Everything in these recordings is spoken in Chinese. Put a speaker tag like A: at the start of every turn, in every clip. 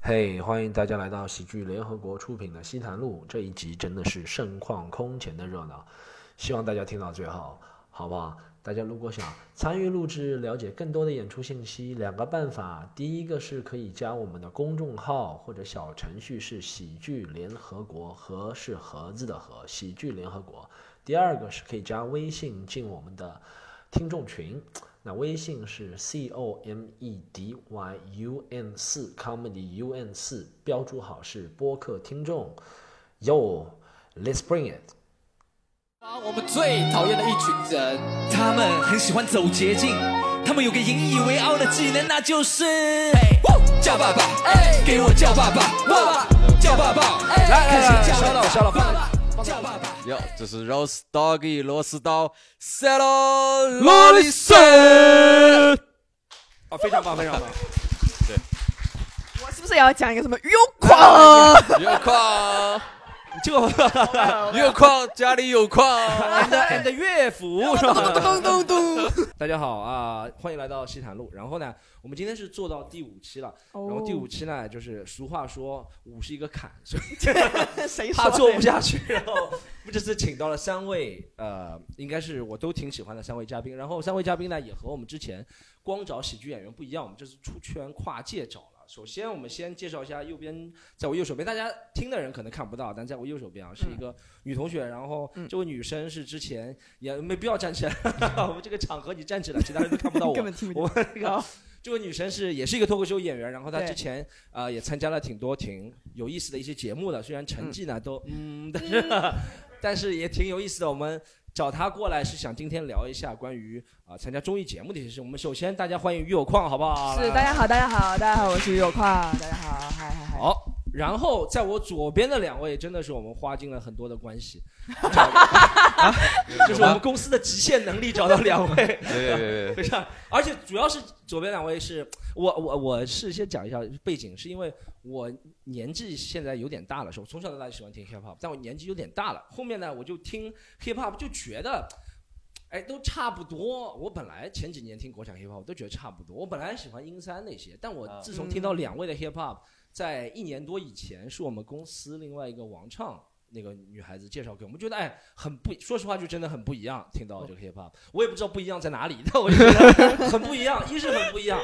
A: 嘿欢迎大家来到喜剧联合国出品的《西谈录》，这一集真的是盛况空前的热闹，希望大家听到最后，好不好？大家如果想参与录制、了解更多的演出信息，两个办法：第一个是可以加我们的公众号或者小程序，是喜剧联合国，和是盒子的和，喜剧联合国；第二个是可以加微信进我们的听众群。那微信是 c o m e d y u n 四 comedy u n 四，标注好是播客听众。Yo，let's bring it。
B: 啊，我们最讨厌的一群人，
C: 他们很喜欢走捷径，他们有个引以为傲的技能，那就是叫爸爸，给我叫爸爸，哇，叫爸爸，来
D: 来来
C: 叫
D: 稍等稍等
C: 爸爸，叫爸爸。
D: 哟，这是 Rose Doggy 螺丝刀 s e l o
C: 罗
D: 力
C: 力
D: 森
C: 森
D: 啊，非常棒，非常 棒！
E: 我是不是也要讲一个什么冤枉？
D: 有矿， 就有矿，家里有矿。
C: and and 乐府是
E: 咚
C: 吧？
E: 咚咚咚咚！
C: 大家好啊，欢迎来到西坦路。然后呢，我们今天是做到第五期了。然后
E: 哦
C: 第五期呢，就是俗话说五是一个坎，所以
E: 谁说
C: 怕
E: 的
C: 做不下去，然后我们这次请到了三位，呃，应该是我都挺喜欢的三位嘉宾。然后三位嘉宾呢，也和我们之前光找喜剧演员不一样，我们这次出圈跨界找了。首先，我们先介绍一下右边，在我右手边，大家听的人可能看不到，但在我右手边啊，是
E: 嗯
C: 一个女同学。然后这位女生是之前也没必要站起来， 我们这个场合你站起来，其他人都看不到我
E: 根。本听不
C: 我
E: 见。好
C: 这位女生是也是一个脱口秀演员，然后她
E: 对
C: 之前呃也参加了挺多挺有意思的一些节目的，虽然成绩呢、都嗯，但是、 但是也挺有意思的。我们找她过来是想今天聊一下关于啊、呃参加综艺节目的一些事。我们首先大家欢迎于有矿，好不好？
E: 是
C: 来
E: 大家好，大家好，大家好，我是有跨，大家好，嗨嗨嗨。
C: 好。然后在我左边的两位真的是我们花尽了很多的关系，啊就是我们公司的极限能力找到两位。
D: 对对 对
C: 不是， 而且主要是左边两位是我我我是先讲一下背景，是因为我年纪现在有点大了，是我从小到大就喜欢听 hip hop，但我年纪有点大了，后面呢我就听 hip hop 就觉得。哎，都差不多。我本来前几年听国产 hip hop 我都觉得差不多。我本来喜欢英三那些，但我
D: 啊
C: 自从听到两位的 hip hop，在一年多以前是我们公司另外一个王唱那个女孩子介绍给我们，觉得哎很不，说实话就真的很不一样。听
F: 嗯
C: 到这个 hip hop，我也不知道不一样在哪里，但我就觉得很不一样。一是很不一样，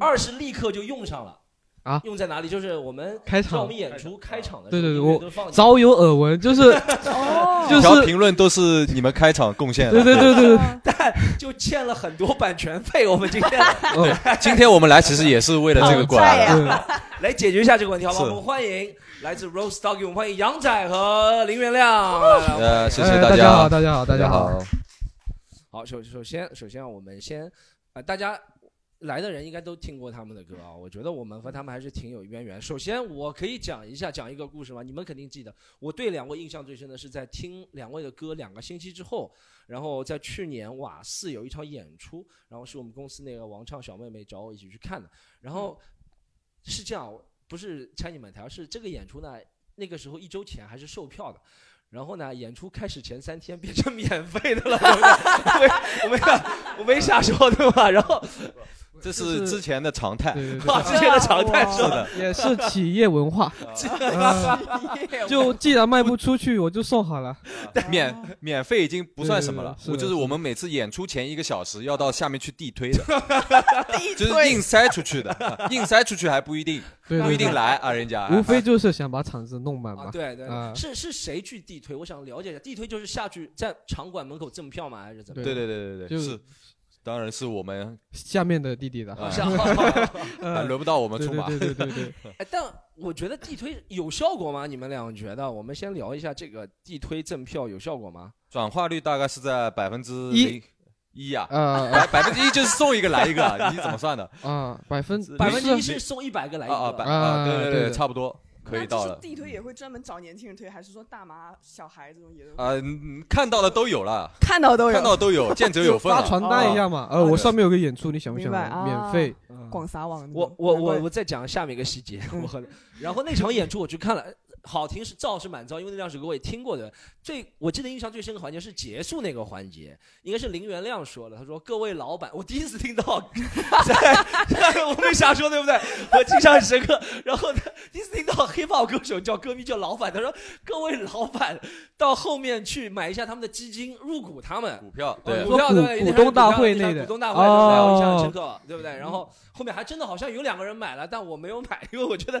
C: 二是立刻就用上了。
F: 啊
C: 用在哪里？就是我们
F: 开
C: 在我
F: 场
C: 们演出开场的时
F: 对
C: 候，
F: 对对
C: 音乐
F: 我
C: 都放进
F: 早有耳 闻，就是
E: 哦
F: 就
G: 条
F: 是
G: 评论都是你们开场贡献
F: 对
G: 的。
F: 对对对对，
C: 就欠了很多版权费。我们今天
G: 今天我们来其实也是为了这个过
E: 对
G: 来
E: 呀
G: 的。
C: 来解决一下这个问题，好不好？
G: 是
C: 我们欢迎来自 Rose Doggy，我们欢迎杨仔和林元亮。来来来
G: 呃，谢谢
F: 哎大
G: 家，
F: 好，大家好，大家好，
G: 好。
C: 好，首首先首先啊我们先，呃，大家来的人应该都听过他们的歌啊，我觉得我们和他们还是挺有渊源。首先我可以讲一下讲一个故事吗？你们肯定记得，我对两位印象最深的是在听两位的歌两个星期之后，然后在去年瓦四有一场演出，然后是我们公司那个王唱小妹妹找我一起去看的，然后是这样，不是拆你满台，而是这个演出呢，那个时候一周前还是售票的。然后呢，演出开始前三天变成免费的了，我没我没我没瞎说对吧？然后
G: 这是之前的常态。
F: 对对
C: 哇，之前的常态是吧？
F: 对，也是企业文化，嗯就既然卖不出去，我就送好了。
G: 免免费已经不算什么了
F: 对对对，是的
G: 我就是
F: 是的
G: 我们每次演出前一个小时要到下面去地推的，
E: 地
G: 就是
E: 推
G: 硬塞出去 的，硬塞出去还不一定
F: 对，
G: 不
F: 对
G: 一定，来啊，人家
F: 对无非就是想把场子弄满
C: 啊，
F: 嘛。
C: 对对，
F: 啊
C: 是是谁去地推？我想了解一下，地推就是下去在场馆门口赠票吗？还是怎么？
G: 对对对对
F: 就
G: 对是。当然是我们，
F: 下面的弟弟的，
G: 啊
C: 好像，好
G: 啊
F: 嗯
G: 轮不到我们
F: 对
G: 出
F: 对
G: 马。
F: 对对对 对，
C: 哎，但我觉得地推有效果吗？你们俩觉得？我们先聊一下这个地推赠票有效果吗？
G: 转化率大概是在百分之
F: 一
G: 零一呀，
F: 呃
G: 百百分之一就是送一个来一个啊，你怎么算的？
F: 啊，百分
G: 是
C: 百分之一
F: 不
C: 是送一百个来一
G: 啊啊，百
C: 个，
G: 啊，
F: 啊
G: 对对
F: 对
G: 对，
F: 对
G: 差不多可以到了。
E: 地推也会专门找年轻人推，还是说大妈、小孩这种也都
G: 啊，嗯看到的都有了，
E: 看到都
G: 看
E: 有
G: 到都有，见者有份啊
F: 发
G: 了。
F: 传单一样嘛。呃，我上面有个演出，你想不想
E: 明白啊
F: 来？免费，
C: 嗯
E: 广撒网那种。
C: 我我
E: 难怪
C: 我我再讲下面一个细节，我和然后那场演出我去看了，好听是燥是蛮燥，因为那两首歌我也听过的。最我记得印象最深的环节是结束那个环节，应该是林元亮说的，他说：“各位老板，我第一次听到，在我没瞎说对不对？我印象很深刻。然后呢，第一次听到 hiphop 歌手叫歌迷叫老板，他说：各位老板到后面去买一下他们的基金，入股他们。”
G: 啊股票
C: 对，
G: 对
C: 哦
F: 说
C: 股票
F: 股
C: 对，
F: 股东大会
C: 那
F: 那的
C: 股东大会对吧
F: 哦
C: 印象很深刻，对不对？然后后面还真的好像有两个人买了，但我没有买，因为我觉得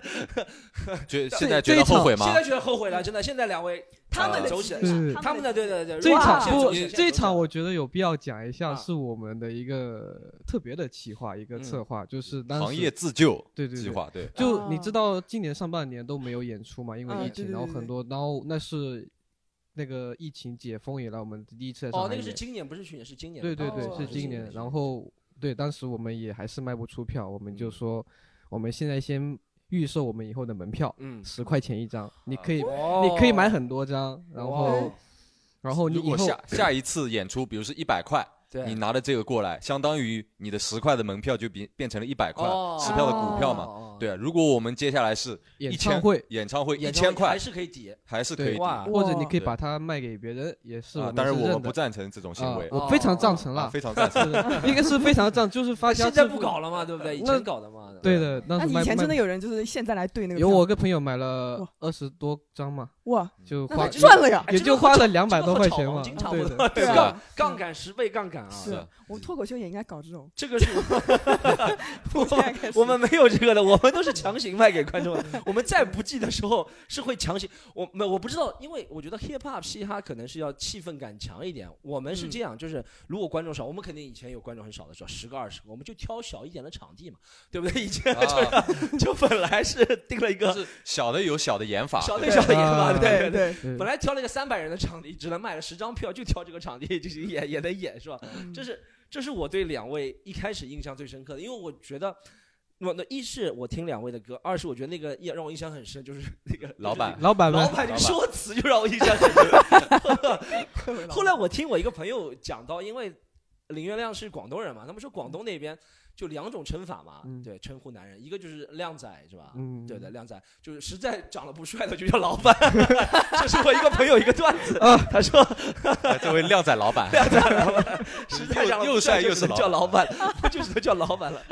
G: 觉
C: 对
G: 现在觉
F: 这
G: 得
F: 一场
G: 后悔吗
C: 现？在觉得后悔了，真的。现在两位呃
E: 他们的
C: 走起来
E: 基金
F: 是
C: 他们的对对对，
F: 这一
C: 哇
F: 场不
C: 现在走起来，
F: 这一场我觉得有必要讲一下，
C: 啊
F: 是我们的一个特别的企划，一个策划，就是当时
G: 行业自救
F: 对对
G: 计
F: 对。
G: 划，对，
F: 就
E: 哦
F: 你知道今年上半年都没有演出嘛，因
E: 啊
F: 为疫
E: 对
F: 情，
E: 对
F: 然后
E: 对
F: 很多，然后那是那个疫情解封以来我们第一次在上
C: 哦，
F: 海
C: 那个
F: 演
C: 是今年，不是去年，是今年。
F: 对对对，
E: 哦
F: 是今年。然后对，当时我们也还是卖不出票，我们就
C: 嗯
F: 说我们现在先预售我们以后的门票，
C: 嗯，
F: 十块钱一张，你可以
C: 哦
F: 你可以买很多张，然后
C: 哇哦
F: 然哦后你
G: 如
F: 以
G: 果
F: 后
G: 下下一次演出，比如是一百块，
C: 对
G: 你拿着这个过来，相当于你的十块的门票就变变成了一百块，
C: 哦
G: 十票的股票嘛。
C: 哦，
G: 对啊，如果我们接下来是
F: 演
G: 一
F: 唱
G: 千
F: 会，
G: 演唱会一
C: 演唱会
G: 千块
C: 还，是可以抵。
G: 还是可以
F: 对
G: 抵
C: 哇
G: 啊。
F: 或者你可
G: 对
F: 以把它卖给别人，也是
G: 啊当然
F: 是
G: 我
F: 认
G: 们不
F: 的
G: 赞成这种行
F: 啊嗯
G: 为，
F: 我非常赞成
G: 啊，
F: 啦，
G: 非常 赞成。
F: 是的应该是非常赞，就是发家
C: 现在
F: 致
C: 不
F: 富
C: 搞了嘛，对不对？以
F: 那
C: 前搞的嘛。
F: 对的，那
E: 那
F: 是卖
E: 以前
F: 卖
E: 真的有人就是现在来对那个
F: 有
E: 票
F: 我个朋友买了
E: 哇
F: 二十多张嘛，
E: 哇，
F: 就
E: 那他
F: 花
E: 赚了呀！
C: 哎
F: 也
C: 这
F: 就
C: 个
F: 花
C: 好
F: 了
C: 炒
F: 两百
C: 这个
F: 多
C: 好
F: 块
C: 炒
F: 钱
C: 啊
F: 嘛
C: 经常，
F: 对
C: 会
F: 的，
C: 对
E: 啊
C: 杠杠杆十倍杠杆啊！。
E: 是啊我们脱口秀也应该搞这种
C: 这 个是我
E: 现在开始
C: 我们没有这个的，我们都是强行卖给观众的。我们在不济的时候是会强行，我没我不知道，因为我觉得 hip hop 嘻哈可能是要气氛感强一点。我们是这样，就是如果观众少，我们肯定以前有观众很少的时候，十个二十个，我们就挑小一点的场地嘛，对不对？以前
G: 啊，
C: 就本来是定了一个
G: 是小的有小的演法，
C: 小
G: 对
C: 对小的演嘛，
F: 啊
C: 对
E: 对对，
F: 对
C: 本来挑了一个三百人的场地，只能买了十张票，就挑这个场地，就是演也能演是吧？这是这是我对两位一开始印象最深刻的，因为我觉得。我那一是我听两位的歌，二是我觉得那个也让我印象很深，就是 那个
G: 老板
F: 老板
C: 老
F: 们
C: 板这
G: 老板
C: 个说辞就让我印象很深。
E: 各位老
C: 后来我听我一个朋友讲到，因为林月亮是广东人嘛，他们说广东那边就两种称法嘛，
F: 嗯
C: 对，称呼男人，一个就是靓仔是吧？
F: 嗯，
C: 对的，靓仔就是实在长得不帅的就叫老板， 这是我一个朋友一个段子，他说
G: 哎这位靓仔老板，
C: 靓仔老板实在长得不
G: 又又帅又
C: 就是只能叫老
G: 老
C: 板，就只能叫老板了。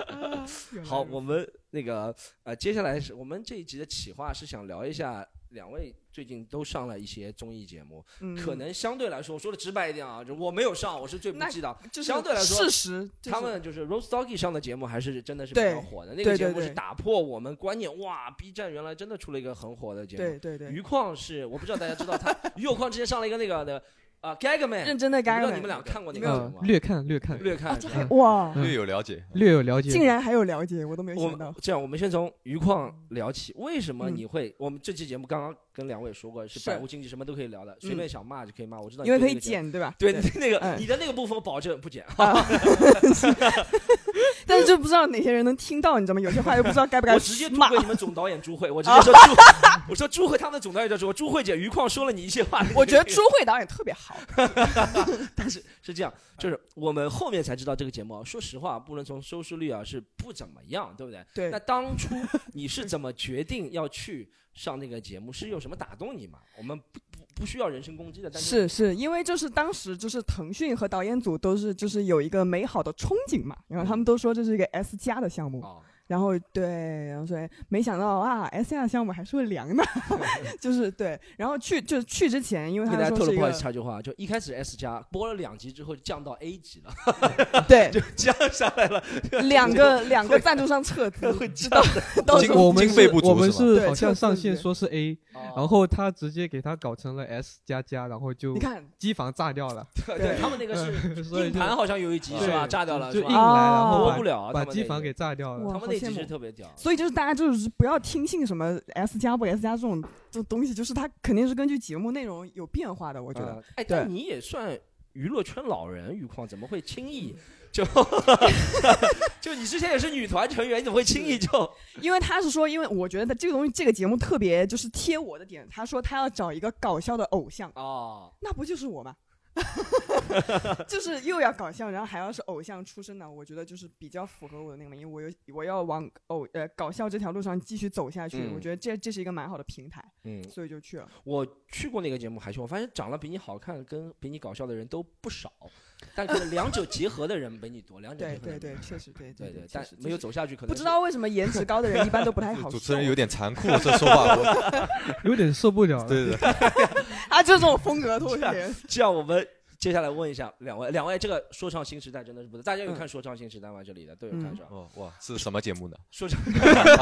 E: 有
C: 好，
E: 有
C: 我们那个呃，接下来是我们这一集的企划是想聊一下两位最近都上了一些综艺节目，
E: 嗯
C: 可能相对来说，我说的直白一点啊，就我没有上，我是最不
E: 那
C: 记得。
E: 就是
C: 相对来说
E: 事实就是
C: 他们就是 Rose Doggy 上的节目还是真的是比较
E: 对
C: 火的，那个
E: 对
C: 节
E: 对
C: 目是
E: 对
C: 打破我们观念，哇！B 站原来真的出了一个很火的节目，
E: 对对对，
C: 余矿是我不知道大家知道他，余有矿之前上了一个那个的啊 Gagman，
E: 认真的
C: 我不
E: 干
C: 知道
E: 了。
C: 你们俩看过那个节
F: 呃
C: 目吗？
F: 略看略看
C: 略看
E: 啊，这
C: 是
E: 还
C: 吧
E: 哇，
F: 嗯
G: 略有了解。
F: 略有了解，
E: 竟然还有了解，我都没有
C: 我
E: 想
C: 们
E: 到。
C: 这样，我们先从余矿聊起。为什么
E: 嗯
C: 你会？我们这期节目刚刚跟两位说过，是
E: 是嗯
C: 百无禁忌，什么都可以聊的，随便想骂就可以骂。我知道，
E: 因为可以。剪，对吧？
C: 对，你那个
E: 哎
C: 你的那个部分，我保证不剪。
E: 但是就不知道哪些人能听到，你知道吗？有些话又不知道该 不 该
C: 我直接
E: 骂
C: 推。给你们总导演朱慧，我 直接说朱，我说朱慧他们的总导演叫朱慧，朱慧姐余矿说了你一些话，
E: 我 觉得朱慧导演特别好，
C: 但是是这样，就是我们后面才知道这个节目啊，说实话，不能从收视率啊是不怎么样，对不对？
E: 对
C: 那当初你是怎么决定要去上那个节目？是有什么打动你吗？我们不不不需要人身攻击的，但
E: 是是因为就是当时就是腾讯和导演组都是就是有一个美好的憧憬嘛，然后他们
C: 嗯
E: 都说这是一个 S 加的项目，
C: 啊，
E: 然后对，然后说哎没想到啊，S 加的项目还是会凉 的，就是对，然后去就是去之前，因为
C: 给
E: 他
C: 大家
E: 说
C: 透露，
E: 是一
C: 不好意思
E: 个
C: 插句话，就一开始 S 加播了两集之后就降到 A 级 了，啊
E: 对
C: 就降下来了，
E: 两个两个赞助商撤资，
C: 会知道的。
E: 到时
G: 经
E: 候
F: 我们
G: 经费
F: 是
G: 不足
F: 我们
G: 是吗
E: 对
F: 好
E: 测
F: 像
E: 试
F: 上
E: 是
F: 线说是 A，然
C: 然
F: 后他直接给他搞成了 S 加加，然后就
E: 你看
F: 机房炸掉了，
C: 对他们那个是
F: 所以
C: 硬
F: 就
C: 盘，好像有一集是吧，
F: 对
C: 炸掉了
F: 就是硬
C: 吧？
F: 来，
E: 啊
F: 然后
C: 播
F: 把
C: 不了啊，
F: 把
C: 他们那
F: 机
C: 个
F: 房给炸掉了。
E: 哇
C: 呃他们那集
E: 好羡
C: 是
E: 慕
C: 特别屌，
E: 所以就是大家就是不要听信什么 S 加不 S 加这种这种东西，就是它肯定是根据节目内容有变化的。我
C: 我
E: 觉得，
C: 哎，
E: 对
C: 但你也算娱乐圈老人，余况怎么会轻易 就 就你之前也是女团成员，你怎么会轻易就
E: 因为他是说，因为我觉得这个东西这个节目特别就是贴我的点。他说他要找一个搞笑的偶像，
C: 哦？
E: 那不就是我吗？ 就是又要搞笑，然后还要是偶像出身的，我觉得就是比较符合我的那个嘛，因为我有我要往偶呃搞笑这条路上继续走下去，
C: 嗯
E: 我觉得这这是一个蛮好的平台，
C: 嗯，
E: 所以就去了。
C: 我去过那个节目海选，我发现长得比你好看跟比你搞笑的人都不少，但可能两者结合的人比你多，两者结
E: 对
C: 合的
E: 对
C: 人
E: 对，确实对
C: 对
E: 对，
C: 对，
E: 确
C: 但
E: 实
C: 没有。走下去，可能
E: 不知
C: 是
E: 道为什么颜值高的人一般 都不太好
G: 主持人
E: 受
G: 有点残酷，这说话我
F: 有点受不了了。
G: 对对对，
E: 啊，就是这种风格 脱
C: 这
E: 节。
C: 这样，我们接下来问一下两位，两位这个说唱新时代真的是不错，大家有看说唱新时代吗？这里的都有看
E: 嗯
C: 是吧？
G: 哦哇，是什么节目呢？
C: 说唱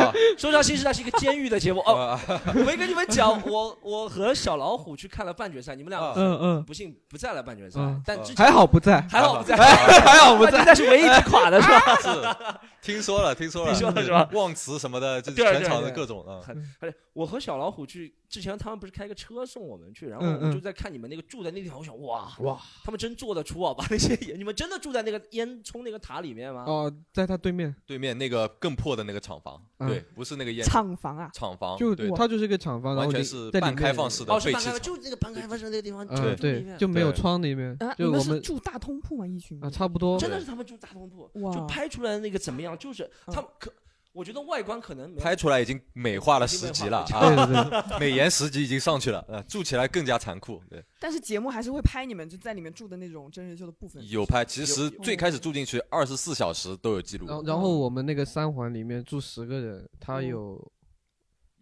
G: 啊
C: 说唱新时代是一个监狱的节目 哦。
G: 啊
C: 我没跟你们讲，我我和小老虎去看了半决赛，你们俩
G: 啊
F: 嗯嗯，
C: 不幸不在了半决赛
F: 嗯，
C: 但之前
F: 还好不在。
C: 还好不 在，
G: 还好不
C: 半 决赛是唯一一只垮的是吧？
G: 啊是，听说了，听说了，
C: 你说了是吧？
G: 忘词什么的，就是
C: 对对
G: 全场的
C: 对
G: 各种啊，
C: 很而且我和小老虎去之前，他们不是开个车送我们去，然后
F: 嗯
C: 我们
F: 嗯
C: 就在看你们那个住的那地方，我想哇
A: 哇，
C: 他们真做得出啊，把那些你们真的住在那个烟囱那个塔里面吗？
F: 哦，在他对面，
G: 对面那个更破的那个厂房，
F: 嗯
G: 对，不是那个烟
E: 厂房啊，
G: 厂房，
F: 就
G: 对，
F: 他就是一个厂房，然
G: 完
F: 后
G: 全
F: 你
G: 是
F: 在里
G: 半
F: 面
G: 开放式的
C: 哦，是
G: 废
C: 半
G: 弃
C: 开
G: 厂
C: 放，，就那个半开放式那个地方，就
F: 呃
C: 住里
F: 对，
C: 面
F: 就没有
G: 对
F: 窗里面
E: 啊，，
F: 就
E: 你们
F: 我
E: 是
F: 们
E: 住大通铺吗？一群
F: 啊差不多
C: 真的是他们住大通铺，
E: 哇
C: 就拍出来的那个怎么样？就是
E: 嗯
C: 他们可，我觉得外观可能没有
G: 拍出来已经美化了十级了
C: 已经
F: 对
G: 啊，
F: 对对，
G: 美颜十级已经上去了，呃，住起来更加残酷，对，
E: 但是节目还是会拍你们就在里面住的那种真人秀的部分。
G: 有拍，其实最开始住进去二十四小时都有记录，
F: 然后然后我们那个三环里面住十个人，他有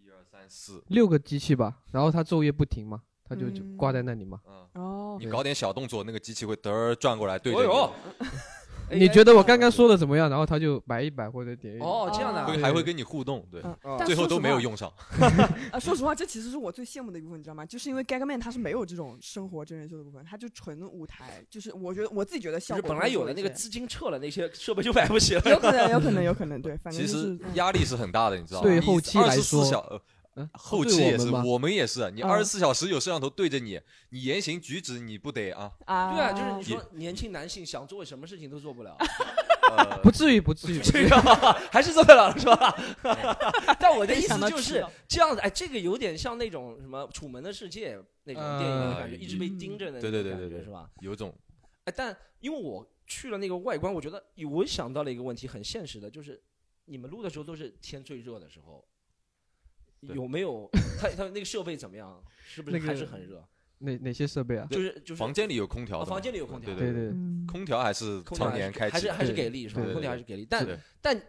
G: 一二三四，
F: 六个机器吧，然后他昼夜不停嘛，他就就
E: 嗯
F: 挂在那里嘛。
G: 嗯，
E: 哦，
G: 你搞点小动作，那个机器会嘚儿转过来对着
C: 哦哟
G: 你，
C: 哎
F: 你觉得我刚刚说的怎么样？然后他就摆一摆或者点一点。
C: 哦这样的啊
G: 会还会跟你互动，对，
E: 嗯
C: 哦
E: 但
G: 最后
E: 说
G: 都
E: 实
G: 没有
E: 话
G: 用上，
E: 啊，说实话，这其实是我最羡慕的一部分，你知道吗？就是因为 Gagman 他是没有这种生活真人秀的部分，他就纯舞台，就是我觉得我自己觉得
C: 就
E: 效
C: 是
E: 果
C: 本来
E: 会
C: 有
E: 弱
C: 的
E: 一
C: 那个
E: 些
C: 资金撤了，那些设备就买不起了。
E: 有可能，有可 能，有可能，对，反正
G: 其
E: 就
G: 实
E: 是
G: 压力是很大的，你知道吗？
F: 对后期来说
G: 24小呃
F: 嗯，
G: 后
F: 对
G: 期也
F: 我
G: 是，
F: 们吗
G: 我们也是，啊你
E: 嗯
G: 二十四小时有摄像头对着你，你言行举止你不得啊？
E: 啊，
C: 对啊，就是你说年轻男性想做什么事情都做不了，
G: 呃
F: 不至于，不至于。
C: 这个还是做得了是吧？
G: 哎
C: 但我的意
E: 想
C: 思
E: 到
C: 就
E: 吃
C: 是
E: 了
C: 这样子，哎，这个有点像那种什么《楚门的世界》那种电影的感觉，
G: 呃
C: 一直被盯着的那种
G: 嗯对对对
C: 感
G: 对
C: 觉
G: 对
C: 是吧？
G: 有种
C: 哎，但因为我去了那个外观，我觉得哎我想到了一个问题，很现实的，就是你们录的时候都是天最热的时候。
G: 对
C: 有没有他他那个设备怎么样？是不是
F: 那个
C: 还是很热？
F: 哪哪些设备啊？
C: 就是就是
G: 房间里有空调
C: 啊
G: 的嘛，
C: 房间里有空调
G: 对
F: 对
G: 对，
F: 对，
E: 嗯
G: 空调还是
C: 空调
G: 常年开
C: 还
G: 启
C: 是
G: 的，
C: 还是
F: 对
C: 给力是吧
F: 对？对
C: 空调还是给力，但
G: 是的
C: 但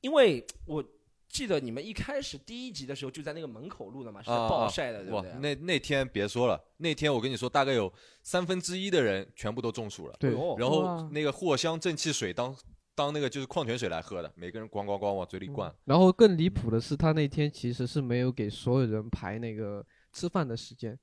C: 因为我记得你们一开始第一集的时候就在那个门口录的嘛，是在
G: 啊
C: 暴
G: 啊
C: 晒的，对
G: 哇
C: 不对？，
G: 那那天别说了，那天我跟你说，大概有三分之一的人全部都中暑了，
F: 对
C: 哦
G: 然后
E: 哇
G: 那个藿香正气水当当那个就是矿泉水来喝的，每个人咣咣咣往嘴里灌，
F: 嗯然后更离谱的是，他那天其实是没有给所有人排那个吃饭的时间。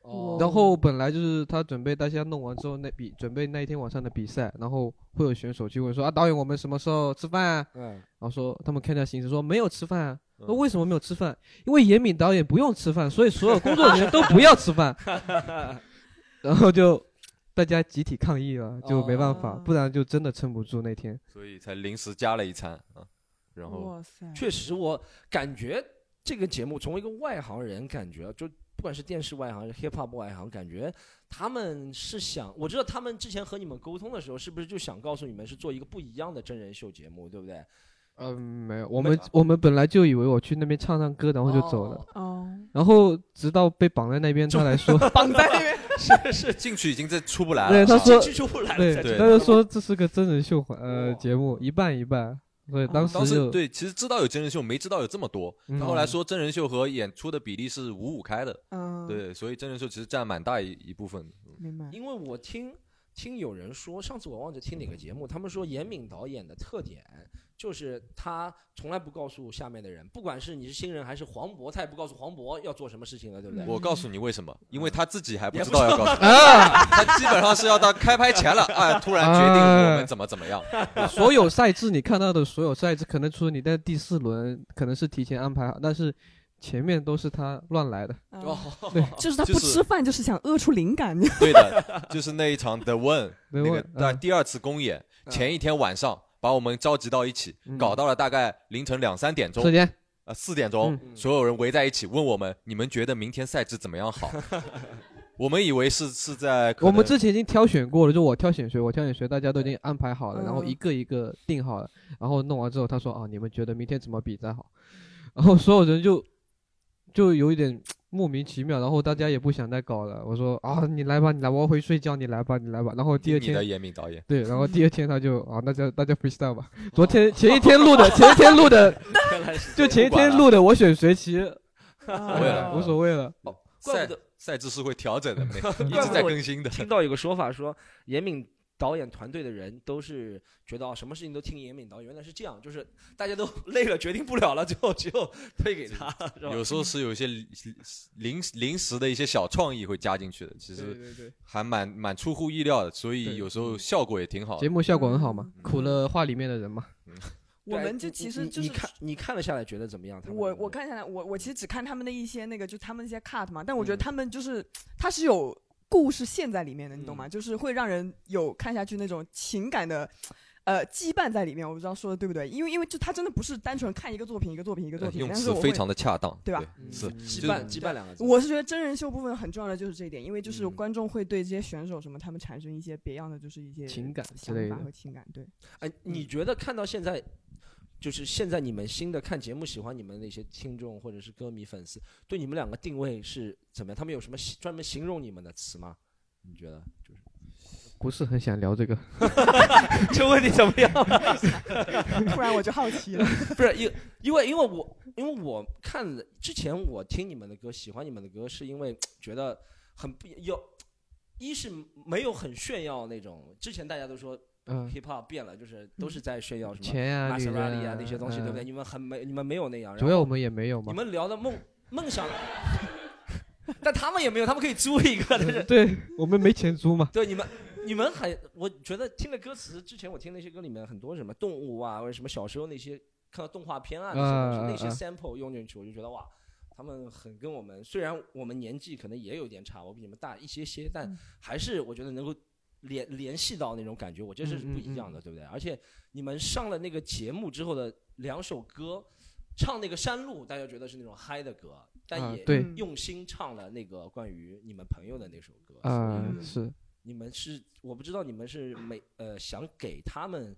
C: 哦
F: 然后本来就是他准备大家弄完之后，那比准备那一天晚上的比赛，然后会有选手去问说啊，导演我们什么时候吃饭啊？
C: 嗯，
F: 然后说他们看一下行程说没有吃饭啊。
G: 嗯
F: 那为什么没有吃饭？因为严敏导演不用吃饭，所以所有工作人员都不要吃 饭。然后就大家集体抗议了，就没办法，
E: 哦
F: 不然就真的撑不住那天。
G: 所以才临时加了一餐啊，然后
E: 嗯哇塞，
C: 确实，我感觉这个节目从一个外行人感觉，就不管是电视外行还是 hip hop 外行，感觉他们是想，我知道他们之前和你们沟通的时候，是不是就想告诉你们是做一个不一样的真人秀节目，对不对？
F: 嗯，没有，我们我们本来就以为我去那边唱唱歌，然后就走了。
C: 哦。
E: 哦，
F: 然后直到被绑在那边，他来 说，
E: 绑在那边，
C: 是是，
G: 进去已经在出不来
F: 对
G: 了。
F: 他
G: 啊
F: 说
C: 进去出不来了
F: 对
C: 才，知
F: 他
C: 道
F: 就说这是个真人秀环呃
C: 哇
F: 节目，一半一半。对，哦当
G: 当
F: 时
G: 时
F: 就
G: 对，其实知道有真人秀，没知道有这么多。
F: 嗯
G: 后来说真人秀和演出的比例是五五开的，
E: 嗯，，
G: 对，所以真人秀其实占蛮大一一部分。
E: 明白，
C: 因为我听听有人说，上次我忘记听哪个节目，他们说严敏导演的特点就是他从来不告诉下面的人，不管是你是新人还是黄渤，他也不告诉黄渤要做什么事情了，对不对？
G: 嗯 我告诉你为什么，因为他自己还不
C: 嗯也
G: 知
C: 不
G: 道要 告诉你，
F: 啊，
G: 他基本上是要到开拍前了，啊，突然决定
F: 啊
G: 我们怎么怎么样。
F: 所有赛制你看到的所有赛制，可能除了你在第四轮可能是提前安排好，但是前面都是他乱来的。
E: 嗯
C: 哦，
E: 就是他
G: 就
E: 不
G: 是
E: 吃饭就是想饿出灵感，
G: 对的，就是那一场 The One
F: 对
G: 那个
F: 我
G: 那
F: 嗯
G: 第二次公演前一天晚上，把我们召集到一起，
F: 嗯
G: 搞到了大概凌晨两三点钟
F: 时，间
G: 呃四点钟，
C: 嗯
G: 所有人围在一起问我们，你们觉得明天赛制怎么样好？ 我们以为是是在可
F: 我们
G: 能
F: 之前已经挑选过了，就我挑选学，我挑选学，大家都已经安排好了，然后
E: 嗯
F: 一个一个定好了，然后弄完之后，他说啊，你们觉得明天怎么比赛好？然后所有人就就有一点莫名其妙，然后大家也不想再搞了。我说啊，你来吧，你来，我要回去睡觉，你来吧，你来吧。然后第二
G: 你的
F: 天。
G: 严敏导演，
F: 对，然后第二天他就啊，大家大家 freestyle 吧。昨天前一天录的，前一天录的， 就前一
G: 不管
F: 天
G: 了
F: 录的，我选谁骑，
E: 啊
F: 哎
G: 谓了
F: 无所谓了。
G: 赛
C: 怪不得
G: 赛制是会调整 的，每一
C: 怪
G: 直
C: 不
G: 在
C: 得我
G: 更新的。
C: 听到有个说法说，严敏导演团队的人都是觉得啊，什么事情都听严敏导演，原来是这样，就是大家都 累了，决定不了了，最后只有推给他，是吧？
G: 有时候是有一些临临临时的一些小创意会加进去的，其
F: 对
G: 实
F: 对对，
G: 还蛮蛮出乎意料的，所以
F: 对嗯
G: 有时候效果也挺好
F: 节
G: 的。
F: 目效果很好嘛
E: 嗯，
F: 苦了话里面的人嘛。
E: 我
C: 对
E: 们就
C: 你
E: 其实
C: 你
E: 就
C: 你
E: 是
C: 看你看了下来觉得怎么样？他们
E: 我
C: 的
E: 我看下来，我我其实只看他们的一些那个，就他们那些 cut 嘛，但我觉得
C: 嗯
E: 他们就是、他是有故事线在里面的，你懂吗？
C: 嗯
E: 就是会让人有看下去那种情感的。呃，羁绊在里面，我不知道说的对不对，因为因为就他真的不是单纯看一个作品一个作品一个作
G: 呃
E: 品，
G: 用
E: 但是
G: 词
E: 我会
G: 非常的恰当，
E: 对吧
C: 嗯
G: 是
C: 羁
G: 就
C: 绊羁绊两个字，
E: 我是觉得真人秀部分很重要的就是这一点，因为就是
G: 嗯
E: 观众会对这些选手什么他们产生一些别样的就是一些
F: 情感之
E: 想
F: 类
E: 法
F: 的
E: 和情感，对，
C: 哎，你觉得看到现在，就是现在你们新的看节目喜欢你们那些听众或者是歌迷粉丝，对你们两个定位是怎么样？他们有什么形专门形容你们的词吗？你觉得就是
F: 不是很想聊这个，
C: 这问题怎么样？
E: 突然我就好奇了，
C: 不是因因为因为我因为我看了之前我听你们的歌，喜欢你们的歌，是因为觉得很不有，一是没有很炫耀那种。之前大家都说
F: 嗯，
C: hip hop 变了，就是都是在炫耀什么
F: 钱呀、
C: 玛
F: 女
C: 莎
F: 人
C: 拉蒂啊那些东西，对不
F: 嗯
C: 对？你们很没你们没有那样，然
F: 主
C: 后
F: 要我们也没有
C: 你
F: 嘛。
C: 们聊的梦梦想， 但他们也没有，他们可以 租一个，但是，
F: 对我们没钱租嘛
C: 对你们。你们还，我觉得听的歌词，之前我听那些歌里面很多什么动物啊，或者什么小时候那些看到动画片啊
F: 啊
C: 那些东西，
F: 啊
C: 那些 sample 用进去，我就觉得哇，他们很跟我们，虽然我们年纪可能也有点差，我比你们大一些些，但还是我觉得能够联联系到那种感觉，我觉得这是不一
F: 嗯
C: 样的，对不对？而且你们上了那个节目之后的两首歌，唱那个山路，大家觉得是那种嗨的歌，但
F: 啊
C: 也
F: 对
E: 嗯
C: 用心唱了那个关于你们朋友的那首歌。
F: 啊、
E: 嗯
F: 是
C: 你们是我不知道你们是每呃想给他们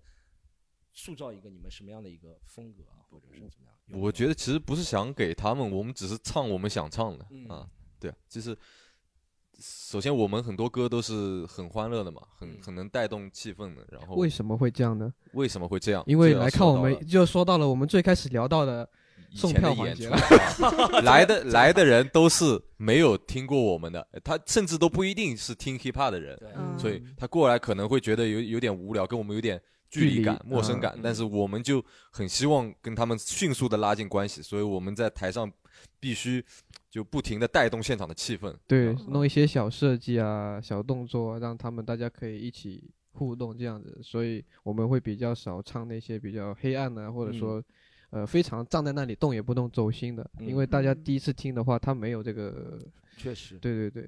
C: 塑造一个你们什么样的一个风格啊，或者是怎么样？有没
G: 我
C: 有
G: 觉得其实不是想给他们，我们只是唱我们想唱的、
C: 嗯
G: 啊。对啊，就是首先我们很多歌都是很欢乐的嘛，很
C: 嗯
G: 很能带动气氛的。然后
F: 为什么会这样呢？
G: 为什么会这样？
F: 因为
G: 这要
F: 来
G: 说
F: 看我
G: 到
F: 们
G: 了
F: 就说到了我们最开始聊到的，
G: 以
F: 送
G: 前的
F: 票环
G: 演
F: 节
G: 出 来的来的人都是没有听过我们的，他甚至都不一定是听 hiphop 的人，
C: 对，
E: 嗯
G: 所以他过来可能会觉得有有点无聊，跟我们有点距
F: 距
G: 离
F: 离
G: 感、陌生
F: 嗯
G: 感，但是我们就很希望跟他们迅速的拉近关系，所以我们在台上必须就不停的带动现场的气氛。
F: 对，弄一些小设计啊、小动作啊，让他们大家可以一起互动这样子，所以我们会比较少唱那些比较黑暗的啊，或者
G: 嗯
F: 说、呃非常站在那里动也不动走心的，因为大家第一次听的话，他没有这个，
C: 确实，
F: 对对对，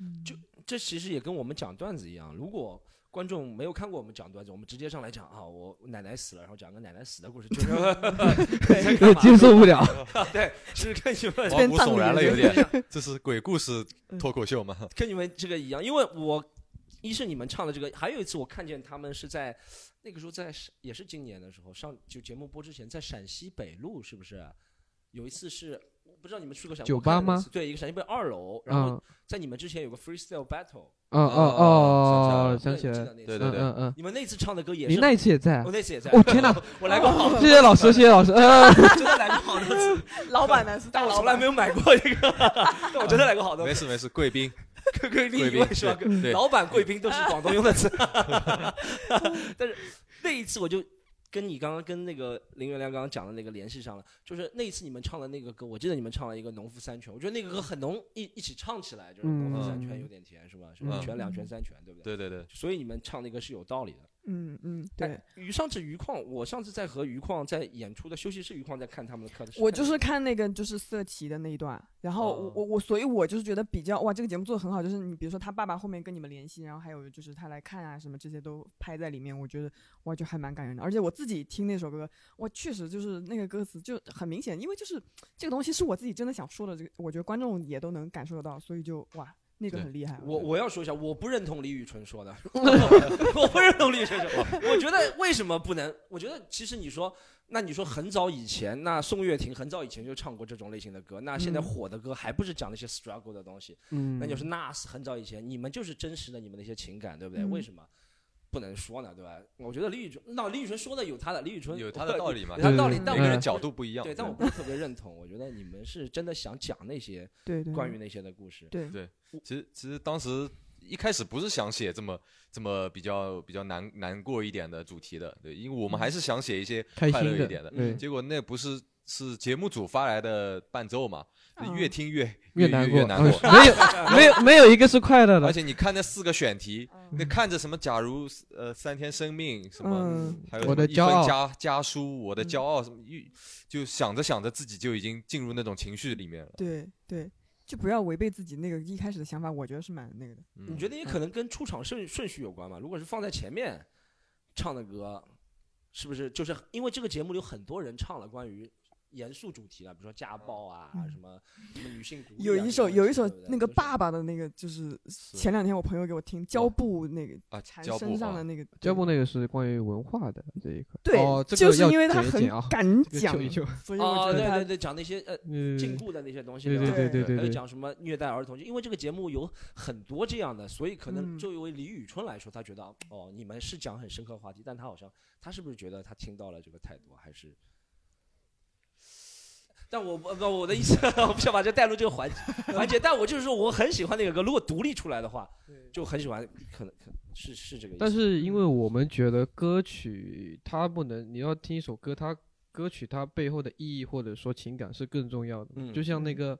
E: 嗯
C: 就这其实也跟我们讲段子一样，如果。观众没有看过我们讲段子，我们直接上来讲啊，我奶奶死了，然后讲个奶奶死的故事，就是 在干嘛
F: 接受不了，
C: 对，是跟你们嗯
G: 毛
E: 边
G: 骨
E: 葬
G: 悚哦
E: 礼
G: 然了，
E: 了就
G: 有点，这是鬼故事脱口秀吗？
C: 跟你们这个一样，因为我一是你们唱的这个，还有一次我看见他们是在那个时候在也是今年的时候上就节目播之前，在陕西北路是不是？有一次是我不知道你们去过陕西
F: 酒吧吗？
C: 对，一个陕西北二楼，然
F: 嗯
C: 后在你们之前有个 freestyle battle，
F: 哦
G: 哦
F: 哦哦，想
C: 不
F: 起
C: 知道
F: 来
C: 你们记得那
F: 了，
C: 次
G: 对对
C: 吗
F: 嗯
G: 对，
F: 嗯嗯，
C: 你们那次唱的歌也
F: 你
C: 是。
F: 那一次也在 啊
C: 我，那次也在，
F: 哦天哪，
C: 我来过好多，
F: 谢谢老师，谢谢老师，呃，
C: 真的来过好多 次，
E: 老板呢是大
C: 但我
E: 老
C: 从来
E: 板
C: 没，有买过这个， 但我真的来过好多
G: 没
C: 次。
G: 事没事，贵 宾
C: 贵宾
G: 贵
C: 一
G: 宾
C: 位是吧？
G: 对
C: 老板、贵宾都是广东用的词。但是那一次我就跟你刚刚跟那个林元亮刚刚讲的那个联系上了，就是那一次你们唱的那个歌，我记得你们唱了一个《农夫山泉》，我觉得那个歌很浓，一一起唱起来就是“农夫山泉有点甜”，是吧？什么
F: 嗯
C: 一拳、两拳、三拳，对不对？
G: 嗯对对对，
C: 所以你们唱那个是有道理的。
E: 嗯嗯，对
C: 哎。，于上次余旷，我上次在和余旷在演出的休息室，余旷在看他们的课的时候，
E: 我就是看那个就是色旗的那一段，然后
C: 哦
E: 我我我，所以我就是觉得比较哇，这个节目做的很好，就是你比如说他爸爸后面跟你们联系，然后还有就是他来看啊什么这些都拍在里面，我觉得哇就还蛮感人的。而且我自己听那首歌，哇确实就是那个歌词就很明显，因为就是这个东西是我自己真的想说的，这个我觉得观众也都能感受得到，所以就哇。那个
G: 对
E: 很厉害。
C: 我我要说一下，我不认同李宇春说 的，我不认同李宇春说的。我觉得为什么不能？我觉得其实你说，那你说很早以前，那宋岳庭很早以前就唱过这种类型的歌，那现在
F: 嗯
C: 火的歌还不是讲那些 struggle 的东西？
F: 嗯，
C: 那就是 Nas 很早以前，你们就是真实的你们那些情感，对不对？
E: 嗯
C: 为什么不能说呢？对吧？我觉得李宇春，那李宇春说的有他的，李宇春
G: 有他的道理嘛
C: 有他的道理
F: 对，
C: 但
G: 每
C: 我
G: 个
F: 嗯
G: 人角度不一样。
C: 对，但我不是特别认同。我觉得你们是真的想讲那些
E: 对
F: 嗯
E: 对
C: 关于那些的故事。
E: 对
G: 对其实其实当时一开始不是想写这么这么比较比较难难过一点的主题的，对，因为
C: 嗯
G: 我们还是想写一些
F: 开
G: 快乐
F: 心
G: 一点的。
F: 对，
G: 结果那不是是节目组发来的伴奏嘛，
E: 嗯
G: 越听越
F: 越
G: 难
F: 难
G: 越
F: 过，嗯
G: 难 过。
F: 没有没有没有一个是快乐
G: 而
F: 的，
G: 且你看那四个选题，
E: 嗯
G: 那看着什么，假如呃三天生命什么，
E: 嗯
G: 还有
F: 我的
G: 什么一分
F: 骄傲
G: 家家书，我的骄傲什么，一就想着想着自己就已经进入那种情绪里面了。
E: 对对，就不要违背自己那个一开始的想法，我觉得是蛮那个的。
G: 嗯
C: 你觉得
E: 嗯
C: 也可能跟出场顺顺序有关嘛？如果是放在前面唱的歌，是不是就是因为这个节目里有很多人唱了关于严肃主题了，比如说家暴啊，
E: 嗯
C: 什么什么女性主义啊
E: 有一首有一首那
C: 这种东
E: 个，
C: 西对不对
E: 爸爸的那个，就是前两天我朋友给我听胶布那个
G: 啊，
E: 缠
G: 胶布
E: 身上
G: 啊
E: 的，那个
F: 教部那个是关于文化的这一块，
E: 对
F: 哦，，这
E: 就
F: 个
E: 是
F: 要
E: 因为他
F: 剪一剪
E: 很
F: 啊，
E: 敢
F: 这个
E: 讲
F: 救，一救
E: 所以
C: 哦，
E: 我觉
C: 对对
E: 得
C: 对，讲那些呃
F: 嗯，
C: 禁锢的那些东西，
F: 对
C: 吧
F: 对对对
C: 还有
F: 对对，
C: 讲什么虐待儿童，因为这个节目有很多这样的，所以可能
E: 嗯
C: 作为李宇春来说，他觉得哦，你们是讲很深刻话题，但他好像他是不是觉得他听到了这个太多，还是？但我不不，我的意思， 我不想把这带入这个环节环节，但我就是说，我很喜欢那个歌，如果独立出来的话，就很喜欢，可能可能是是嗯这个意思。
F: 但是因为我们觉得歌曲它不能，你要听一首歌，它歌曲它背后的意义或者说情感是更重要的。
C: 嗯
F: 就像那个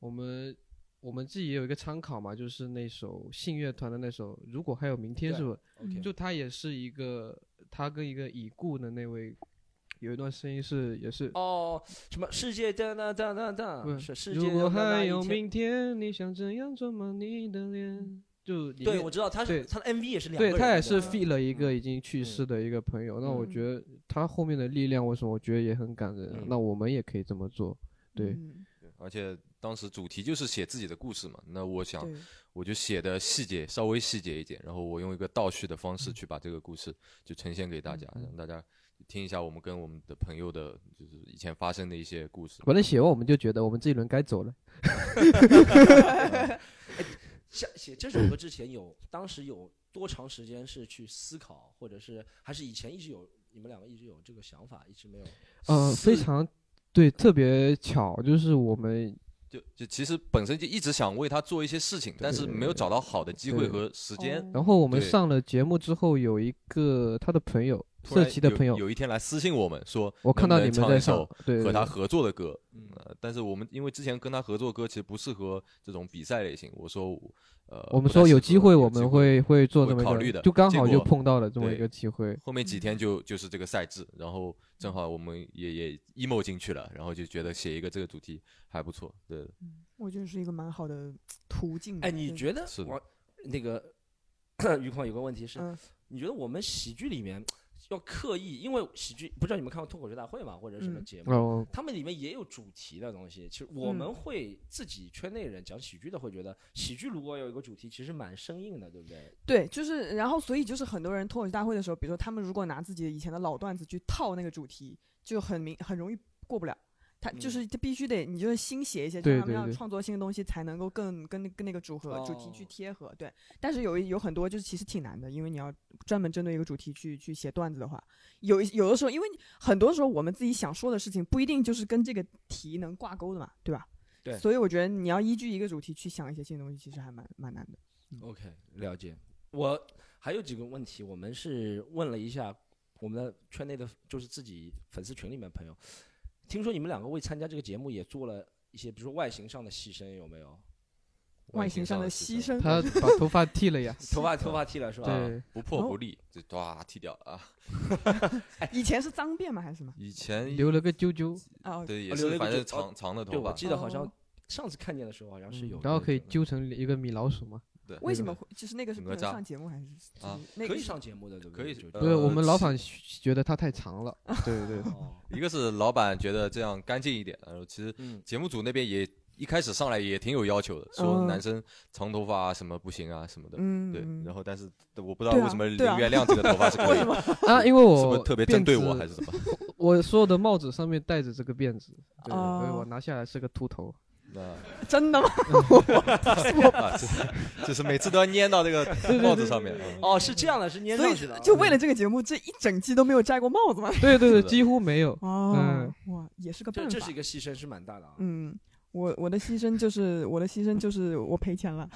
F: 我们我们自己也有一个参考嘛，就是那首信乐团的那首《如果还有明天》，
C: 对
F: 是不是？
C: OK，
F: 就他也是一个，他跟一个已故的那位有一段声音是也是。
C: 哦，什么世界哒哒哒哒哒，
F: 不
C: 是世界
F: 如果
C: 哒哒哒
F: 还
C: 一
F: 有
C: 天嗯
F: 明天，你想怎样装满你的脸？就里
C: 对，
F: 面
C: 我知道他是
F: 对
C: 他的 MV 也是两个
F: 对
C: 人的，
F: 他也
C: 对
F: 是
C: 吧
F: feed 了一个
G: 嗯
F: 已经去世的一个朋友，那我
E: 嗯
F: 觉得他后面的力量，为什么我觉得也很感人啊？
C: 嗯
F: 那我们也可以这么做，对，
E: 嗯
G: 而且当时主题就是写自己的故事嘛，那我想
E: 对
G: 我就写的细节稍微细节一点，然后我用一个倒叙的
F: 嗯
G: 方式去把这个故事就呈现给大家，让大家听一下我们跟我们的朋友的，就是以前发生的一些故事。
F: 反正写完我们就觉得我们这一轮该走了。
C: 写写这首歌之前有，当时有多长时间是去思考，或者是还是以前一直有，你们两个一直有这个想法，一直没有。
E: 呃
F: 嗯，非
C: 是
F: 常对，特别巧，就是我们
G: 就就其实本身就一直想为他做一些事情，但是没有找到好的机会和时间。
F: 然后我们
G: 对
F: 上了节目之后，有一个他的朋友，
G: 突
F: 社
G: 然
F: 奇的
G: 有
F: 朋友，
G: 有一天来私信我们说，
F: 我看到你们
G: 能不能
F: 在
G: 唱一
F: 上
G: 首，
F: 对，
G: 和
F: 对
G: 他
F: 对
G: 合作的歌，
C: 嗯
G: 呃，但是我们因为之前跟他合作歌其实不适合这种比赛类型，我说我呃，
F: 我们
G: 不太
F: 说
G: 适
F: 有
G: 合
F: 机会我们会会做
G: 会
F: 这么
G: 考
F: 一
G: 虑
F: 个，
G: 的
F: 就刚
G: 结
F: 好就
G: 果
F: 碰到了这么一
G: 对
F: 个机会，
G: 后面几天就就是这个赛制，然后正好我们也也 emo 进去了，然后就觉得写一个这个主题还不错，对，
E: 嗯我觉得是一个蛮好的途径吧。
C: 哎，你
E: 对
C: 觉得
G: 是的
C: 我那个 于况有个问题是，
E: 嗯
C: 你觉得我们喜剧里面要刻意，因为喜剧不知道你们看过脱口秀大会吗，或者什么
E: 嗯
C: 节目？
F: 然后
C: 他们里面也有主题的东西。其实我
E: 嗯
C: 们会自己圈内人讲喜剧的会觉得，喜剧如果有一个主题，其实蛮生硬的，对不对？
E: 对，就是然后所以就是很多人脱口秀大会的时候，比如说他们如果拿自己以前的老段子去套那个主题，就很明很容易过不了。他就是他必须得，你就是新写一些，就
F: 对
E: 他们
F: 对
E: 要
F: 对
E: 创作新的东西，才能够更跟跟那个组合、主题去
C: 哦
E: 贴合。对，但是有一有很多就是其实挺难的，因为你要专门针对一个主题去去写段子的话，有一有的时候，因为你很多时候我们自己想说的事情不一定就是跟这个题能挂钩的嘛，对吧？
C: 对
E: 所以我觉得你要依据一个主题去想一些新东西，其实还蛮蛮难的。
C: OK，了解。我还有几个问题，我们是问了一下我们的圈内的，就是自己粉丝群里面朋友。听说你们两个为参加这个节目也做了一些，比如说外形上的牺牲，有没有？
E: 外形
G: 形
E: 上
G: 的
E: 的牺，牲，
F: 他把头发剃 了呀，
C: 头发头发剃了是
G: 啊
C: 吧？
F: 对。
G: 不破不立，就哇剃掉了啊。
E: 以前是脏辫吗？还是什么？
G: 以前
F: 留了个 揪揪，
C: 啊
E: 哦，
G: 对也
C: 留了
G: 是
C: 一个
G: 反
C: 就
G: 正长长的
C: 对，
G: 头
C: 我
G: 发，
C: 记得好像
E: 哦
C: 上次看见的时候好像是有的
F: 嗯
C: 那种的。
F: 然后可以揪成一个米老鼠嘛。
E: 为
F: 那
E: 什
F: 个
E: 么会就是那个是不
G: 哪
E: 能
G: 吒
E: 上节目还是就是
G: 啊
E: 那个
C: 可以
E: 是
C: 上节目的，对不对？
G: 可以
C: 就
G: 呃
F: 对，我们老
G: 其
F: 板觉得它太长了，对对 对，
C: 哦，
G: 一个是老板觉得这样干净一点，然后其实
C: 嗯
G: 节目组那边也一开始上来也挺有要求的，说
E: 嗯
G: 男生长头发啊什么不行啊什么的。
E: 嗯，
G: 对，
E: 嗯
G: 然后但是我不知道
E: 对啊
G: 为什么林
E: 对啊
G: 月亮这个头发是可以，的，
F: 啊，因为我
G: 是不是特别针对我还
F: 是
G: 是怎么？
F: 我所有的帽子上面戴着这个辫子，对，
E: 哦
F: 所以我拿下来是个秃 头。
G: 那
E: 真的吗？
G: 啊，就是就是每次都要粘到这个帽子上面。嗯
C: 哦，是这样的，是粘
E: 所
C: 上去的嗯
E: 以。就为了这个节目，这一整期都没有摘过帽子吗？
G: 是
F: 对对
G: 的
F: 对，几乎没有。
E: 哦，哇，也是个办
C: 这这
E: 法。
C: 是一个牺牲，是蛮大的啊。
E: 嗯，我我的牺牲就是我的牺牲就是我赔 钱了，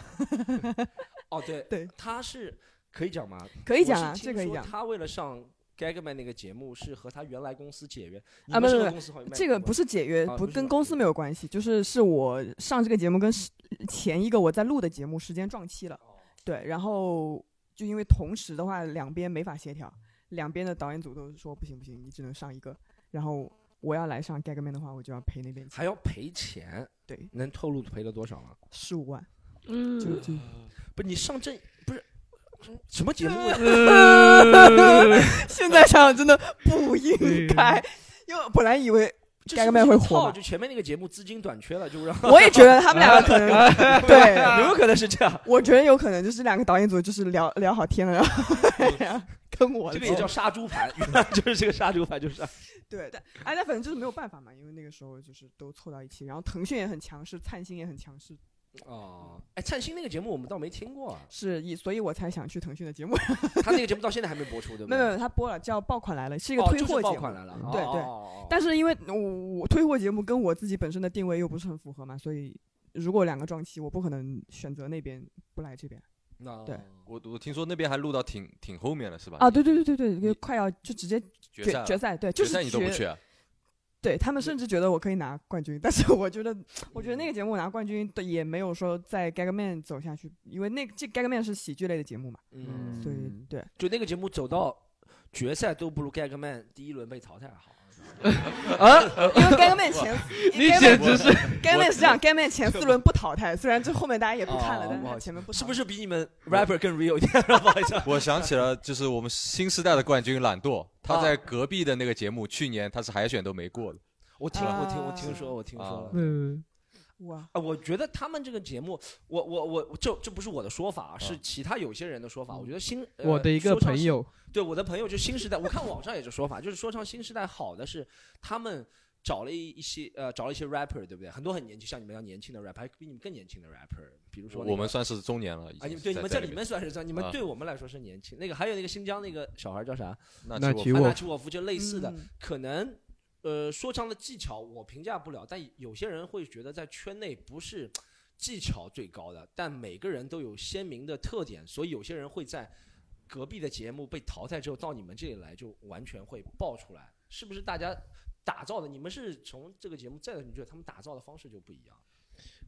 C: 哦，对
E: 对，
C: 他是可以讲吗？
E: 可以讲啊，
C: 我是
E: 这
C: 听
E: 可以
C: 说
E: 讲。
C: 他为了上 Gagman 那个节目，是和他原来公司解约。你
E: 啊
C: 们
E: 不
C: 是
E: 是
C: 和
E: 不是
C: 公司好像卖
E: 这个不是解约，
C: 啊
E: 不
C: 不是
E: 跟
C: 吧
E: 公司没有关系，就是是我上这个节目跟是前一个我在录的节目时间撞期了，
C: 哦
E: 对，然后就因为同时的话，两边没法协调，两边的导演组都说不行不行，你只能上一个，然后我要来上 Gagman 的话，我就要赔那边
C: 还
E: 钱，
C: 要赔钱，
E: 对，
C: 能透露赔了多少吗？
E: 十五万，就
H: 嗯，
E: 就
C: 不是你上阵不是什么节目？
E: 呃现在想想真的不应该，因为本来 以为
C: 这
E: 盖
C: 是
E: 个
C: 不
E: 麦
C: 是
E: 会
C: 一
E: 火
C: 套
E: 吧
C: 就前面那个节目资金短缺了，就让
E: 我也觉得他们两个可能， 对，
C: 有没有可能是这样？
E: 我觉得有可能就是两个导演组就是聊聊好天了，然后然后 跟我
C: 嗯这个也叫杀猪盘，原来就是这个杀猪盘，就是
E: 对，但哎，那反正就是没有办法嘛，因为那个时候就是都凑到一起，然后腾讯也很强势，灿星也很强势，
C: 哦。哎，灿星那个节目我们倒没听过啊，
E: 是以所以我才想去腾讯的节目，
C: 他那个节目到现在还没播出，对不
E: 没
C: 对？
E: 有没有，他播了叫《爆款来了》，是一个
C: 哦
E: 推
C: 就是
E: 货
C: 爆
E: 节目
C: 款，来了，
E: 对
C: 哦
E: 对
C: 哦哦哦
E: 但是因为我我推货节目跟我自己本身的定位又不是很符合嘛，所以如果两个撞期，我不可能选择那边不来这边
C: 那
E: 对
G: 我我听说那边还录到挺挺后面了，是吧？
E: 啊，对对对对
G: 你
E: 对，快要就直接
G: 决
E: 决
G: 赛了
E: 决赛，对，就
G: 决
E: 是
G: 赛你都不去啊？
E: 对他们甚至觉得我可以拿冠军， 但是我觉得，我觉得那个节目拿冠军的也没有说在 Gagman 走下去，因为那这 Gagman 是喜剧类的节目嘛，
C: 嗯，
E: 所以对，
C: 就那个节目走到决赛都不如盖格曼第一轮被淘汰好。
E: 因为 Gagman 前
F: 你简直是
E: Gagman 是这样，Gagman 前四轮不淘汰，虽然这后面大家也不看了，
C: 哦
E: 但是
C: 不好
E: 他
C: 意思
E: 前面不
C: 是
E: 淘
C: 不
E: 汰
C: 是比你们 rapper 更 real 一点？ 不好意思，
F: 啊
G: 我想起了，就是我们新时代的冠军懒惰，他在隔壁的那个节目，去年他是海选都没过的。
C: 我听我听我
E: 啊
C: 听说我听说了。
F: 嗯，
E: 哇，
C: 啊，我觉得他们这个节目，我我我这这不是我的说法啊，是其他有些人的说法。我觉得新、呃
F: 我的一个
C: 说唱
F: 朋
C: 新
F: 友，
C: 对我的朋友就新时代，我看网上也是说法，就是说唱新时代好的是他们找了一些呃找了一些 rapper，对不对？很多很年轻，像你们一样年轻的 rapper，还比你们更年轻的 rapper，比如说那个、
G: 我们算是中年了，已
C: 啊，你
G: 经
C: 们对你们
G: 在
C: 在里面算是这样，你们
G: 啊
C: 对我们来说是年轻。那个还有那个新疆那个小孩叫啥？
G: 那
F: 比
G: 其
F: 那
C: 安
F: 我
C: 纳奇沃夫，就类似的，
E: 嗯
C: 可能呃说唱的技巧我评价不了，但有些人会觉得在圈内不是技巧最高的，但每个人都有鲜明的特点，所以有些人会在隔壁的节目被淘汰之后到你们这里来就完全会爆出来，是不是大家？打造的，你们是从这个节目再你觉得他们打造的方式就不一样。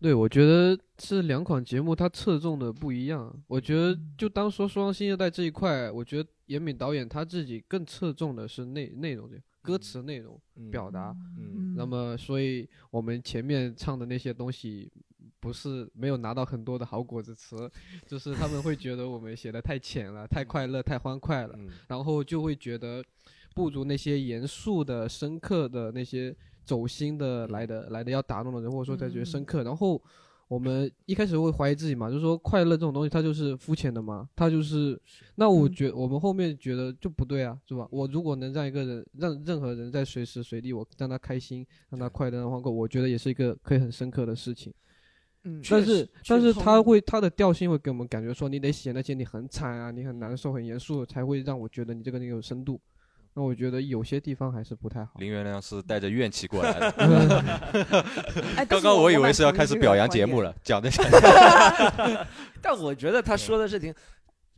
F: 对我觉得这两款节目它侧重的不一样。我觉得就当说《说唱新时代》这一块，我觉得严敏导演他自己更侧重的是内内容这歌词内容表达。
C: 嗯，
F: 那么，所以我们前面唱的那些东西，不是没有拿到很多的好果子吃，就是他们会觉得我们写的太浅了，太快乐，太欢快了。
G: 嗯，
F: 然后就会觉得不如那些严肃的、深刻的那些走心的来的来的要打动的人，或者说他觉得深刻。然后我们一开始会怀疑自己嘛，就是说快乐这种东西它就是肤浅的嘛，它就是那我觉我们后面觉得就不对啊，是吧？我如果能让一个人让任何人在随时随地我让他开心，让他快乐，让他欢快，我觉得也是一个可以很深刻的事情。
E: 嗯，
C: 确
F: 但
C: 实
F: 是但
C: 确
F: 是
C: 实
F: 他会他的调性会给我们感觉说你得写那些你很惨啊，你很难受、很严肃，才会让我觉得你这个人有深度。那我觉得有些地方还是不太好。嗯
G: 林元亮是带着怨气过来的。
E: 哎，但
G: 刚
E: 是
G: 刚
E: 我
G: 以为是要开始表扬节目
E: 了，
G: 了，讲着讲着
C: 但我觉得他说的是挺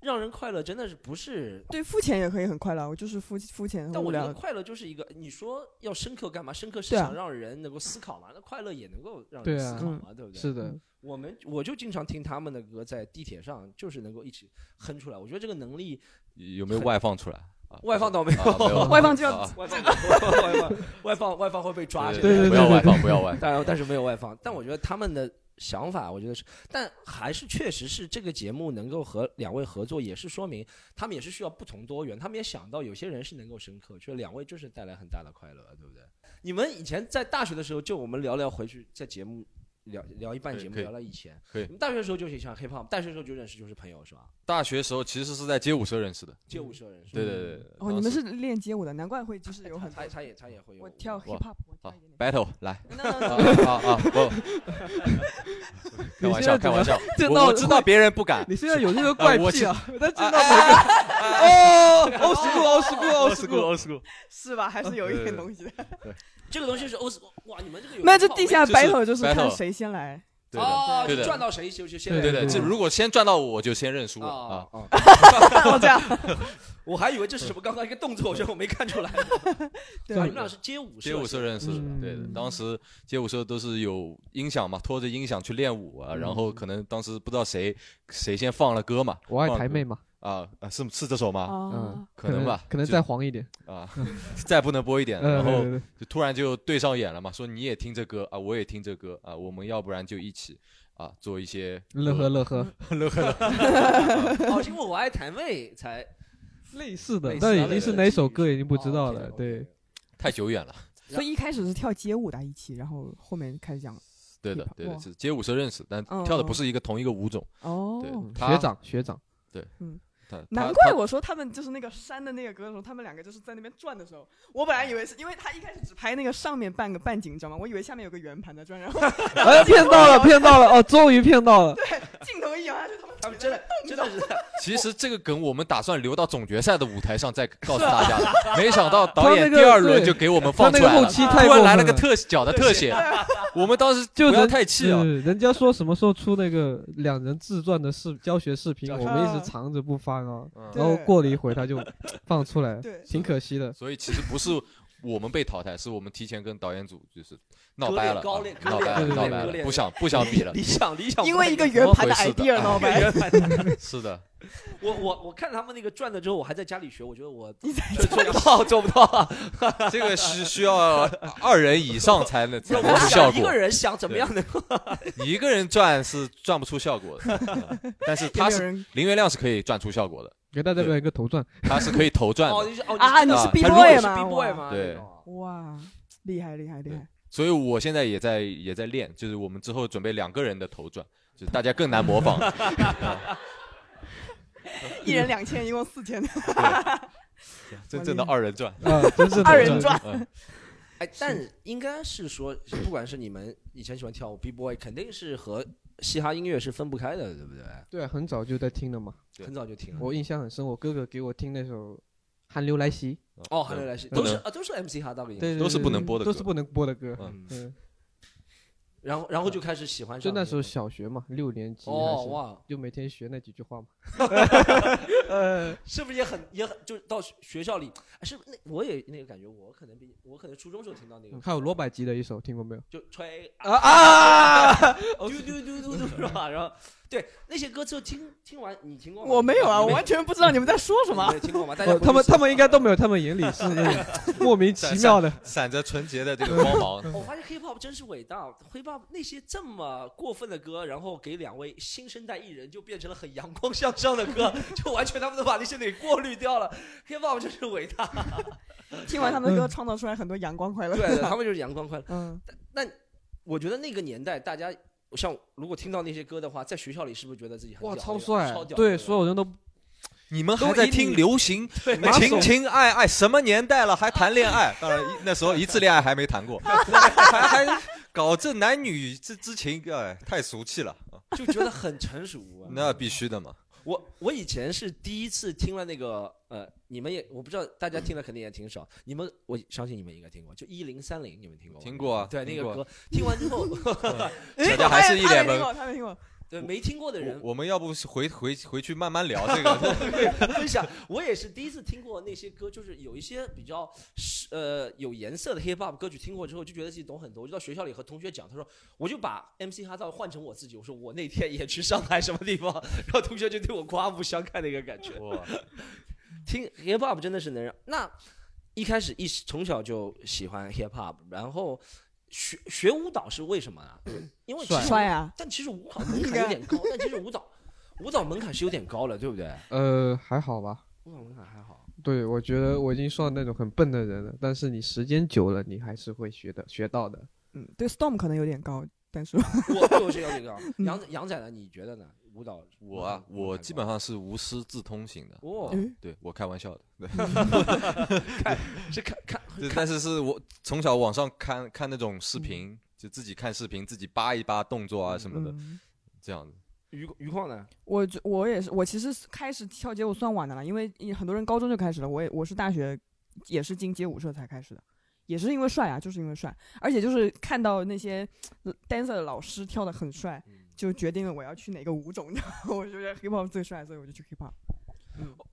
C: 让人快乐，真的是不是
E: 对，肤浅也可以很快乐，我就是肤肤浅和
C: 但
E: 无
C: 我觉得
E: 聊，哦
C: 快乐就是一个，你说要深刻干嘛？深刻是
E: 对啊
C: 想让人能够思考嘛，那快乐也能够让
F: 对
C: 人
F: 啊
C: 思考嘛，对不对？
F: 是的
E: 嗯，
C: 我们我就经常听他们的歌，在地铁上就是能够一起哼出来。我觉得这个能力
G: 有没有外放出来？啊
C: 外放倒没有，
G: 啊没有
E: 外放就要
G: 啊
C: 外放外放外放外放会被抓起来。
F: 对对
G: 不要外放，不要外放。
C: 但但是没有外放。但我觉得他们的想法，我觉得是，但还是确实是这个节目能够和两位合作，也是说明他们也是需要不同多元，他们也想到有些人是能够深刻，就两位就是带来很大的快乐，对不对？你们以前在大学的时候，就我们聊聊回去在节目聊聊一半
G: 可以
C: 节目
G: 可以
C: 聊到以前，
G: 可以
C: 你们大学的时候就喜欢 hiphop，大学的时候就认识就是朋友是吧？
G: 大学时候其实是在街舞社认识的，
C: 街舞社认识，
G: 嗯对对对。对
E: 哦，你们是练街舞的，难怪会就是有很
C: 他
E: 多。
C: 他也他也会有
E: 我跳 hip hop，我
G: 好
E: 跳一 点点。
G: battle 来
E: No, no,
G: 啊
E: no
G: 啊啊！不，开玩笑，开玩笑，
F: 这
G: 我
F: 闹
G: 我知道别人不敢，
F: 你现在有这 个怪
G: 我
F: 癖啊！他知道
G: 哦
F: ，old school，old school，old
G: ，old
F: school。
G: school，old school，
E: 是吧？还是有一点东西的。
C: 这个东西是欧哇，你们这个有
E: 那这地下
G: 就是
E: battle 就是看
G: battle
E: 谁先来。
G: 对的，
C: 哦，
G: 对的
C: 赚到谁就就先
F: 对
G: 对的，
F: 对
G: 这如果先赚到我，我就先认输了
C: 啊
G: 啊！
F: 哦
C: 啊！
E: 哦，这样。
C: 我还以为这是什么刚刚一个动作，我觉得我没看出来。
E: 对
C: 啊你们俩是街舞社
G: 街舞社认识的
F: 嗯，
G: 对的，当时街舞社都是有音响嘛，拖着音响去练舞
F: 嗯
G: 啊，然后可能当时不知道谁谁先放了歌嘛，
F: 我爱
G: 放了
F: 台
G: 歌
F: 妹嘛，
G: 啊，啊是是这首吗？
E: 哦
F: 嗯，
G: 可能吧
F: 可能
G: 就
F: 再黄一 点。
G: 啊，再不能播一点，
F: 嗯，
G: 然
F: 对
G: 后
F: 对对
G: 就突然就对上眼了嘛，说你也听这歌啊，我也听这歌啊，我们要不然就一起啊做一些
F: 乐呵乐呵，
G: 乐呵乐，
C: 哦，是因为我爱弹妹才
F: 类似
C: 类
F: 的，
C: 似
F: 但已
C: 的
F: 经是
C: 对
F: 哪
C: 对
F: 首
C: 对
F: 歌已经不
C: 哦
F: 知道
C: ，OK，
F: 了。
C: OK
F: 对，
G: 太久远了。
E: 所以一开始是跳街舞的一起，然后后面开始讲
G: 对的
E: 嗯哇，
G: 对的，是街舞社认识，但
E: 嗯
G: 跳的不是一个同一个舞种。对
E: 哦
F: 嗯，
G: 他
F: 学长学长，
G: 他
E: 难
G: 他
E: 怪
G: 他
E: 我说他们就是那个山的那个歌的时候，他们两个就是在那边转的时候，我本来以为是因为他一开始只拍那个上面半个半景，你知道吗？我以为下面有个圆盘在 转，然后
F: 哎，骗到了骗到了，哦，终于骗到了。
E: 镜头一摇下去，他们
G: 哎
C: 他们真的 真的是
G: 其实这个梗我们打算留到总决赛的舞台上再告诉大 家的，没想到导
F: 他那
G: 演
F: 个
G: 第二轮就给我们
F: 他
G: 放
F: 那
G: 出
F: 个
G: 来
F: 后
G: 了，
F: 期太
G: 突
F: 过
G: 然来
F: 分
G: 了个
F: 了
G: 特脚的特写，我们当时
F: 就嗯
G: 不要
F: 人
G: 太气了。
F: 是人家说什么时候出那个两人自传的视教学视频，
C: 教
F: 我
E: 学
F: 们一
E: 啊
F: 直藏着不发啊。
G: 嗯
E: 对
F: 然后过了一会儿 他就放出来，
E: 对
F: 挺可惜的。
G: 所以其实不是我们被淘汰，是我们提前跟导演组就是闹
C: 割
G: 掰
C: 裂
G: 了啊，
C: 高裂割
G: 闹
C: 裂
G: 掰
F: 割
G: 了，
F: 裂
G: 闹
F: 割
G: 掰
C: 裂。
G: 了，不想不想比了
C: 理想理想，
E: 因为一个
C: 原
E: 圆盘的
G: 怎么回事的啊
E: idea 闹 掰，
C: 盘。
G: 是的，
C: 我我我看他们那个转了之后，我还在家里学，我觉得我
E: 你在
C: 做做不到做不到啊，
G: 这个是需要二人以上才能 才
C: 我
G: 能出效
C: 想一
G: 果
C: 个，人想怎么样能够
G: 你一个人转是转不出效果的。嗯但是他
E: 有没有
G: 是
E: 人
G: 林元亮是可以转出效果的，
F: 给大家表演一个头转，
G: 他是可以头转
C: 哦，
G: 的。
C: 你是哦
E: 啊？你
G: 啊
E: 是
G: 他
E: B
G: 如果
E: boy
G: 是
E: 吗？
C: B boy
E: 哇
C: 吗？
G: 对
C: 那种啊
E: 哇，厉害厉害厉 害！
G: 所以我现在也在也在练，就是我们之后准备两个人的头转，就是大家更难模仿。
E: 一人两千，一共四 千。
G: 真正的二人转，
F: 啊，真 是
E: 二
F: 头
E: 人转
G: 嗯，
C: 哎，但应该是说，不管是你们以前喜欢跳舞 B boy，肯定是和嘻哈音乐是分不开的，对不对？
F: 对，很早就在听了嘛。
G: 对
C: 很早就听了。
F: 我印象很深，我哥哥给我听那首《寒流来袭
C: 哦，还有来是
G: 不
C: 都是
G: 能
C: 啊，都是 MC 哈到》，
F: 对，
C: 的。
F: 对
G: 都是
F: 对
G: 不能
F: 对
G: 播的
F: 都
G: 歌
F: 是不能播的歌。
C: 嗯，
F: 嗯，
C: 然后然后就开始喜欢
F: 就
C: 上
F: 那时候小学嘛，六年级还
C: 哦
F: 是
C: 哇，
F: 就每天学那几句话嘛。
C: 是不是也很也很就是到学学校里，哎是不是那我也那个感觉，我可能比我可能初中时候听到那个
F: 还有罗百吉的一首，听过没有？
C: 就吹嗯啊
F: 啊啊！
C: 嘟嘟嘟嘟嘟是吧？然后对那些歌就听听完，你听过吗？
E: 我没有啊，
C: 你
E: 我完全不知道你们在说什么
C: 你。没有听过吗？大家
F: 哦
C: 回去
F: 他们
C: 搜
F: 他们应该都没有，他们眼里是那种莫名其妙的。
G: 闪着纯洁的这个光 芒，
C: 我发现 hip hop 真是伟大，hip hop 那些这么过分的歌，然后给两位新生代艺人就变成了很阳光向上的歌， 就完全他们都把那些给过滤掉了。hip hop 就是伟大，
E: 听完他们
G: 嗯
E: 的歌，创造出来很多阳光快乐。
C: 对的，他们就是阳光快乐。
E: 嗯，
C: 我觉得那个年代，大家像如果听到那些歌的话，在学校里是不是觉得自己很
F: 哇，
C: 屌
F: 超
C: 对吧
F: 帅
C: 超！屌
F: 对，
C: 吧
F: 所有人都
G: 你们
F: 都
G: 还在
F: 以
G: 听
F: 你
G: 流行
F: 对
G: 那情情爱爱什么年代了还谈恋爱？当然一那时候一次恋爱还没 谈过，还还搞这男女之之情，哎，太俗气了。。
C: 就觉得很成熟、啊
G: 那必须的嘛，
C: 我我以前是第一次听了那个呃，你们也我不知道大家听了肯定也挺少，你们我相信你们应该听过，就一零三零，你们听过吗？
G: 听过啊
C: 对那
G: 听
C: 个
G: 过
C: 歌，听完之后，
G: 大家还是一脸
E: 他没
G: 懵
E: 听。过，他没听过。
C: 对没听过的人
G: 我我们要不是回回回去慢慢聊这个
C: 分享，我也是第一次听过那些歌，就是有一些比较是呃有颜色的 hip hop 歌曲，听过之后就觉得自己懂很多。我就到学校里和同学讲，他说我就把 MC 哈道换成我自己，我说我那天也去上海什么地方，然后同学就对我刮目相看的一个感觉。
G: 哇，
C: 听 hip hop 真的是能让那一开始一从小就喜欢 hip hop，然后学学舞蹈是为什么啊？因为其实
E: 帅啊！
C: 但其实舞蹈门槛有点高，但其实舞蹈舞蹈门槛是有点高了，对不对？
F: 呃还好吧。
C: 舞蹈门槛还 好。
F: 对，我觉得我已经算那种很笨的人了，但是你时间久了，你还是会学的学到的。
E: 嗯，对，Storm 可能有点高，但
G: 哦
E: 是
C: 我就是要这个。
F: 嗯
C: 杨仔杨仔呢？你觉得呢？舞蹈
G: 我啊，我基本上是无师自通型的。
C: 哦，
F: 嗯
E: 嗯
G: 对我开玩笑的，对，
C: 看是看看
G: 对但是是我从小网上看看那种视频，就自己看视频，自己扒一扒动作啊什么的，这样子。
C: 余余况呢？
E: 我就我也是，我其实开始跳街舞算晚的了，因为很多人高中就开始了，我也我是大学也是进街舞社才开始的，也是因为帅啊，就是因为帅，而且就是看到那些呃 dancer 的老师跳的很帅，
G: 嗯
E: 就决定了我要去哪个舞种，你知道吗我就 觉得 hip hop 最帅，所以我就去 hip hop。，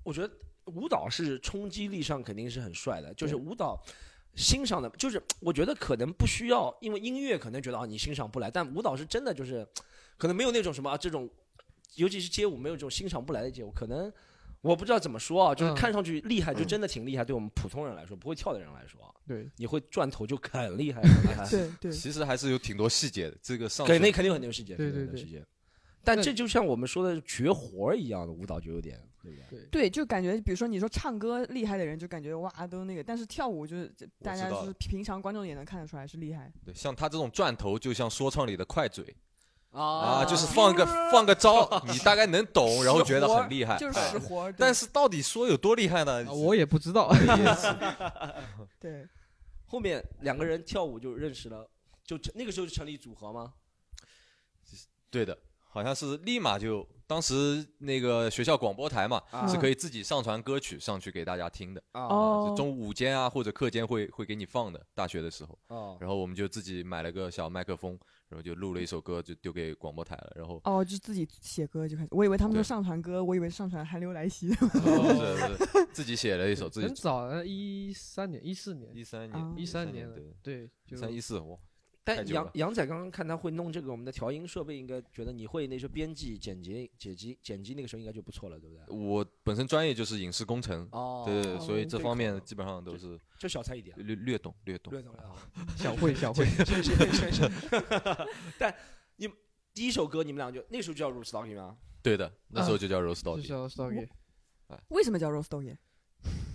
C: 我觉得舞蹈是冲击力上肯定是很帅的，就是舞蹈欣赏的，就是我觉得可能不需要，因为音乐可能觉得啊你欣赏不来，但舞蹈是真的就是可能没有那种什么、啊、这种，尤其是街舞没有这种欣赏不来的街舞，可能我不知道怎么说啊，就是
F: 嗯
C: 看上去厉害就真的挺厉害，对我们普通人来说不会跳的人来说啊，
F: 对，
C: 你会转头就很厉害很厉
G: 啊
C: 害
E: 对对，
G: 其实还是有挺多细节的，这个上手
C: 肯定肯定很有细节，
F: 对
C: 肯定
F: 对
C: 很有
F: 对
C: 细节，但这就像我们说的绝活儿一样的舞蹈就有点对不对？
E: 对，就感觉，比如说你说唱歌厉害的人，就感觉哇都那个，但是跳舞就是大家
G: 知道
E: 就是
G: 了
E: 平常观众也能看得出来是厉害。
G: 对，像他这种转头，就像说唱里的快嘴
C: 啊
G: 啊，就是放 个放个招，你大概能 懂，然后觉得很厉害，
E: 就是
G: 哎
E: 实活儿，对
G: 但是到底说有多厉害呢？
F: 啊我也不知道，
E: 对，
C: 后面两个人跳舞就认识了，就成那个时候就成立组合吗？
G: 对的，好像是立马就当时那个学校广播台嘛，
C: 啊
G: 是可以自己上传歌曲上去给大家听的，
C: 啊
E: 哦
G: 就中午午间啊或者课间会会给你放的。大学的时候，
C: 哦
G: 然后我们就自己买了个小麦克风，然后就录了一首歌，就丢给广播台了。然 后
E: 哦，就自己写歌就开始，我以为他们说
G: 对
E: 上传歌，我以为上传《寒流来袭》
G: 是是是自己写了一首，自
F: 很
G: 己
F: 早，一三年、一四年、
G: 一三
E: 啊
G: 年、
F: 嗯一三年
G: 年
F: 了
G: 对，
F: 对，
G: 一
F: 就
G: 三一四哇，太
C: 但
G: 久
C: 杨
G: 了
C: 杨仔刚刚看他会弄这个我们的调音设备，应该觉得你会那些编辑、剪辑、剪辑、剪辑那个时候应该就不错了，对不对？
G: 我本身专业就是影视工程。
C: 哦
G: 对对，对所以这方面
C: 对
G: 基本上都是
C: 就小菜一碟，
G: 略略懂略懂
C: 略。懂了 啊。
F: 小慧小慧，
C: 是是是是。但你们第一首歌你们俩就那时候就叫 Roots Talking 吗？
G: 对的，那时候就叫 Rose
F: 就
G: Doggy。
F: 叫 Story，
E: 为什么叫 Rose d o y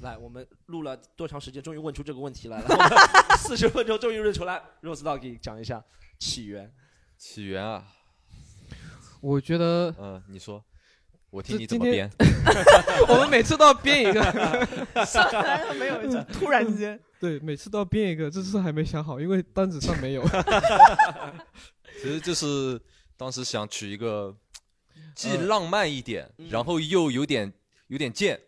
C: 来，我们录了多长时间？终于问出这个问题 来了，四十分钟终于问出来。Roots Talking 讲一下起源。
G: 起源啊，
F: 我觉得
G: 嗯，你说，我
F: 这
G: 听你怎么
F: 今
G: 编
F: 天。我们每次都要编一个，
E: 上来了没有？ 就嗯突然间，
F: 对，每次都要编一个，这次还没想好，因为单子上没有。
G: 其实就是当时想取一个既浪漫一点，然后又有点有点贱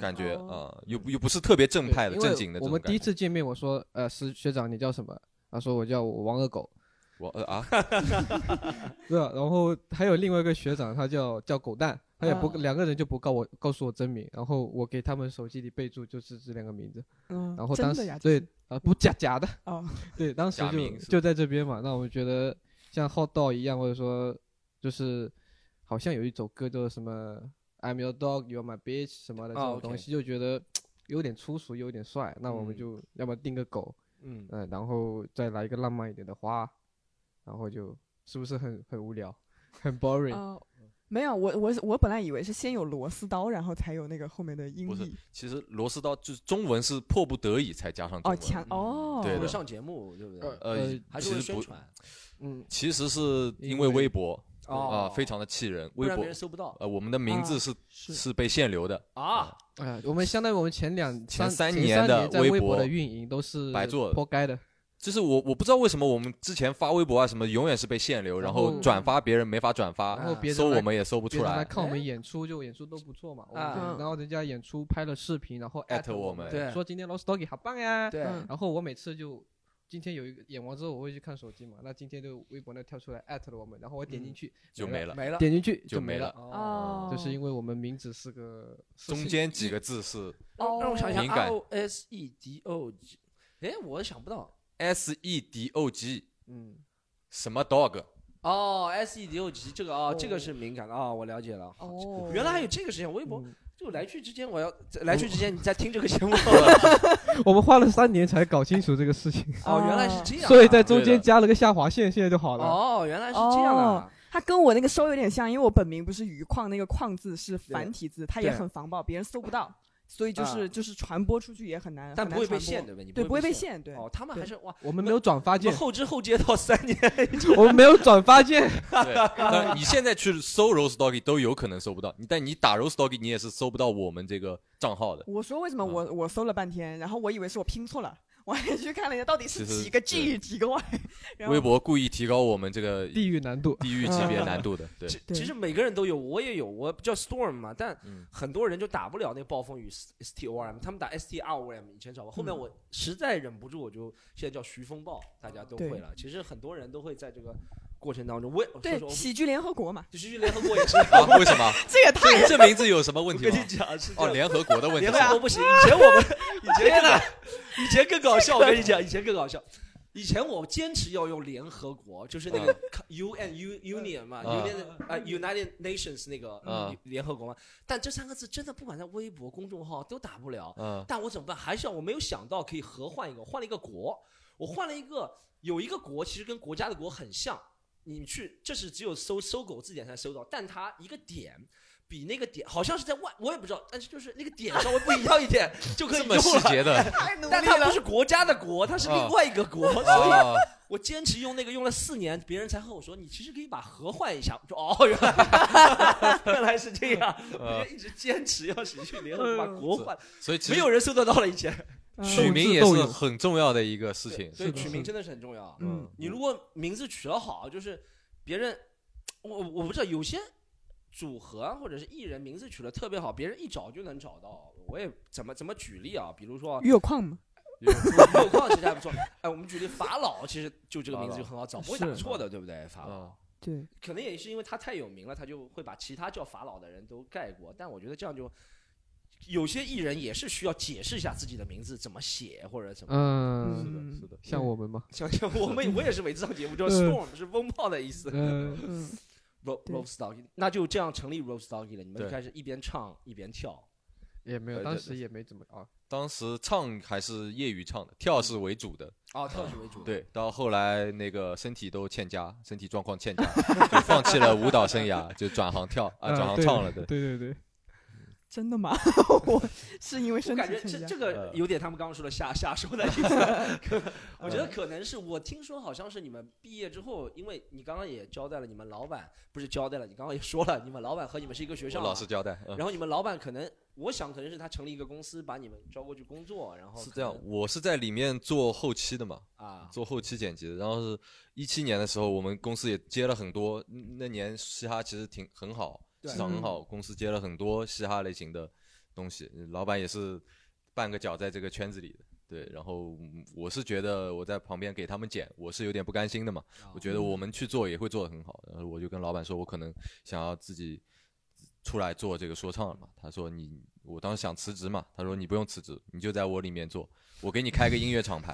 G: 感觉啊、又不又不是特别正派的
F: 因
G: 正
F: 为
G: 经的这
F: 我
G: 种
F: 们
G: 感
F: 第一
G: 觉。
F: 次见面，我说，呃，是学长，你叫什么？他说我叫王二狗，
G: 我呃啊，
F: 对啊。然后还有另外一个学长，他叫叫狗蛋，他也不、
E: 啊
F: 两个人就不告我告诉我真名，然后我给他们手机里备注就是这两个名字。
E: 嗯，
F: 然后
E: 真
F: 当
E: 的
F: 时
E: 呀，
F: 对啊、不假假的，
E: 哦，
F: 对，当时
G: 假
F: 就
G: 名是
F: 就在这边嘛。那我觉得像《浩道》一样，或者说就是好像有一首歌叫做什么 “I'm your dog, you're my bitch” 什么的这
C: 哦
F: 种
C: ，OK
F: 东西，就觉得有点粗俗，有点帅。那我们
C: 嗯
F: 就要么定个狗，
C: 嗯，
F: 嗯、然后再来一个浪漫一点的花，然后就是不是很很无聊， 很 boring？、
E: 哦，没有，我我我本来以为是先有螺丝刀，然后才有那个后面的音
G: 不是
E: 译，
G: 其实螺丝刀就是中文是迫不得已才加上中
E: 哦，
G: 文。
C: 嗯
E: 强哦，
G: 对
C: 我
G: 的
C: 上节目对不对？
G: 呃
F: 呃，
C: 还是
G: 其实
C: 为宣
G: 不，
C: 传
F: 嗯，
G: 其实是因为
F: 因为
G: 微博啊、
C: 哦
G: 非常的气人。
C: 不
G: 微
C: 然
G: 博
C: 别人搜不到
G: 呃，我们的名字是、
E: 是
G: 是被限流的，
C: 啊。
F: 哎、我们相当于我们前两
G: 前
F: 三
G: 三
F: 年
G: 年的
F: 在
G: 微
F: 微博
G: 博
F: 的运营都是
G: 白做的
F: 活该的。
G: 就是我我不知道为什么我们之前发微博啊什么永远是被限流，然
F: 然
G: 后
F: 后
G: 转发别人没法转发，
F: 然后别人
G: 啊搜
F: 来
G: 我们也搜不
F: 别
G: 出
F: 人来
G: 来，
F: 看我们演出，就演出都不错嘛。
C: 哦
F: 我
C: 嗯
F: 们就
E: 哎啊
F: 然后人家演出拍了视频，然后
G: 艾
F: 特
G: 特我
F: 们，
G: 们
C: 对
F: 说今天 Lost Doggy 好棒呀。
C: 对，
E: 嗯
F: 然后我每次就今天有一个演完之后，我会去看手机嘛。那今天就微博那跳出来艾特了我们，然后我点进去
G: 就没了。
C: 没了。
F: 点进去
G: 就
F: 没
G: 没了。
E: 嗯哦，
F: 就是因为我们名字是个是
G: 中间几个字是
E: 哦
C: 让我想一下
G: 敏
C: ，R
G: 感
C: O S E D O G，哎，我想不到
G: S E D O G
F: 嗯，
G: 什么 dog，
C: 哦，S E D O G 这个啊，
F: 哦
C: 这个是敏感的啊，我了解了。
E: 哦，
C: 原来还有这个事情，微博
F: 嗯
C: 就来去之间，我要来去之 间你在听这个节目
F: 我们花了三年才搞清楚这个 事情，
C: 哦，原来是这样啊，
F: 所以在中
G: 对
F: 间
G: 的
F: 加了个下划线，现在就好了。
C: 哦，原来是这样的
E: 哦
C: 啊，
E: 它跟我那个收有点像，因为我本名不是余矿，那个矿字是繁体字，它也
C: 对
E: 很防爆，别人搜不到。所以就
C: 啊
E: 是就是传播出去也很难，
C: 但
E: 很
C: 不
E: 难
C: 会被
E: 传
C: 限
E: 播
C: 对吧？你
E: 对，
C: 不
E: 会被
C: 限。
E: 限，对。
C: 哦，他们还是哇，
F: 我们没有转发
C: 我
F: 键
C: 们，后知后觉到三年，
F: 我们没有转发键。
G: 对，但你现在去搜 Rose Doggy 都有可能搜不到，你但你打 Rose Doggy 你也是搜不到我们这个账号的。
E: 我说为什么我、我搜了半天，然后我以为是我拼错了，我还去看了一下到底是
G: 其实
E: 几个 G 几个 Y，然后
G: 微博故意提高我们这个
F: 地狱难度，
G: 地域级别难度的， 对，
C: 其
E: 对
C: 其实每个人都有，我也有，我叫 Storm 嘛，但
G: 嗯
C: 很多人就打不了那个暴风雨 S T O R M，他们打 S T R O M，以前找过，后
E: 嗯
C: 面我实在忍不住，我就现在叫徐风暴，大家都
E: 对
C: 会了。其实很多人都会在这个过程当中，我也说实
E: 对
C: 话
E: 喜剧联合国嘛，
C: 就去联合国 也是，
G: 啊，为什么？
E: 这也太
G: 这这名字有什么
C: 我
G: 问题
C: 跟
G: 吗
C: 你？讲是这
G: 哦，
C: 样。
G: 联合国的问题
C: 联
G: 吗
C: 合，国不行，以前我们 以前更搞以前更搞笑，我跟你讲，以前更搞笑。以前我坚持要用联合国，就是那个 U N U Union 嘛
G: 嗯
C: ，Union 呃 United Nations 那个
G: 嗯
C: 联合国嘛。但这三个字真的不管在微博、公众号都打不了。
G: 嗯，
C: 但我怎么办？还是要我没有想到可以合换一个，我换了一个国，我换了一个有一个国，其实跟国家的国很像。你去，这是只有搜搜狗字典才搜到，但它一个点比那个点好像是在外，我也不知道，但是就是那个点稍微不一样一点就可以
G: 这
C: 用
G: 么细
C: 了。
G: 节的
E: 太努力
C: 但它
E: 了
C: 不，是国家的国，它是
G: 啊
C: 另外一个国，所以
G: 啊，
C: 我坚持用那个用了四年，别人才和我说你其实可以把和换一下。我说哦，原来原来 是这样，我
G: 呃
C: 就一直坚持要是去联合国把国换，
G: 所以其
C: 没
G: 实
C: 有人搜得到了以前。
E: 嗯
G: 取名也是很重要的一个事情，
C: 所以
F: 是的
C: 取
F: 是
C: 名
F: 的
C: 真的是很重 要。
E: 嗯，
C: 你如果名字取得好，就是别人，我我不知道有些组合啊或者是艺人名字取得特别好，别人一找就能找到。我也怎么怎么举例啊？比如说
E: 月矿嘛，
C: 有矿其实还不错。哎，我们举例法老，其实就这个名字就很好找，不会打
E: 是
C: 错的，对不对？法老
G: 啊，
E: 对，
C: 可能也是因为他太有名了，他就会把其他叫法老的人都盖过。但我觉得这样就。有些艺人也是需要解释一下自己的名字怎么写或者怎么，
F: 嗯，
E: 嗯
G: 是的，
F: 像我们嘛，
C: 像像我们我也是每次上节目叫
F: 嗯
C: storm 是风暴的意思，
F: 嗯，
E: 嗯，
C: Ro-
E: 对
C: Rose Doggy，那就这样成立 Rose Doggy 了。你们就
G: 对
C: 开始一边唱一边跳，
F: 也没有，
G: 对
F: 当
G: 对
F: 时
G: 对
F: 也没怎么啊，
G: 当时唱还是业余唱的，跳是为主的，
C: 哦，跳是为主。，
G: 对，到后来那个身体都欠佳，身体状况欠佳， 就放弃了舞蹈生涯，就转行跳啊，
F: 嗯
G: 转行
F: 对
G: 唱了，对，
F: 对对对，
E: 真的吗？ 我是因为
C: 我
E: 身体
C: 感觉
E: 欠
C: 这
E: 佳
C: 这个
G: 呃
C: 有点他们刚刚说的瞎瞎说的意 思。可我
G: 嗯
C: 觉得可能是我听说好像是你们毕业之后，因为你刚刚也交代了你们老板，不是交代了，你刚刚也说了，你们老板和你们是一个学校
G: 我
C: 嘛
G: 老实交代，嗯。
C: 然后你们老板可能，我想可能是他成立一个公司，把你们招过去工作，然后
G: 是
C: 可
G: 这样，
C: 能
G: 我是在里面做后期的嘛，
C: 啊，
G: 做后期剪辑的。然后是一七年的时候，我们公司也接了很多，嗯那年嘻哈其实挺很好，
C: 对
G: 市场很好，公司接了很多嘻哈类型的东西，老板也是半个脚在这个圈子里的。对，然后嗯我是觉得我在旁边给他们剪，我是有点不甘心的嘛。我觉得
C: 嗯
G: 我们去做也会做得很好，然后我就跟老板说，我可能想要自己出来做这个说唱了嘛。他说你，我当时想辞职嘛，他说你不用辞职，你就在我里面做，我给你开个音乐厂 牌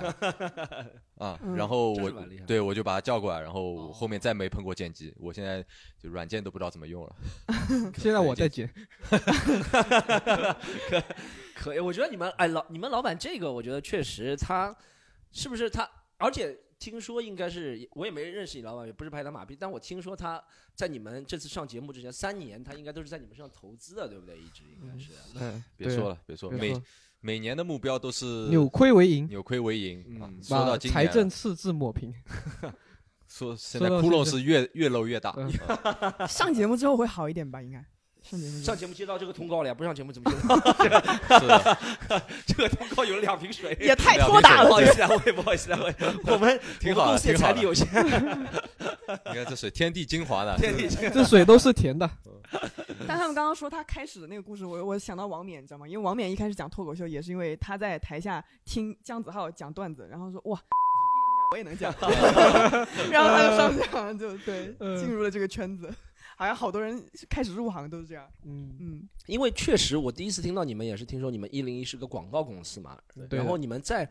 G: 啊。
E: 嗯
G: 然后
C: 这
G: 我
C: 是蛮厉害
G: 对我就把他叫过来，然后
C: 哦
G: 我后面再没碰过剪辑，我现在就软件都不知道怎么用了。
F: 现在我在剪，
C: 可以，我觉得你们哎老你们老板这个，我觉得确实他是不是他，而且听说应该是我也没认识你老板，也不是拍他马屁，但我听说他在你们这次上节目之前三年，他应该都是在你们身上投资的，对不对？一直应该是。
F: 嗯，
G: 别说了，别说
F: 对，
G: 了，
F: 没
G: 每
F: 错，
G: 每年的目标都是
F: 扭亏为盈，
G: 扭亏为盈啊
C: 嗯。
G: 说
F: 把
G: 到今
F: 财
G: 年了，
F: 政赤字抹平，
G: 说现在
F: 说到
G: 窟窿
F: 现在
G: 是越越漏越大。
F: 嗯
G: 啊
E: 上节目之后会好一点吧？应该上节目之
C: 上
E: 后
C: 节目接到这个通告了呀，不上节目怎么接到？
G: 是的，
C: 这个通告有了两瓶水，
E: 也太
G: 两
E: 拖大
G: 瓶
C: 不
E: 了，
C: 好意思啊，我也不好意思啊，我也我们
G: 挺
C: 我
G: 好的，
C: 们公司也
G: 挺好
C: 财
G: 的
C: 力。有限，
G: 你看这水天地精华的，
C: 天地间
F: 这水都是甜的，
E: 但他们刚刚说他开始的那个故事，我我想到王冕，你知道吗？因为王冕一开始讲脱口秀，也是因为他在台下听姜子浩讲段子，然后说哇， 我也能 讲，然后他就上去了，就 对
F: 嗯
E: 进入了这个圈子，好像好多人开始入行都是这样，
F: 嗯，
E: 嗯，
C: 因为确实，我第一次听到你们也是听说你们一零一是个广告公司嘛，
F: 对
C: 然后
F: 的，
C: 你们在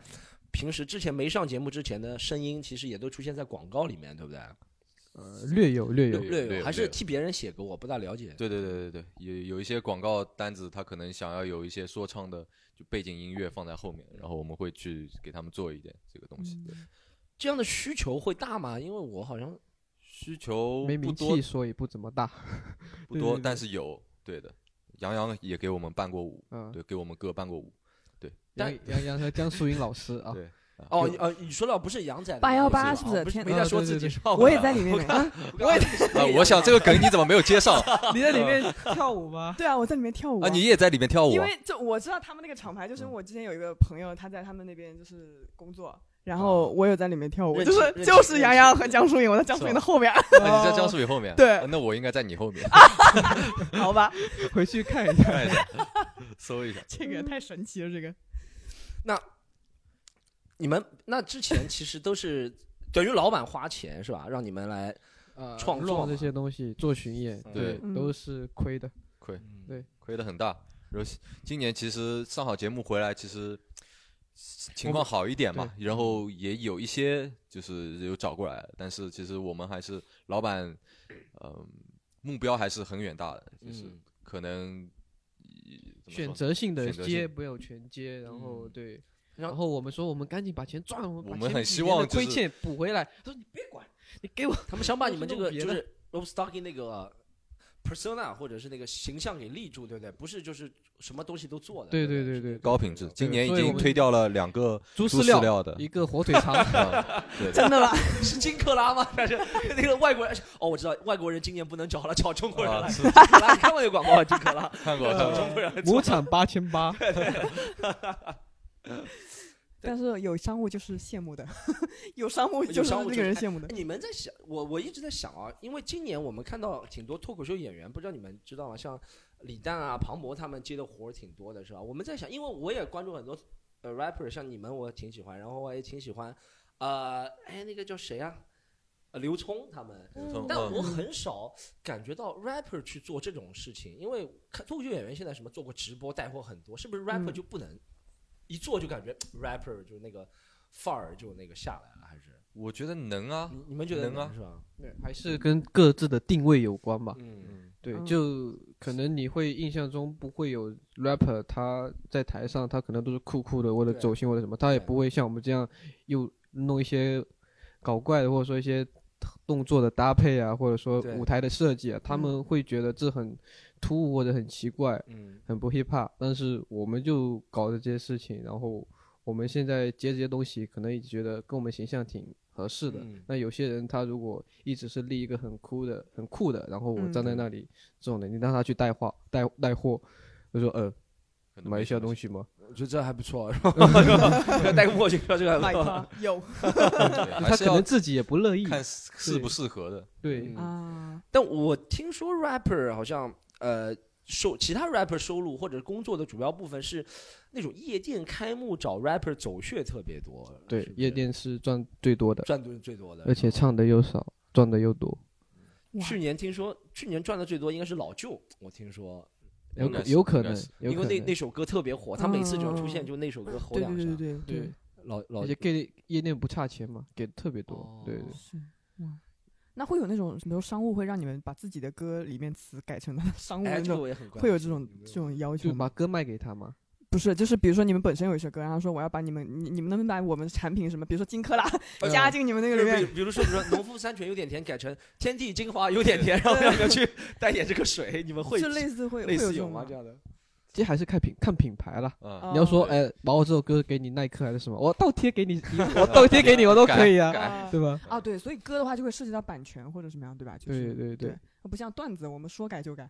C: 平时之前没上节目之前的声音，其实也都出现在广告里面，对不对？
F: 呃略有略有，
G: 略有
C: 有，还
G: 略
C: 是
G: 有
C: 替别人写歌，我不大了解。
G: 对对对对对，有有一些广告单子，他可能想要有一些说唱的就背景音乐放在后面，然后我们会去给他们做一点这个
E: 嗯
G: 东西。
F: 嗯
G: 对
C: 这样的需求会大吗？因为我好像
G: 需求
F: 没
G: 不
F: 名
G: 多
F: 气，所以不怎么大，
G: 不
F: 对
G: 多，
F: 对
G: 但是有，对的，杨洋也给我们办过舞，
F: 嗯，
G: 对，给我们哥办过舞，
F: 杨杨洋和江疏影老师啊，
G: 对
C: 哦，你哦，你说到不是杨仔的
E: 818
C: 是
E: 是不是
C: 是
E: 天
C: 没在说自己
F: 啊对对对
C: 是吧？
E: 哦我也在里面 呢。啊
C: 我也在
G: 啊，我想这个梗你怎么没有接 上啊？
F: 你在里面跳舞吗？
E: 对啊，我在里面跳舞啊。
G: 你也在里面跳舞
E: 因
G: 啊？
E: 为就我知道他们那个厂
C: 嗯
E: 牌，就是因为我之前有一个朋友，他在他们那边就是工作，然后我有在里面跳
C: 哦
E: 舞，
C: 认
E: 就
C: 识
E: 是
C: 认识
E: 就是杨洋和江疏影，我在江疏影的后边，
C: 哦
G: 啊
F: 哦
G: 你在江疏影后面，
E: 对
G: 啊那我应该在你后面，
F: 啊
E: 好吧？
F: 回去看一下。
G: 看一下， 搜一下。
E: 这
C: 嗯
E: 个太神奇了，这个。
C: 你们那之前其实 都是等于老板花钱是吧？让你们来
F: 呃
C: 创作
F: 弄
C: 嘛
F: 这些东西做巡演，
G: 对
E: 嗯
F: 都是亏的。
G: 亏得很大。然后今年其实上好节目回来，其实情况好一点嘛，然
F: 嗯
G: 后也有一些就是有找过来，但是其实我们还是老板，嗯、目标还是很远大的，就是
C: 嗯
G: 可能以怎么说
F: 选
G: 呢
F: 择性的
G: 选择性
F: 接没有全接，然后
C: 嗯
F: 对，
C: 然
F: 然后我们说我们赶紧把钱赚，我们
G: 我
F: 把
G: 们
F: 前
G: 很
F: 几
G: 希
F: 年的
G: 望就
F: 亏
G: 是
F: 欠补回来。他说你别管，你给我
C: 他们想把你们这个
F: 都是
C: 就
F: 弄别
C: 是 Rob Stocking 那个 persona 或者是那个形象给立住，对不对？不是就是什么东西都做的。
F: 对
C: 对
F: 对对
C: 是
F: 对
C: 那个
G: 高品质。今年已
F: 所以我
G: 经
F: 们
G: 推掉了两个
F: 猪
G: 猪
F: 饲
G: 饲
F: 料，
G: 料的，，
F: 一个火腿肠
G: 啊对
E: 真的吗？
C: 是金克拉吗？还是那个外国人？哦，我知道外国人今年不能找了，找中国人
G: 啊
C: 来。
G: 是呃
C: 金克拉，你看过那个广告吗？金 克拉，
G: 看过看
C: 找
G: 过。
C: 中国人来做
F: 亩产八千八。
E: 但是有商务就是羡慕的，有商务
C: 有
E: 就是
C: 商务
E: 那
C: 就
E: 个人
C: 是
E: 羡慕的。
C: 你们在想我，我一直在想啊，因为今年我们看到挺多脱口秀演员，不知道你们知道吗？像李诞啊、庞博他们接的活儿挺多的，是吧？我们在想，因为我也关注很多呃 rapper，像你们我挺喜欢，然后我也挺喜欢，呃，哎，那个叫谁啊？呃刘聪他们，
G: 从
C: 但
G: 嗯
C: 我很少感觉到 rapper 去做这种事情，因为看脱口秀演员现在什么做过直播带货很多，是不是 rapper
E: 嗯
C: 就不能、一做就感觉 rapper 就那个范儿就那个下来了？还是
G: 我觉得能啊，
C: 你你们觉得
G: 能啊
C: 是吧？
F: 对，还是跟各自的定位有关吧。
C: 嗯，
F: 对，
E: 嗯
F: 就可能你会印象中不会有 rapper，他在台上他可能都是酷酷的，为了
C: 对
F: 走心或者什么，他也
C: 对
F: 不会像我们这样又弄一些搞怪的，或者说一些动作的搭配啊，或者说
C: 对
F: 舞台的设计啊，他们会觉得这很突兀或者很奇怪，
C: 嗯，
F: 很不 hip hop。但是我们就搞的这些事情，然后我们现在接这些东西，可能也觉得跟我们形象挺合适的。
C: 嗯
F: 那有些人他如果一直是立一个很酷的、很酷的，然后我
E: 嗯
F: 站在那里、这种的，你让他去带货、带带货，我说呃，
G: 可能
F: 买
G: 没
F: 一
G: 什
F: 下
G: 么
F: 东西吗？
C: 我觉得这还不错，是 吧？嗯戴个墨镜，这 个嗯
E: 买
C: 还不错。
E: 它有
G: 对还
F: 他
G: 是
F: 可
G: 要
F: 能自己也不乐意。
G: 看适不适合的。
F: 对，
C: 嗯
E: 啊，
C: 但我听说 rapper 好像呃收其他 rapper 收入或者工作的主要部分是那种夜店开幕找 rapper 走穴特别多，
F: 对，
C: 是不是
F: 夜店是赚最多的，
C: 赚的最多的，
F: 而且唱的又少，赚的又多，
E: 哇
C: 去年听说去年赚的最多应该是老舅，我听说，
F: 有
G: 应该
F: 可
G: 是
F: 有可
G: 应该
F: 能
G: 是，
F: 有
C: 因为
F: 可
C: 那那
F: 能。
C: 首歌特别火，他每次只要出
E: 嗯
C: 现就那首歌吼
E: 对
C: 两
E: 对对
C: 下，
E: 对对
F: 对，，
C: 老老哦
F: 而且给夜店不差钱嘛，给的特别
G: 哦
F: 多。对对。
E: 是哇。那会有那种，比如商务会让你们把自己的歌里面词改成商务的
C: 哎，
E: 那
C: 这个
E: 种，
C: 我也很关
E: 会有
C: 心
E: 这种
C: 没有
E: 这种要求
F: 就
E: 吗？
F: 把歌卖给他嘛，
E: 不是，就是比如说你们本身有一首歌，然后说我要把你们你你们能不能把我们产品什么，比如说金克拉加进你们那个里
C: 比
E: 面
C: 如，比如说，比如说“农夫山泉有点甜”改成“天地精华有点甜”， 然后让你们去代言这个水，你们会
E: 就类似会会
C: 类
E: 有
C: 似
E: 这
C: 有
E: 种
C: 吗？
E: 吗
C: 这？样 的
F: 这还是看品看品牌啦。
G: 嗯，
E: 哦
F: 你要说，哎，把我这首歌给你耐克还是什么，我倒贴给你，你我倒贴给你，我都可以啊，
E: 啊
F: 对吧？
E: 啊，对，所以歌的话就会涉及到版权或者什么样，对吧？就是
F: 对对对
E: 对，不像段子，我们说改就 改，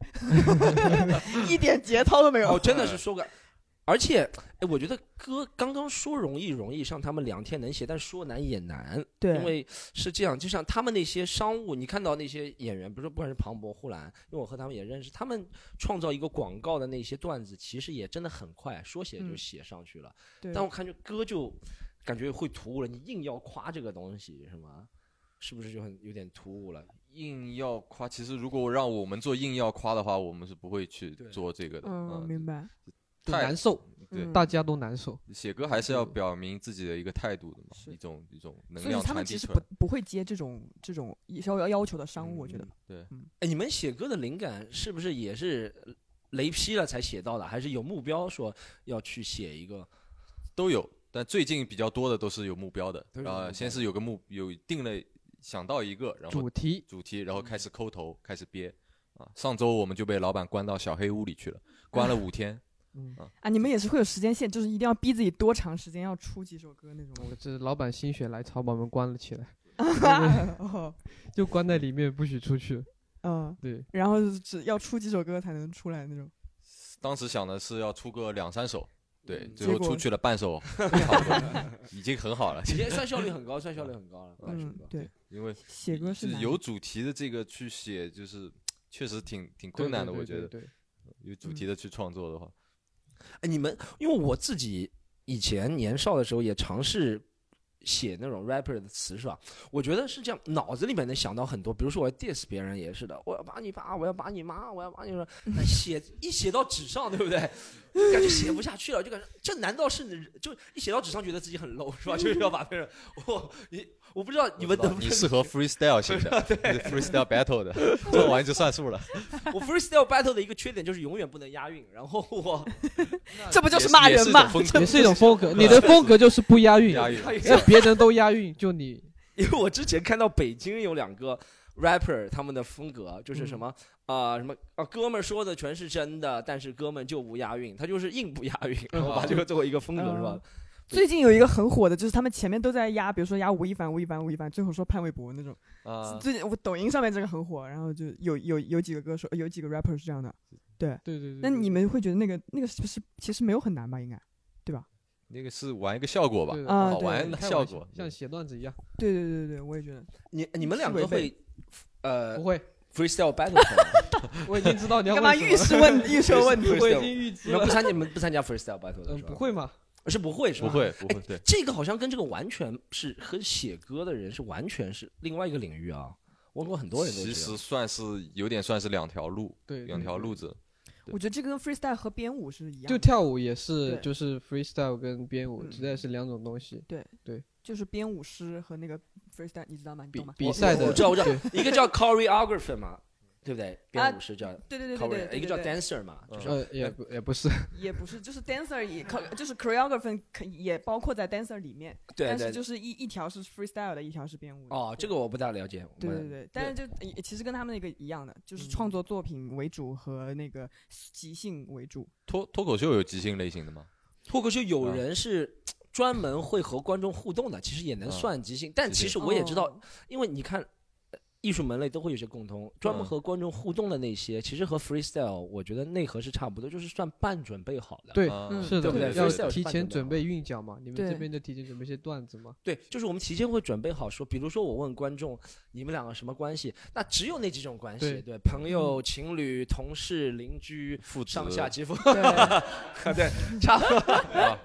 E: 一点节操都没有
C: 哦，。真的是说个，而且，哎，我觉得歌刚刚说容易容易，像他们两天能写，但说难也难，
E: 对，
C: 因为是这样，就像他们那些商务，你看到那些演员，不是不管是庞博、呼兰，因为我和他们也认识，他们创造一个广告的那些段子，其实也真的很快，说写就
E: 嗯
C: 写上去了。
E: 对
C: 但我感觉歌就感觉会突兀了，你硬要夸这个东西是吗？是不是就很有点突兀了？
G: 硬要夸，其实如果让我们做硬要夸的话，我们是不会去
C: 对
G: 做这个的。
E: 嗯，明白。
F: 就
G: 太
F: 难受，
G: 呃对
E: 嗯
F: 大家都难受。
G: 写歌还是要
F: 对
G: 表明自己的一个态度的嘛，
E: 是
G: 一种一种能
E: 所以
G: 量
E: 他们
G: 传
E: 其
G: 递
E: 实
G: 出
E: 不
G: 来。
E: 不会接这种这种要要要求的商务，我觉得。
G: 对，
C: 哎，你们写歌的灵感是不是也是雷劈了才写到的，还是有目标说要去写一 个？
G: 都有，但最近比较多的都是有目标的
C: 都。是有目标
G: 呃，先是有个目，有定了想到一个，然后
F: 主题
G: 主题，然后开始抠头，开始憋。啊。上周我们就被老板关到小黑屋里去了，关了五 天。
E: 啊，你们也是会有时间线，就是一定要逼自己多长时间要出几首歌那种 吗。
F: 我这老板心血来潮把我们关了起来，
E: 哦
F: 就关在里面不许出去。
E: 嗯，
F: 对，
E: 然后只要出几首歌才能出来那种。
G: 当时想的是要出个两三首，对，
C: 嗯
G: 最
E: 结
G: 后
E: 果
G: 出去了半 首，差不多，已经很好了。
C: 已经算效率很高，算效率很高了。半首
E: 嗯
C: 歌，
E: 对，
G: 因为
E: 写歌是
G: 就
E: 难
G: 有
E: 的
G: 主题的这个去写，就是确实挺挺
F: 对
G: 困难的，
F: 对
G: 我
F: 对嗯
G: 觉得
F: 对，对
G: 有主题的去创作的话，
C: 哎，你们因为我自己以前年少的时候也尝试写那种 rapper 的词，是吧？我觉得是这样，脑子里面能想到很多，比如说我要 diss 别人也是的，我要把你爸，我要把你妈，我要把你说，但写一写到纸上，对不对？感觉写不下去了，就感觉这难道是你就一写到纸上觉得自己很 low 是吧？就是要把别人，我你我不知道你们能不
G: 你
C: 能
G: 适合 freestyle 形象，freestyle battle 的，做完就算数了。
C: 我 freestyle battle 的一个缺点就是永远不能押韵，然后我
E: 这不就
G: 也
E: 骂
G: 也
E: 人
G: 是一种
E: 吗？
G: 风格
F: 也是一种风格，你的风格就是不押韵，
G: 押韵。
F: 那别人都押韵，就你
C: 因为我之前看到北京有两个 rapper 他们的风格就是什么啊、呃什么啊哥们儿说的全是真的，但是哥们就不押韵，他就是硬不押韵，然后把这个作为一个风格是吧
E: 嗯？最近有一个很火的，就是他们前面都在压，比如说压吴亦凡、吴亦凡、吴亦凡，最后说潘玮柏那种。
G: 啊，
E: 最近我抖音上面这个很火，然后就有有有几个歌手，有几个 rapper 是这样的。
F: 对对对。
E: 那
F: 对
E: 你们会觉得那个那个是不是其实没有很难吧？应该。
G: 那个是玩一个效果吧
F: 对，的
E: 啊
G: 好
E: 对
G: 玩的
F: 开玩
G: 效
F: 笑
G: 果。
F: 像写段子一样，
E: 对对对对对，我也觉得。
C: 你你们两个
E: 违
C: 会
E: 背
C: 呃
F: 不会，
C: freestyle battle 吗
F: 我已经知道你要
E: 干嘛
F: 问什么
E: 预示问预设问题？
F: 我已经预知
C: 你们
F: 了
C: 不，参你们不参加 freestyle battle 的
F: 嗯
C: 是，吧？
F: 不会嘛？
C: 是不会是
G: 不
C: 吧？
G: 会不会，对，
C: 这个好像跟这个完全是和写歌的人是完全是另外一个领域啊。我跟很多人都
G: 其
C: 是
G: 实算是有点算是两条路，
F: 对，
G: 两
F: 对
G: 条
F: 对
G: 路子。
E: 我觉得这跟 freestyle 和编舞是一样
F: 就
E: 的，
F: 跳舞也是，
E: 对
F: 就是 freestyle 跟编舞
E: 嗯
F: 实在是两种东西。
E: 就是编舞师和那个 freestyle，你知道吗？你
F: 比
E: 懂吗？
F: 比赛的，
C: 我知道我知道
F: 对
C: 一个叫 choreographer 嘛，对不对？
E: 啊
C: 编舞师叫
E: 对对对对
C: chore，
E: 对，
C: 一个叫
E: 对
C: dancer 嘛，就是
F: 呃，也不也不是，
E: 也不是，就是 dancer 也考，就是 choreographer 可也包括在 dancer 里面，
C: 嗯对
E: 但
C: 对
E: 是就是一一条是 freestyle 的，一条是编舞的。
C: 哦，这个我不大了解。我
E: 对对
C: 们嗯
E: 对，但是就也其实跟他们那个一样的，就是创作作品为主和那个即兴为主。
G: 脱脱口秀有即兴类型的吗？
C: 脱口秀有人是专门会和观众互动的，其实也
F: 嗯
C: 能
G: 啊
C: 算即兴，但
G: 即兴
C: 其实我也知道，
E: 哦，
C: 因为你看。呃艺术门类都会有些共通，专门
G: 嗯
C: 和观众互动的那些，其实和 freestyle 我觉得内核是差不多，就是算半准备好的。
F: 对，
G: 啊
E: 嗯
F: 是
C: 对不
F: 的，
C: 对
F: 要
C: freestyle
F: 提
C: 是半
F: 前
C: 准
F: 准
C: 备
F: 备韵脚嘛。你们
E: 对
F: 这边就提前准备一些段子嘛。
C: 对，就是我们提前会准备好说，比如说我问观众你们两个什么关系，那只有那几种关系，
F: 对嗯
C: 对，朋友、情侣、同事、邻居、
G: 父子
C: 上下级夫，
E: 对
C: 对，差不多
G: 啊，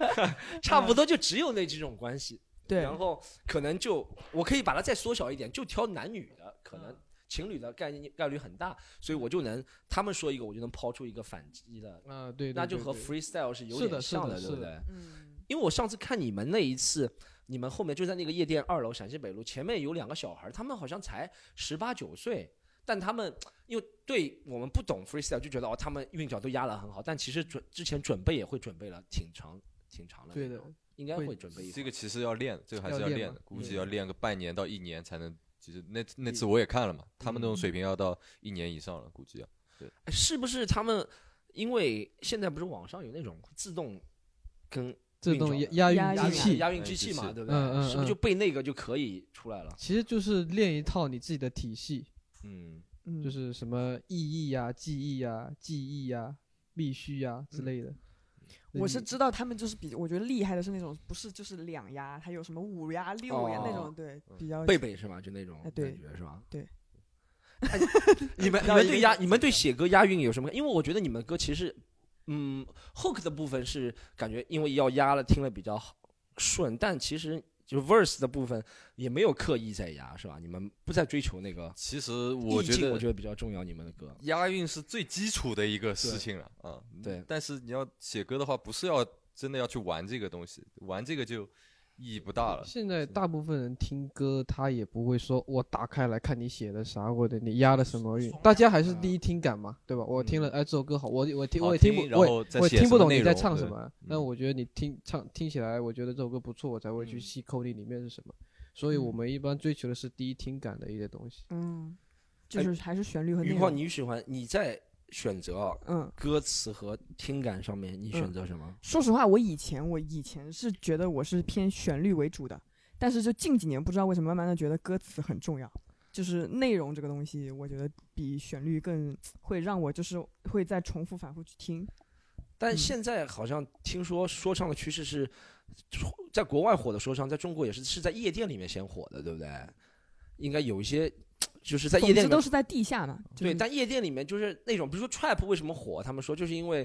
C: 差不多就只有那几种关系。
E: 对
C: 然后可能就我可以把它再缩小一点，就挑男女的，可
F: 嗯
C: 能情侣的概念概率很大，所以我就能他们说一个，我就能抛出一个反击的，
F: 啊，对，对
C: 那就
F: 对
C: 和
F: 对
C: freestyle 是有
F: 是
C: 点
F: 的是
C: 像
F: 的
C: 对
F: 是
C: 不
F: 的
C: 对？
E: 嗯，
C: 因为我上次看你们那一次，你们后面就在那个夜店二楼陕西北路前面有两个小孩，他们好像才十八九岁，但他们因为对我们不懂 freestyle 就觉得哦，他们韵脚都压得很好，但其实准之前准备也会准备了挺长挺长的那
F: 对
C: 种，
F: 的，
C: 应该
F: 会
C: 会准备一
G: 这
C: 会
G: 个
C: 儿
G: 其实要练，这个还是
F: 要
G: 要
F: 练
G: 练
F: 嘛
G: 的，估计
C: 嗯
G: 要练个半年到一年才能。其实那那
C: 嗯
G: 次我也看了嘛，他们那
F: 嗯
G: 种水平要到一年以上了，估计要。
C: 是不是他们？因为现在不是网上有那种自动跟
F: 自
C: 韵脚
F: 动
C: 的
F: 押
E: 押
F: 押
C: 押
F: 韵机
E: 韵
C: 韵啊
F: 器，
C: 押韵
G: 嗯
C: 机器嘛，
G: 机器
C: 对不对？
F: 嗯嗯
C: 是不是
F: 嗯
C: 就背那个就可以出来了？
F: 其实就是练一套你自己的体系，
G: 嗯，
E: 嗯
F: 就是什么意义呀、记忆呀、记忆呀、必须呀
C: 嗯
F: 之类的。
E: 我是
F: 你
E: 知道他们就是比我觉得厉害的是那种不是就是两压，还有什么五压六压那
C: 哦
E: 种，对，比较
C: 背背是吗？就那种
E: 哎对
C: 感觉是吧？
E: 对
C: 哎。 你们你
E: 到
C: 们
E: 一
C: 对
E: 个
C: 押
E: 极
C: 你们对写歌押韵有什么？因为我觉得你们歌其实，嗯，hook 的部分是感觉因为要押了，听了比较好顺，但其实就 verse 的部分也没有刻意在押，是吧？你们不再追求那个
G: 其实我
C: 意
G: 觉
C: 境
G: 得
C: 我觉得比较重要。你们的歌，
G: 押韵是最基础的一个事
C: 对
G: 情了啊。嗯
C: 对
G: 但是你要写歌的话，不是要真的要去玩这个东西，玩这个就意义不大了。
F: 现在大部分人听歌，他也不会说我打开来看你写的啥，或者你押的什么韵，大家还是第一听感嘛，对吧？我听了，哎，这首歌好，我我听
G: 嗯好
F: 我也听
G: 听
F: 不，
G: 然
F: 我
G: 后再
F: 也我也
G: 写
F: 听
G: 什
F: 不
G: 么
F: 懂
G: 内
F: 你在
G: 容
F: 唱
G: 对
F: 什么，啊但
G: 嗯
F: 我觉得你听唱听起来，我觉得这首歌不错，我才会去
C: 嗯
F: 细抠你里面是什么。所以我
E: 嗯
F: 们一般追求的是第一听感的一些东西。
E: 嗯，就是还是旋律和内
C: 余旷，
E: 容。
C: 哎你喜欢你在选择啊
E: 嗯，
C: 歌词和听感上面，你选择什么？
E: 说实话，我以前我以前是觉得我是偏旋律为主的，但是就近几年不知道为什么慢慢的觉得歌词很重要，就是内容这个东西，我觉得比旋律更会让我就是会再重复反复去听。
C: 但
E: 嗯
C: 现在好像听说说唱的趋势是，在国外火的说唱，在中国也是是在夜店里面先火的，对不对？应该有一些就是在夜
E: 总
C: 店
E: 之
C: 里面
E: 都是在地下嘛。就
C: 对，
E: 是
C: 但夜店里面就是那种，比如说 trap 为什么火？他们说就是因为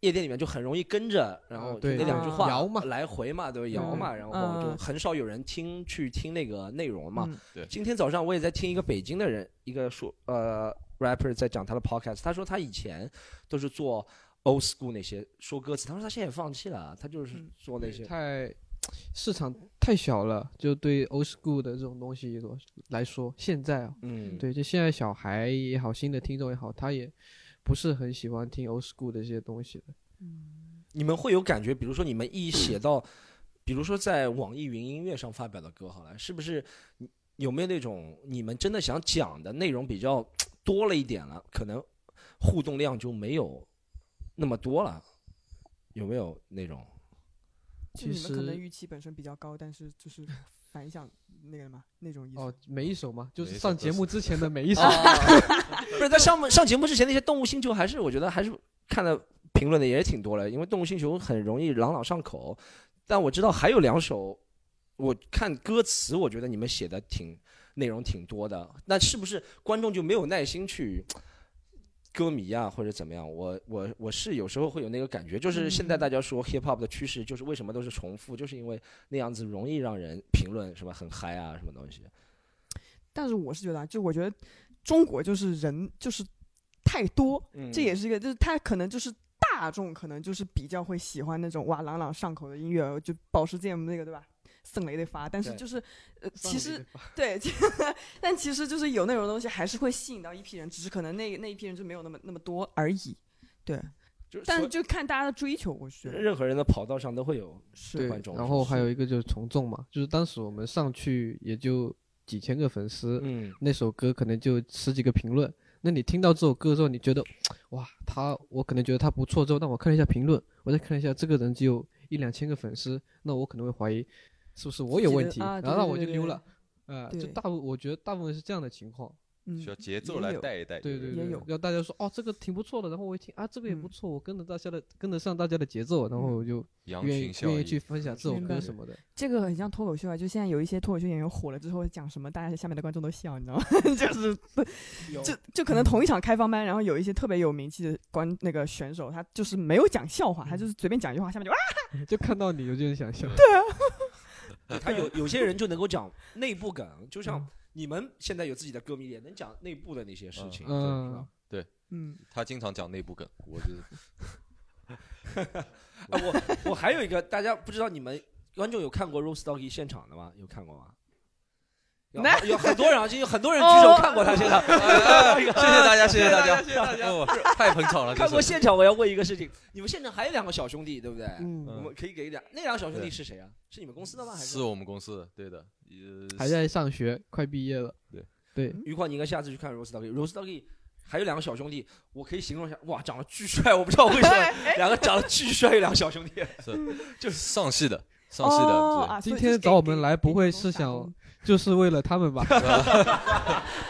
C: 夜店里面就很容易跟着，然后
F: 啊
C: 就
F: 对
C: 那两句话
F: 摇嘛
C: 来回嘛，对吧，摇嘛，然后就
E: 嗯
C: 很少有人听去听那个内容嘛。
E: 嗯
G: 对
C: 今天早上我也在听一个北京的人，一个说呃 rapper 在讲他的 podcast，他说他以前都是做 old school 那些说歌词，他说他现在也放弃了，他就是
E: 嗯
C: 做那些。
F: 太市场太小了，就对 old school 的这种东西来说，现在啊，
C: 嗯，
F: 对，就现在小孩也好，新的听众也好，他也不是很喜欢听 old school 的这些东西的。
C: 你们会有感觉，比如说你们一写到，比如说在网易云音乐上发表的歌，好了，是不是你有没有那种你们真的想讲的内容比较多了一点了，可能互动量就没有那么多了，有没有那种？
E: 就你们可
F: 其
E: 能
F: 实
E: 预期本身比较高，但是 就是反响那个什么那种意思。
F: 哦，每一首嘛，就
G: 每
F: 是
G: 一首
F: 上
G: 歌
F: 节
G: 是
F: 目之前的每一首。
E: 哦
C: 不是在上上节目之前那些动物星球，还是我觉得还是看的评论的也挺多了，因为动物星球很容易朗朗上口。但我知道还有两首，我看歌词，我觉得你们写的挺内容挺多的，那是不是观众就没有耐心去？歌迷啊，或者怎么样，我我我是有时候会有那个感觉，就是现在大家说 hip hop 的趋势，就是为什么都是重复，就是因为那样子容易让人评论是吧，很嗨啊，什么东西。
E: 但是我是觉得啊，就我觉得中国就是人就是太多，
C: 嗯
E: 这也是一个，就是他可能就是大众可能就是比较会喜欢那种哇朗朗上口的音乐，就保时捷那个对吧？圣雷的发，但是
C: 对
E: 就是呃，其实对， 其但其实就是有那种东西还是会吸引到一批人，只是可能那那一批人就没有那么那么多而已。对，
C: 就是
E: 但
C: 所
E: 是
C: 有
E: 就看大家的追求，我觉得
C: 任何人的跑道上都会有
E: 是
F: 对
C: 观众，
F: 然后还
C: 是
F: 有一个就是从众嘛，就是当时我们上去也就几千个粉丝，
C: 嗯，
F: 那首歌可能就十几个评论。那你听到这首歌之后，你觉得，哇，他我可能觉得他不错之后，但我看了一下评论，我再看一下这个人只有一两千个粉丝，那我可能会怀疑是不是我有
E: 自己
F: 问
E: 的
F: 题，
E: 啊对
F: 然后
E: 对
F: 我
E: 对
F: 就
E: 对
F: 溜
E: 对
F: 了。呃，就
E: 对
F: 大部我觉得大部分是这样的情况，
E: 嗯
G: 需要节奏
E: 也
G: 来
E: 有
G: 带一带。
F: 对对
E: 也
F: 对，
E: 有
F: 让大家说哦这个挺不错的，然后我一听啊这个也不
E: 嗯
F: 错，我跟着大家的跟得上大家的节奏，然后我就
G: 羊
F: 愿
G: 群
F: 意
G: 嗯效
F: 愿意
G: 应。
F: 去分享这首
E: 明白
F: 歌什么的。
E: 这个很像脱口秀啊，就现在有一些脱口秀演员火了之后讲什么，大家下面的观众都笑，你知道吗？ 就是就就可能同一场开放班，然后有一些特别有名气的观那个选手，他就是没有讲笑话，他
C: 嗯
E: 就是随便讲一句话，下面就啊，
F: 就看到你有点 想笑。
C: 对他有有些人就能够讲内部梗，就
F: 嗯
C: 像你们现在有自己的歌迷，也能讲内部的那些事情，
F: 嗯
C: 是吧？
E: 嗯，
G: 他经常讲内部梗，我 就是
C: 啊，我我还有一个，大家不知道你们观众有看过 Rose Doggy 现场的吗？有看过吗？有
E: 那
C: 有很多人，啊，就有很多人举手看过他现场，
G: 谢谢大家，谢谢大家，谢谢大家，太捧场了。
C: 看过
G: 这是
C: 现场。我要问一个事情，你们现场还有两个小兄弟，对不对？
F: 嗯
C: 我们可以给两那两个小兄弟是谁啊？是你们公司的吗？还
G: 是我们公司的，对的，
F: 还在上学，快毕业了。
G: 对
F: 对，
C: 余旷，你应该下次去看 Rose Doggy，Rose Doggy 还有两个小兄弟，我可以形容一下，哇，长得巨帅，我不知道为什么两个长得巨帅，有两个小兄弟，
G: 就是上戏的，上戏
E: 哦
G: 的，
E: 啊，
F: 今
E: 所以
F: 天
E: 就是
F: 找
E: 给
F: 我们来不会是想就是为了他们吧？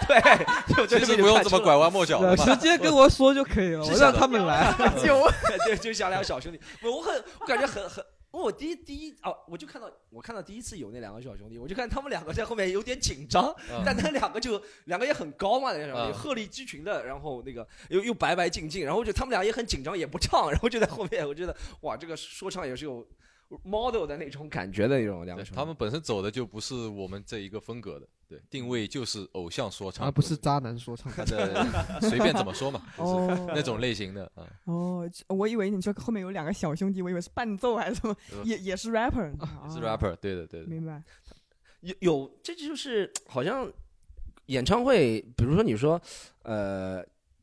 C: 对，
G: 对，
C: 就就
G: 其
C: 这
G: 实不用
C: 看
G: 这
C: 出
G: 么
C: 来
G: 拐弯抹角的嘛。
F: 直接跟我说就可以了，
C: 是
F: 我
C: 想
F: 让
C: 的
F: 他们来。
E: 就
C: 对，就像两个小兄弟，我我很我感觉很很。我第一第一哦，我就看到我看到第一次有那两个小兄弟，我就看他们两个在后面有点紧张，
G: 嗯
C: 但那两个就两个也很高嘛，那种、
G: 嗯
C: 鹤立鸡群的，然后那个又又白白净净，然后就他们俩也很紧张，也不唱，然后就在后面，我觉得哇，这个说唱也是有 model 的那种感觉的那种两个
G: 对
C: 兄弟
G: 他们本身走的就不是我们这一个风格的，对，定位就是偶像说唱，
C: 啊
F: 而不是渣男说唱。
G: 他的 随便怎么说嘛，就是
E: 哦
G: 那种类型的啊。
E: 哦，这我以为你说后面有两个小兄弟，我以为是伴奏还是什么，
G: 呃
E: 也也是 rapper，
G: 也是
E: 啊
G: rapper，对的，对的，
E: 明白？
C: 有有，这就是好像演唱会，比如说你说，呃，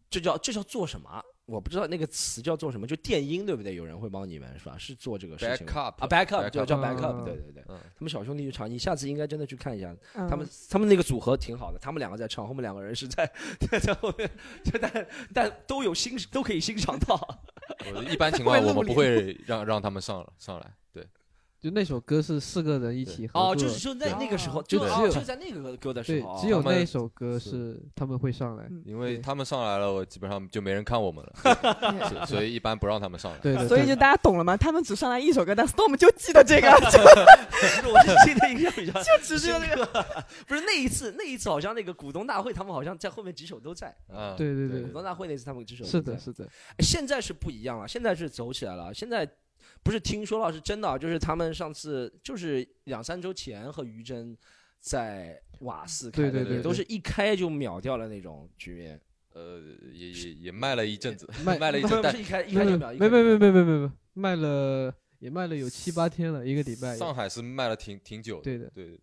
C: 这叫这叫做什么？我不知道那个词叫做什么，就电音对不对？有人会帮你们是吧？是做这个事情吗
G: Back up
C: 啊，back up
G: Back
C: 就叫 back
F: up
C: up，对对对。
G: 嗯
C: 他们小兄弟去唱，你下次应该真的去看一下。
E: 嗯
C: 他们他们那个组合挺好的，他们两个在唱，后面两个人是在 在后面，就但但都有欣都可以欣赏到。
G: 我一般情况我们不会让让他们上上来，对，
F: 就那首歌是四个人一起合作，
C: 哦，就是就在
E: 对
C: 那个时候，
F: 对
C: 就
F: 只有
C: 哦就在那个歌的时
F: 对
C: 候，，哦
F: 只有
G: 他们
F: 那一首歌
G: 是
F: 是他们会上来。
G: 因为
F: 对
G: 他们上来了，我基本上就没人看我们了，
E: 对
G: 所以所以一般不让他们上来。
F: 对对，
E: 所以
F: 对
E: 就大家懂了吗？他们只上来一首歌，但 Storm 就记得这个，
C: 是 我是记得印象比较就
E: 只是那
C: 个，不是那一次，那一次好像那个股东大会，他们好像在后面几首都在。
G: 嗯，
F: 对对对
C: 股东大会那次他们几首都
F: 是
C: 在
F: 的，是的，
C: 现在是不一样了，现在是走起来了。现在不是听说了，是真的啊，就是他们上次就是两三周前和于真在瓦斯开的
F: 对
G: 对对
C: 都是一开就秒掉了那种局面，
G: 呃，也也也卖了一阵子，
F: 卖
G: 卖了一
C: 不
G: 阵，但
C: 是一开一
F: 没
C: 开
F: 没
C: 就秒，
F: 没
C: 一开就
F: 没
C: 秒
F: 没没没没卖了也卖了有七八天了，一个礼拜有。
G: 上海是卖了挺挺久的，
F: 对的，
G: 对，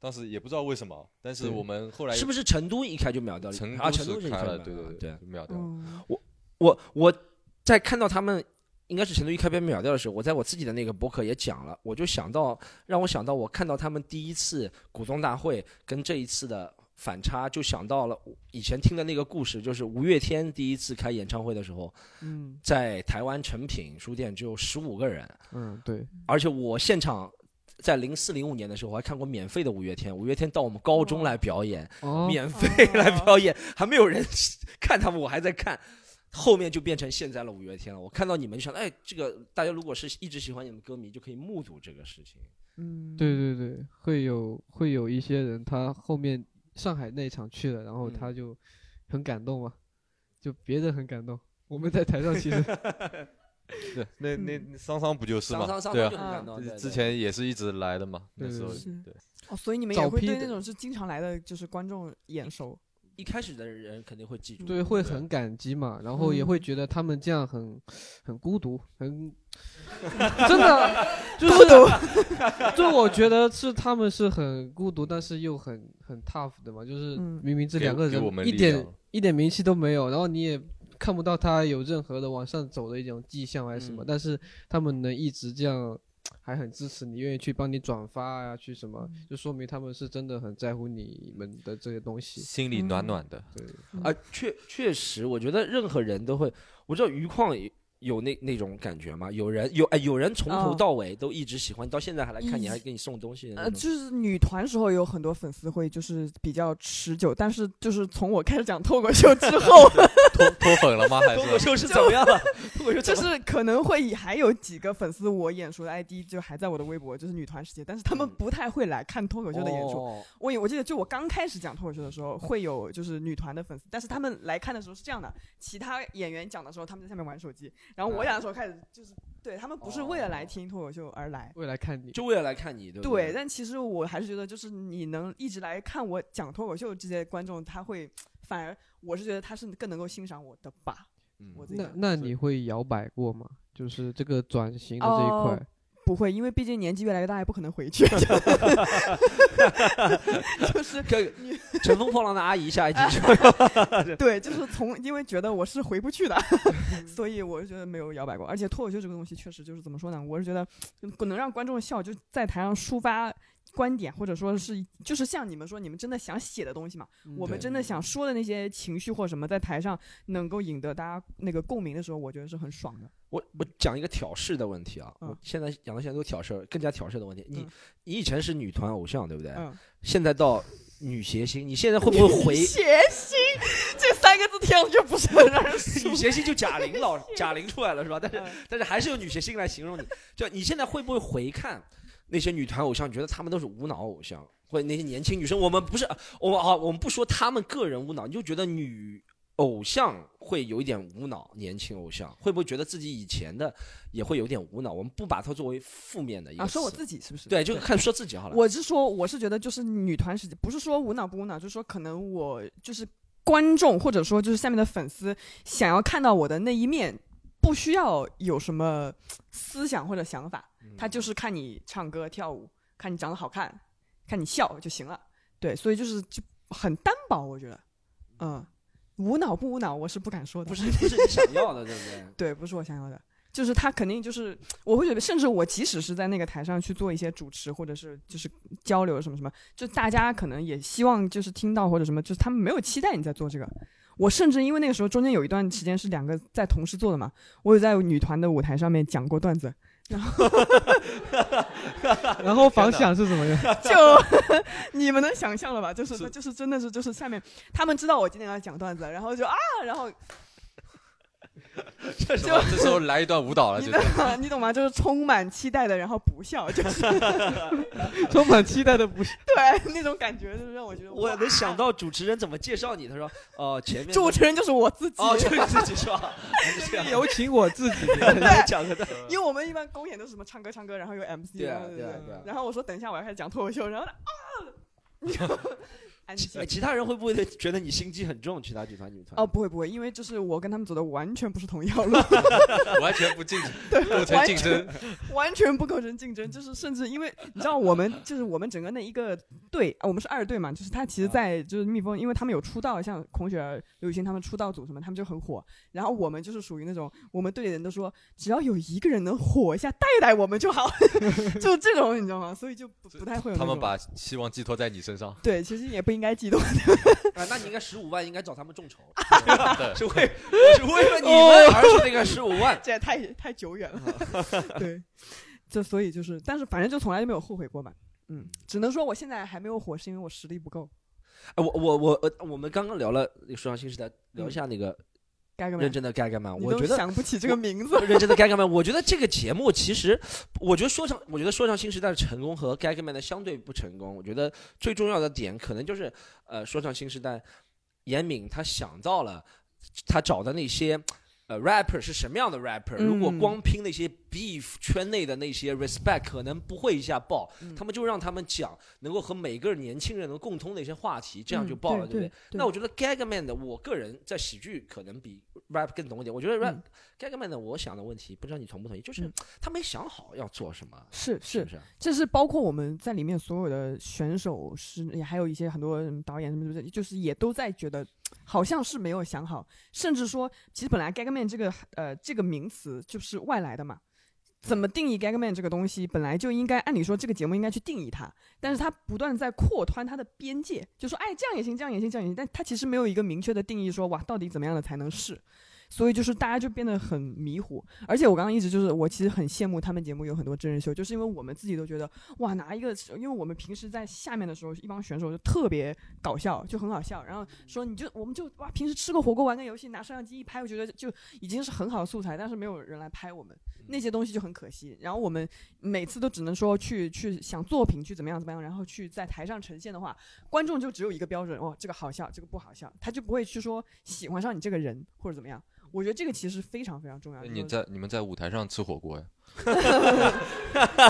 G: 当时也不知道为什么，但是
F: 对
G: 我们后来
C: 是不是成都一开就秒掉了？
G: 成
C: 啊，
G: 都
C: 成都
G: 是
C: 一
G: 开
C: 开就
G: 了，
C: 秒
G: 对
C: 掉了
G: 对
C: 对，
G: 就秒掉了。
E: 嗯
C: 我我在看到他们应该是成都一开被秒掉的时候，我在我自己的那个博客也讲了，我就想到让我想到我看到他们第一次股东大会跟这一次的反差，就想到了我以前听的那个故事，就是五月天第一次开演唱会的时候，
E: 嗯，
C: 在台湾诚品书店只有十五个人，
F: 嗯，对，
C: 而且我现场。在零四零五年的时候，我还看过免费的五月天。五月天到我们高中来表演，
F: 哦，
C: 免费来表演，还没有人看他们，我还在看。后面就变成现在了五月天了。我看到你们就想，哎，这个大家如果是一直喜欢你们歌迷，就可以目睹这个事情。
E: 嗯，
F: 对对对，会有会有一些人，他后面上海那一场去了，然后
C: 嗯
F: 他就很感动嘛，就别人很感动，我们在台上其实
G: 对，那那那桑桑不就是
C: 桑
G: 嘛？
C: 桑桑
G: 对啊
C: 桑就，很感动。对
G: 之
C: 对
G: 之前也是一直来的嘛，
F: 对
G: 那时候
F: 对
E: 对
G: 对，
E: 哦，所以你们
F: 早
E: 也会
F: 批
E: 对
F: 的
E: 那种是经常来的，就是观众眼熟，
C: 一开始的人肯定会记住，
F: 对会很感激嘛，然后也会觉得他们这样很很孤独，很真的就是， 就我觉得是他们是很孤独，但是又很很 tough 的嘛，就是
E: 嗯
F: 明明这
G: 给
F: 两个
G: 给我们
F: 人一
G: 力
F: 点
G: 量
F: 一点名气都没有，然后你也看不到他有任何的往上走的一种迹象还是什么，
C: 嗯
F: 但是他们能一直这样，还很支持你，愿意去帮你转发啊，去什么，就说明他们是真的很在乎你们的这些东西。
G: 心里暖暖的。
F: 对，
C: 啊，确确实，我觉得任何人都会。我知道余矿有有那那种感觉吗？有人有哎，有人从头
E: 哦
C: 到尾都一直喜欢，到现在还来看你，
E: 一
C: 还给你送东西的那
E: 呃，
C: 种。
E: 就是女团时候有很多粉丝会就是比较持久，但是就是从我开始讲脱口秀之后，
G: 脱脱粉了吗？还
C: 脱口
G: 是
C: 秀是怎么样了？脱 口秀怎
E: 就
C: 么
E: 是可能会以还有几个粉丝我眼熟的 ID 就还在我的微博，就是女团时期，但是他们
C: 嗯
E: 不太会来看脱口秀的演出。
C: 哦
E: 我也我记得，就我刚开始讲脱口秀的时候，会有就是女团的粉丝，但是他们来看的时候是这样的：其他演员讲的时候，他们在下面玩手机，然
C: 嗯
E: 后我讲的时候开始就是对他们不是为了来听脱口秀而来。
F: 未来看你，
C: 就为了来看哦你，对不
E: 对，但其实我还是觉得，就是你能一直来看我讲脱口秀，这些观众他会反而，我是觉得他是更能够欣赏我的吧。
G: 嗯
E: 我自己
F: 那
E: 讲
F: 那你会摇摆过吗？就是这个转型的这一
E: 哦
F: 块，
E: 不会，因为毕竟年纪越来越大，也不可能回去。 就是
C: 跟乘风破浪的阿姨下一集就
E: 对，就是从因为觉得我是回不去的， 所以我是觉得没有摇摆过。而且脱口秀这个东西，确实就是怎么说呢？我是觉得嗯能让观众笑，就在台上抒发观点，或者说是就是像你们说，你们真的想写的东西嘛，我们
C: 嗯对
E: 真的想说的那些情绪或什么，在台上能够引得大家那个共鸣的时候，我觉得是很爽的。
C: 我我讲一个挑事的问题啊，
E: 嗯
C: 我现在讲到现在都挑事儿，更加挑事的问题。你、
E: 嗯
C: 你以前是女团偶像对不对？
E: 嗯，
C: 现在到女谐星，你现在会不会 回？
E: 谐星这三个字听上去不是很让人
C: 女谐星就贾玲 老贾玲出来了是吧？但是、
E: 嗯
C: 但是还是用女谐星来形容你。就你现在会不会回看那些女团偶像？你觉得她们都是无脑偶像，或者那些年轻女生？我们不是我啊，我们不说她们个人无脑，你就觉得女偶像会有一点无脑，年轻偶像会不会觉得自己以前的也会有点无脑？我们不把它作为负面的一个
E: 啊？
C: 词。
E: 说我自己是不是？
C: 对，就看说自己好了。
E: 我是说，我是觉得就是女团时期，不是说无脑不无脑，就是说可能我就是观众或者说就是下面的粉丝想要看到我的那一面，不需要有什么思想或者想法，
C: 嗯
E: 他就是看你唱歌跳舞，看你长得好看，看你笑就行了。对，所以就是就很单薄，我觉得，嗯，无脑不无脑，我是不敢说的。
C: 不是不是你想要的，对不对？
E: 对，不是我想要的。就是他肯定就是，我会觉得，甚至我即使是在那个台上去做一些主持，或者是就是交流什么什么，就大家可能也希望就是听到或者什么，就是他们没有期待你在做这个。我甚至因为那个时候中间有一段时间是两个在同时做的嘛，我有在女团的舞台上面讲过段子，
F: 然后反响是什么样？
E: 就 你们能想象了吧？就是就是真的是就是下面他们知道我今天要讲段子，然后就啊，然后
G: 这时候来一段舞蹈了，
E: 你
G: 就
E: 懂吗？你懂吗？就是充满期待的，然后不笑，就是
F: 充满期待 的不是？
E: 对那种感觉，就是 让我觉得
C: 我
E: 哇
C: 能想到主持人怎么介绍你，他说哦、前面
E: 主持人就是我自己，
C: 哦就是自己是吧？是这样，呃
F: 有请我自己。
C: 有讲的
E: 因为我们一般公演都是什么唱歌唱歌，然后有 MC，
C: 对啊
E: 然后
C: 对啊对啊
E: 然后我说等一下我要开始讲脱口秀，然后呢啊，你就安
C: 其
E: 静。
C: 其他人会不会觉得你心机很重？其他剧团女团
E: 哦，不会不会，因为就是我跟他们走的完全不是同一条路，
G: 完全不竞构成
E: 完
G: 竞
E: 全
G: 争。
E: 完全不构成竞争，就是甚至因为你知道我们就是我们整个那一个队，啊我们是二队嘛，就是他
G: 啊
E: 其实在就是蜜蜂，因为他们有出道，像孔雪儿、刘雨欣他们出道组什么，他们就很火。然后我们就是属于那种我们队里人都说，只要有一个人能火一下，带带我们就好， 就这种你知道吗？所以就不不太会有
G: 他
E: 那
G: 们
E: 种
G: 把希望寄托在你身上，
E: 对，其实也不应该激动。
C: 啊，那你应该十五万应该找他们众 筹，
G: 对
C: 是为是为了你们而是那个十五万。
E: 这也太太久远 了。对，就所以就是，但是反正就从来就没有后悔过嘛。嗯，只能说我现在还没有火，是因为我实力不够。
C: 哎，我我我呃我们刚刚聊了《说唱新时代》，聊一下那个
E: 该干嘛
C: 认？真的盖盖曼，
E: 你
C: 我
E: 都
C: 觉得
E: 想不起这个名字。
C: 认真的 Gagman，我觉得这个节目其实，我觉得说唱，我觉得说唱新时代的成功和 Gagman 的相对不成功，我觉得最重要的点可能就是，呃，说唱新时代，严敏他想到了他找的那些。呃，rapper 是什么样的 rapper？、
E: 嗯
C: 如果光拼那些 beef 圈内的那些 respect，可能不会一下爆。
E: 嗯
C: 他们就让他们讲能够和每个年轻人能共通的一些话题，这样就爆了，
E: 嗯
C: 不
E: 对？
C: 那我觉得 Gagman 的，我个人在喜剧可能比 rap 更懂一点。我觉得 rap、
E: 嗯
C: Gagman 的，我想的问题，不知道你同不同意，就是
E: 嗯
C: 他没想好要做什么，
E: 是
C: 是
E: 是
C: 不，是？
E: 这是包括我们在里面所有的选手是，也还有一些很多嗯导演什么什么，就是也都在觉得好像是没有想好，甚至说其实本来 gagman 这个呃这个名词就是外来的嘛。怎么定义 gagman 这个东西，本来就应该按理说这个节目应该去定义它，但是它不断在扩宽它的边界，就说哎这样也行，这样也行，这样也行，但它其实没有一个明确的定义说哇到底怎么样的才能是，所以就是大家就变得很迷糊。而且我刚刚一直就是我其实很羡慕他们节目有很多真人秀，就是因为我们自己都觉得哇，拿一个，因为我们平时在下面的时候，一帮选手就特别搞笑，就很好笑。然后说你就我们就哇，平时吃个火锅玩个游戏，拿摄像机一拍，我觉得就已经是很好的素材，但是没有人来拍我们那些东西就很可惜。然后我们每次都只能说去去想作品去怎么样怎么样，然后去在台上呈现的话，观众就只有一个标准，哦，这个好笑，这个不好笑，他就不会去说喜欢上你这个人或者怎么样。我觉得这个其实非常非常重要。
G: 你
E: 就是
G: 在你们在舞台上吃火锅呀？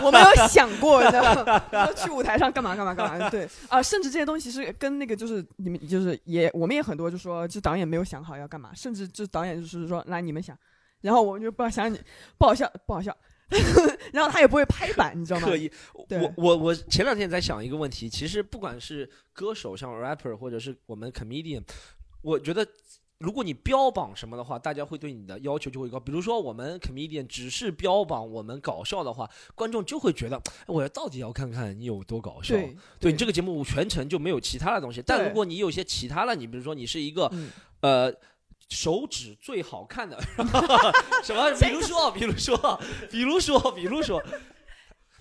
E: 我没有想过，你知道 吗？说去舞台上干嘛干嘛干嘛？对啊、甚至这些东西是跟那个就是你们就是也我们也很多就说，就导演没有想好要干嘛，甚至就导演就是说来你们想，然后我们就不想你不好笑不好笑， 然后他也不会拍板，你知道吗
C: 刻？意，我
E: 对
C: 我我前两天在想一个问题，其实不管是歌手像 rapper 或者是我们 comedian，我觉得如果你标榜什么的话，大家会对你的要求就会高。比如说我们 comedian 只是标榜我们搞笑的话，观众就会觉得哎我要到底要看看你有多搞笑。
E: 对
C: 对你这个节目全程就没有其他的东西。但
E: 对
C: 如果你有些其他的，你比如说你是一个、
E: 嗯
C: 呃。手指最好看的 什么？比如说，比如说，比如说，比如说，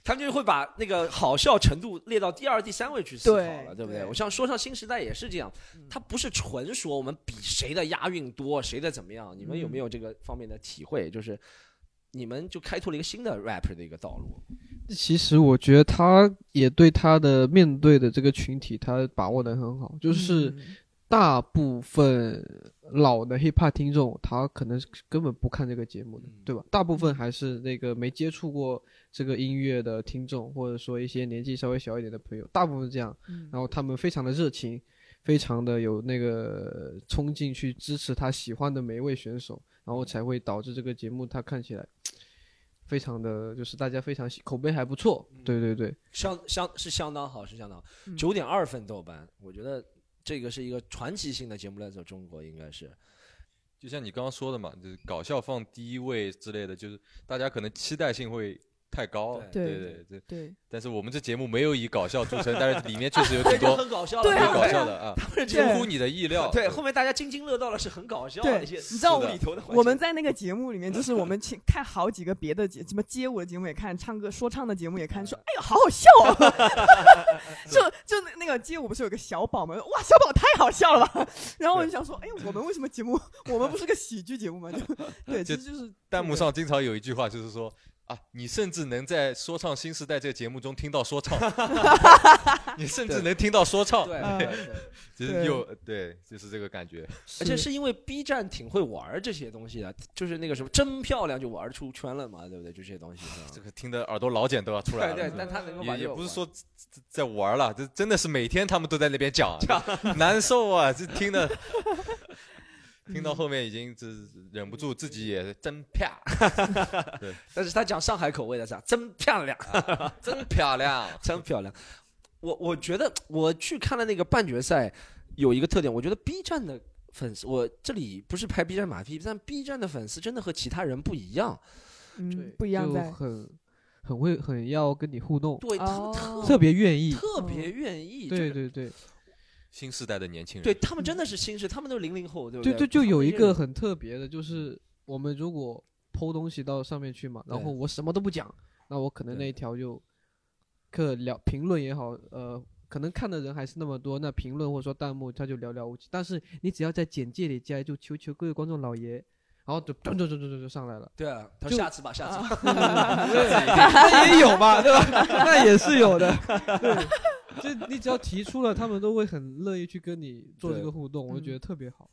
C: 他们就会把那个好笑程度列到第二、第三位去思考了，对
E: 对
C: 不对？嗯
E: 对
C: 我像说唱新时代也是这样，它不是纯说我们比谁的押韵多，谁的怎么样。你们有没有这个方面的体会？就是你们就开拓了一个新的 rap 的一个道路。
F: 其实我觉得他也对他的面对的这个群体，他把握的很好，就是
E: 嗯
F: 大部分老的 hiphop 听众，他可能是根本不看这个节目的，对吧？大部分还是那个没接触过这个音乐的听众，或者说一些年纪稍微小一点的朋友，大部分是这样。
E: 嗯
F: 然后他们非常的热情，非常的有那个冲劲去支持他喜欢的每一位选手，然后才会导致这个节目它看起来非常的就是大家非常喜口碑还不错。对对对，
C: 相相是相当好，是相当好，
E: 嗯
C: 九点二分豆瓣，我觉得这个是一个传奇性的节目来走中国，应该是
G: 就像你刚刚说的嘛，就是搞笑放第一位之类的，就是大家可能期待性会太高。
E: 对
G: 对对对。
E: 对，
G: 但是我们这节目没有以搞笑著称，但是里面确实有挺
C: 就
G: 多
C: 很搞笑了，
E: 对
G: 挺
E: 啊
G: 搞笑的啊，
C: 他们
E: 对
C: 这
G: 出乎你的意料。
C: 对后面大家津津乐道了，是很搞笑的
E: 对
C: 一些，你
E: 知道我
C: 里头的环节
E: 我们在那个节目里面，就是我们去看好几个别的节，什么街舞的节目也看，唱歌说唱的节目也看，
G: 嗯
E: 说哎呦好好笑啊！ 就就那那个街舞不是有个小宝吗？哇，小宝太好笑了吧！然后我就想说，哎，我们为什么节目我们不是个喜剧节目吗？就 对，其
G: 就
E: 实就是
G: 弹幕上经常有一句话，就是说啊，你甚至能在《说唱新时代》这个节目中听到说 唱，你甚至能听到说唱，
C: 对
E: 嗯
C: 对对对，
G: 就是又对，就是这个感觉。
C: 而且是因为 B 站挺会玩儿这些东西的，就是那个什么真漂亮就玩儿出圈了嘛，对不对？就这些东西是吧，
G: 啊这个听得耳朵老茧都要出来
C: 对
G: 了。
C: 对，但他能够把
G: 也也
C: 这个
G: 不是
C: 玩
G: 说在玩了，这真的是每天他们都在那边讲，啊难受啊！这听 的，听到后面已经这忍不住自己也真 啪，
C: 但是他讲上海口味的啥，真漂亮，
G: 真漂亮。
C: 真漂亮。我我觉得我去看了那个半决赛，有一个特点，我觉得 B 站的粉丝，我这里不是拍 B 站马屁，但 B 站的粉丝真的和其他人不一样，
E: 嗯不一样
F: 就
E: 在
F: 很很会很要跟你互动，
C: 对他们
E: 哦嗯
F: 特
C: 特
F: 别愿意。
C: 特别愿意，就
F: 对
C: 是
F: 对对
G: 新时代的年轻人，
C: 对，他们真的是新式，他们都是零零后，对不嗯
F: 对
C: 对
F: 对，就
C: 他们
F: 有一
C: 这种
F: 个很特别的，就是我们如果剖东西到上面去嘛，然
C: 对
F: 后我什么都不讲，那我可能
C: 对
F: 那一条就可聊评论也好，呃。可能看的人还是那么多，那评论或者说弹幕它就寥寥无几。但是你只要在简介里加一句“求求各位观众老爷”，然后就咚咚咚咚咚就上来了。
C: 对啊，他
F: 就
C: 说下次吧，下次吧。
F: 那也有吧，对吧？那也是有的。对，就你只要提出了，他们都会很乐意去跟你做这
C: 对
F: 个互动，我就觉
E: 嗯
F: 得特别好。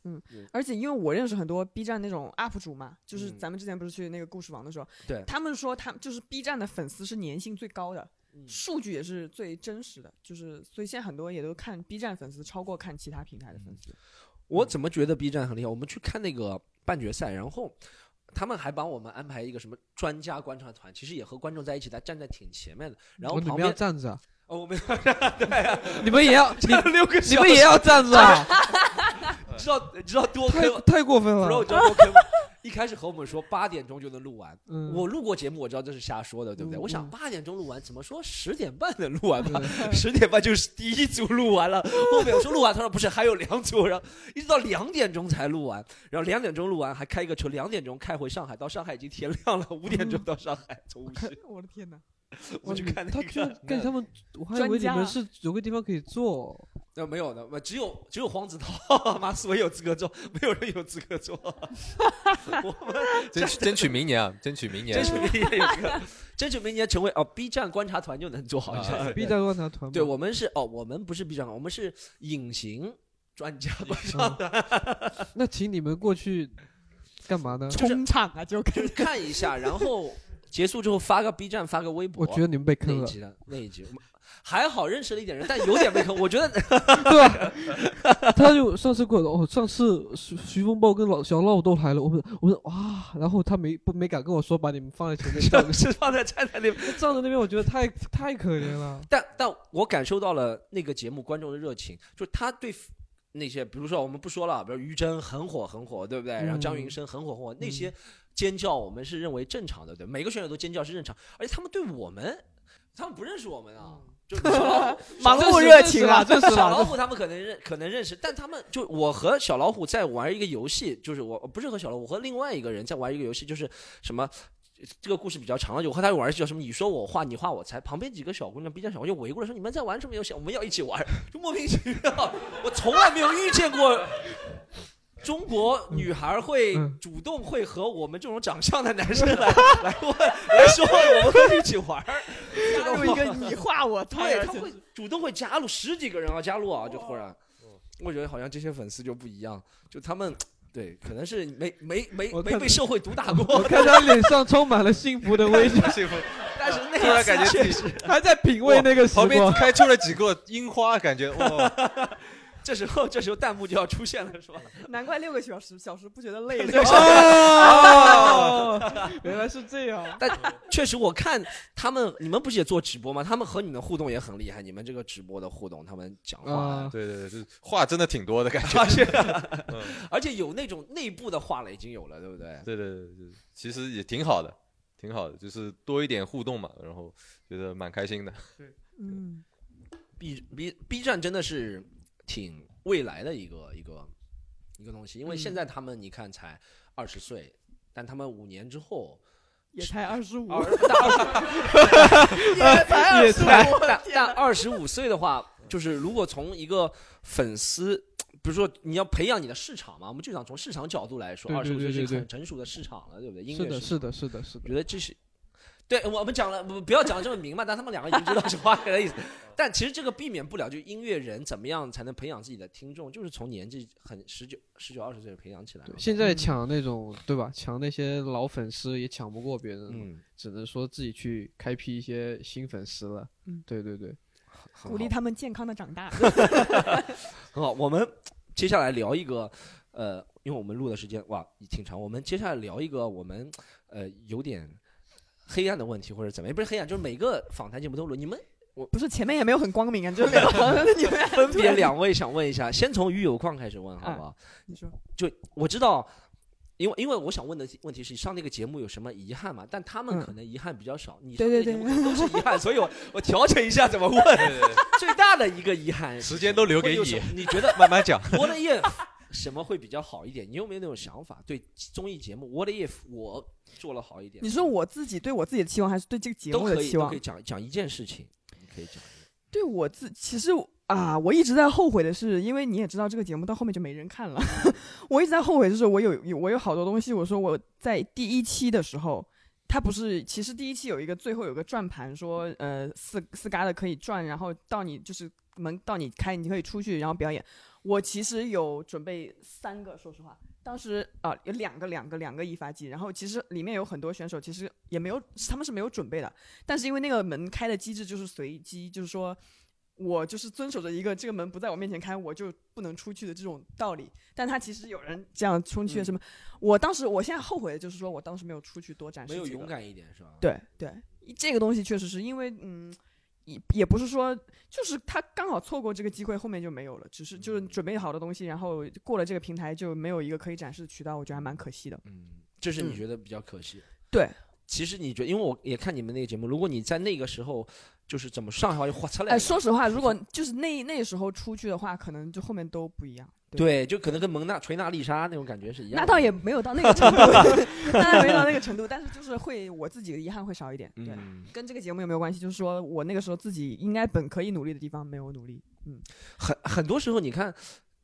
E: 而且因为我认识很多 B 站那种 UP 主嘛，就是
C: 嗯
E: 咱们之前不是去那个故事网的时候，
C: 对
E: 他们说他们就是 B 站的粉丝是粘性最高的，
C: 嗯
E: 数据也是最真实的，就是所以现在很多也都看 B 站粉丝超过看其他平台的粉丝。
C: 我怎么觉得 B 站很厉害？我们去看那个半决赛，然后他们还帮我们安排一个什么专家观察团，其实也和观众在一起，他站在挺前面的，然后
F: 哦你
C: 旁
F: 们要
C: 边
F: 站着啊，
C: 哦，我 们
F: 你们 也要，你
C: 啊六个
F: 你
C: 小
F: 们也要站着啊，
C: 知道知道多
F: 太
C: 坑吗
F: 太过分
C: ，bro
F: 了。
C: 知道多坑吗。 一开始和我们说八点钟就能录完，
F: 嗯，
C: 我录过节目，我知道这是瞎说的，对不对？
F: 嗯
C: 我想
F: 嗯
C: 八点钟录完，怎么说十点半能录完吧？
F: 对
C: 十点半就是第一组录完 了，后面我说录完，他说不是，还有两组，然后一直到两点钟才录完，然后两点钟录完还开一个车，两点钟开回上海，到上海已经天亮了，五点钟到上海，从无锡
E: 我的 天哪！
C: 我去看那
F: 嗯他居然
C: 个， 嗯
F: 跟他们，我还以为你
E: 专家
F: 们是有个地方可以坐。
C: 那呃没有的，我只有只有黄子韬，妈所有资格做，没有人有资格做，我们
G: 争取争取明年啊，争取明年
C: 争。取明年有一个，争取明年成为哦 B 站观察团就能做好一下
G: 啊
F: B 站观察团嘛，
C: 呃对我们是哦，我们不是 B 站，我们是隐形专家观察团。
F: 嗯那请你们 过去干嘛呢？
E: 冲场啊，就
C: 就
E: 跟
C: 是看一下，然后结束之后发个 B 站，发个微博。
F: 我觉得你们被
C: 那
F: 坑
C: 一
F: 了，
C: 集的那一集，我们还好认识了一点人，但有点被坑。我觉 得
F: 对吧？ 他就上次过来，哦，上次徐徐风暴跟老小闹都来了，我们我说哇，然后他没不没敢跟我说把你们放在前面站着，
C: 是放在站在那边，
F: 站在那边我觉得太太可怜 了。
C: 但但我感受到了那个节目观众的热情，就他对。那些，比如说我们不说了，比如于真很火很火，对不对？然后张
F: 嗯
C: 云生很火很火，那些尖叫我们是认为正常的，对，每个选手都尖叫是正常，而且他们对我们，他们不认识我们啊，
F: 嗯
C: 就小老 虎
E: 忙
F: 这
E: 碌
F: 是
E: 热
F: 这是
E: 情
F: 啦
E: 啊，
F: 这是
C: 小
F: 啦
C: 老虎他们可能认可能认识，但他们就我和小老虎在玩一个游戏，就是我不是和小老虎，我和另外一个人在玩一个游戏，就是什么。这个故事比较长了，我和他玩儿叫什么？你说我话，你话我猜。旁边几个小姑娘、B 站小姑娘围过来说：“你们在玩什么游戏？我们要一起玩。” 就莫名其妙，我从来没有遇见过中国女孩会
F: 嗯
C: 主动会和我们这种长相的男生来来问来说我们会一起玩儿，
E: 加入一个你画我猜
C: 对，
E: 而
C: 他
E: 且
C: 会主动会加入十几个人啊，加入啊，就突然，我觉得好像这些粉丝就不一样，就他们对，可能是没没没
F: 我
C: 没
F: 看
C: 被社会毒打
F: 我
C: 过，
F: 看他脸上充满了幸福的微笑，
G: 幸福，
C: 但是
G: 突
C: 那
G: 然
C: 一次
G: 感觉自
C: 确
G: 己
C: 实
F: 还在品味那个时
G: 旁边
F: 光。
G: 开出了几个樱花，感觉哇，
C: 这时候这时候弹幕就要出现了，是吧？
E: 难怪六个小时小时不觉得累了。
F: 哦，原来是这样。
C: 确实，我看他们，你们不是也做直播吗？他们和你们互动也很厉害，你们这个直播的互动，他们讲话，
F: 啊，
G: 对对对，就是话真的挺多的感觉。
C: 啊是，而且有那种内部的话了，已经有了，对不对？
G: 对对对，就是其实也挺好的，挺好的，就是多一点互动嘛，然后觉得蛮开心的。
E: 嗯，
C: B B B 站真的是挺未来的一个一个一个东西，因为
E: 嗯
C: 现在他们你看才二十岁，但他们五年之后，
E: 也才二十五，
C: 二大
E: 也
C: 二
E: 才二十
C: 十
E: 五，
C: 但
E: 天
C: 但
E: 哪
C: 二十五岁的话，就是如果从一个粉丝，比如说你要培养你的市场嘛，我们就想从市场角度来说，
F: 对
C: 二十
F: 对
C: 五岁
F: 对
C: 是一个
F: 对
C: 很成熟的市场了，对不对？音
F: 是
C: 乐
F: 的，
C: 市场
F: 是的，是的，是
C: 我
F: 的。
C: 觉得这是，对我们讲了，不不要讲得这么明白，但他们两个已经知道是花钱的意思。 但其实这个避免不了，就音乐人怎么样才能培养自己的听众，就是从年纪很十九、十九、二十岁培养起来嘛
F: 对。现在
E: 嗯
F: 抢那种对吧？抢那些老粉丝也抢不过别人，
C: 嗯，
F: 只能说自己去开辟一些新粉丝了。
E: 嗯
F: 对对对，
C: 很
E: 鼓励
C: 好
E: 他们健康的长大。
C: 很好，我们接下来聊一个，呃，因为我们录的时间哇挺长，我们接下来聊一个我们呃有点黑暗的问题或者怎么样，也不是黑暗，就是每个访谈节目都录，你们
E: 不是前面也没有很光明啊，就是两 个你们
C: 分别两位想问一下，先从鱼有矿开始问好不好？
E: 啊你说
C: 就我知道，因为因为我想问的问题是上那个节目有什么遗憾嘛？但他们
E: 嗯
C: 可能遗憾比较少，你
E: 对
C: 上那个
E: 对
C: 节目
E: 对
C: 可能都是遗憾，所以我我调整一下怎么 问。
G: 对对对，
C: 最大的一个遗憾，
G: 时间都留给
C: 会有
G: 你
C: 什么，你觉得
G: 慢慢讲。
C: What if 什么会比较好一点？你有没有那种想法？对综艺节目 What if 我做了好一点？
E: 你说我自己对我自己的期望，还是对这个节
C: 都
E: 目
C: 可
E: 的
C: 以
E: 期
C: 都
E: 望
C: 可以？讲讲一件事情，你可以讲一个。
E: 对我自其实啊，我一直在后悔的是，因为你也知道这个节目到后面就没人看了， 我一直在后悔，就是我有有我有好多东西，我说我在第一期的时候。它不是，其实第一期有一个最后有个转盘说，呃，四四嘎的可以转，然后到你就是门到你开，你可以出去然后表演。我其实有准备三个，说实话，当时啊、有两个两个两个一发技，然后其实里面有很多选手其实也没有，他们是没有准备的，但是因为那个门开的机制就是随机，就是说我就是遵守着一个这个门不在我面前开，我就不能出去的这种道理。但他其实有人这样冲
C: 嗯
E: 去什么，我当时我现在后悔的就是说我当时没有出去多展示、
C: 没
E: 这
C: 有
E: 个，
C: 勇敢一点是吧？
E: 对对，这个东西确实是因为嗯。也也不是说，就是他刚好错过这个机会，后面就没有了。只是就是准备好的东西，然后过了这个平台就没有一个可以展示的渠道，我觉得还蛮可惜的。
G: 嗯，
C: 这是你
E: 嗯
C: 觉得比较可惜。
E: 对，
C: 其实你觉得，因为我也看你们那个节目，如果你在那个时候就是怎么上海话就哗出来了，
E: 哎，说实话，如果 就是那那时候出去的话，可能就后面都不一样。
C: 对，就可能跟蒙娜锤娜丽莎那种感觉是一样的。
E: 那倒也没有到那个 程度，那倒没有到那个程度，但是就是会我自己的遗憾会少一点，对，
C: 嗯，
E: 跟这个节目有没有关系？就是说我那个时候自己应该本可以努力的地方没有努力，
C: 很很多时候你看，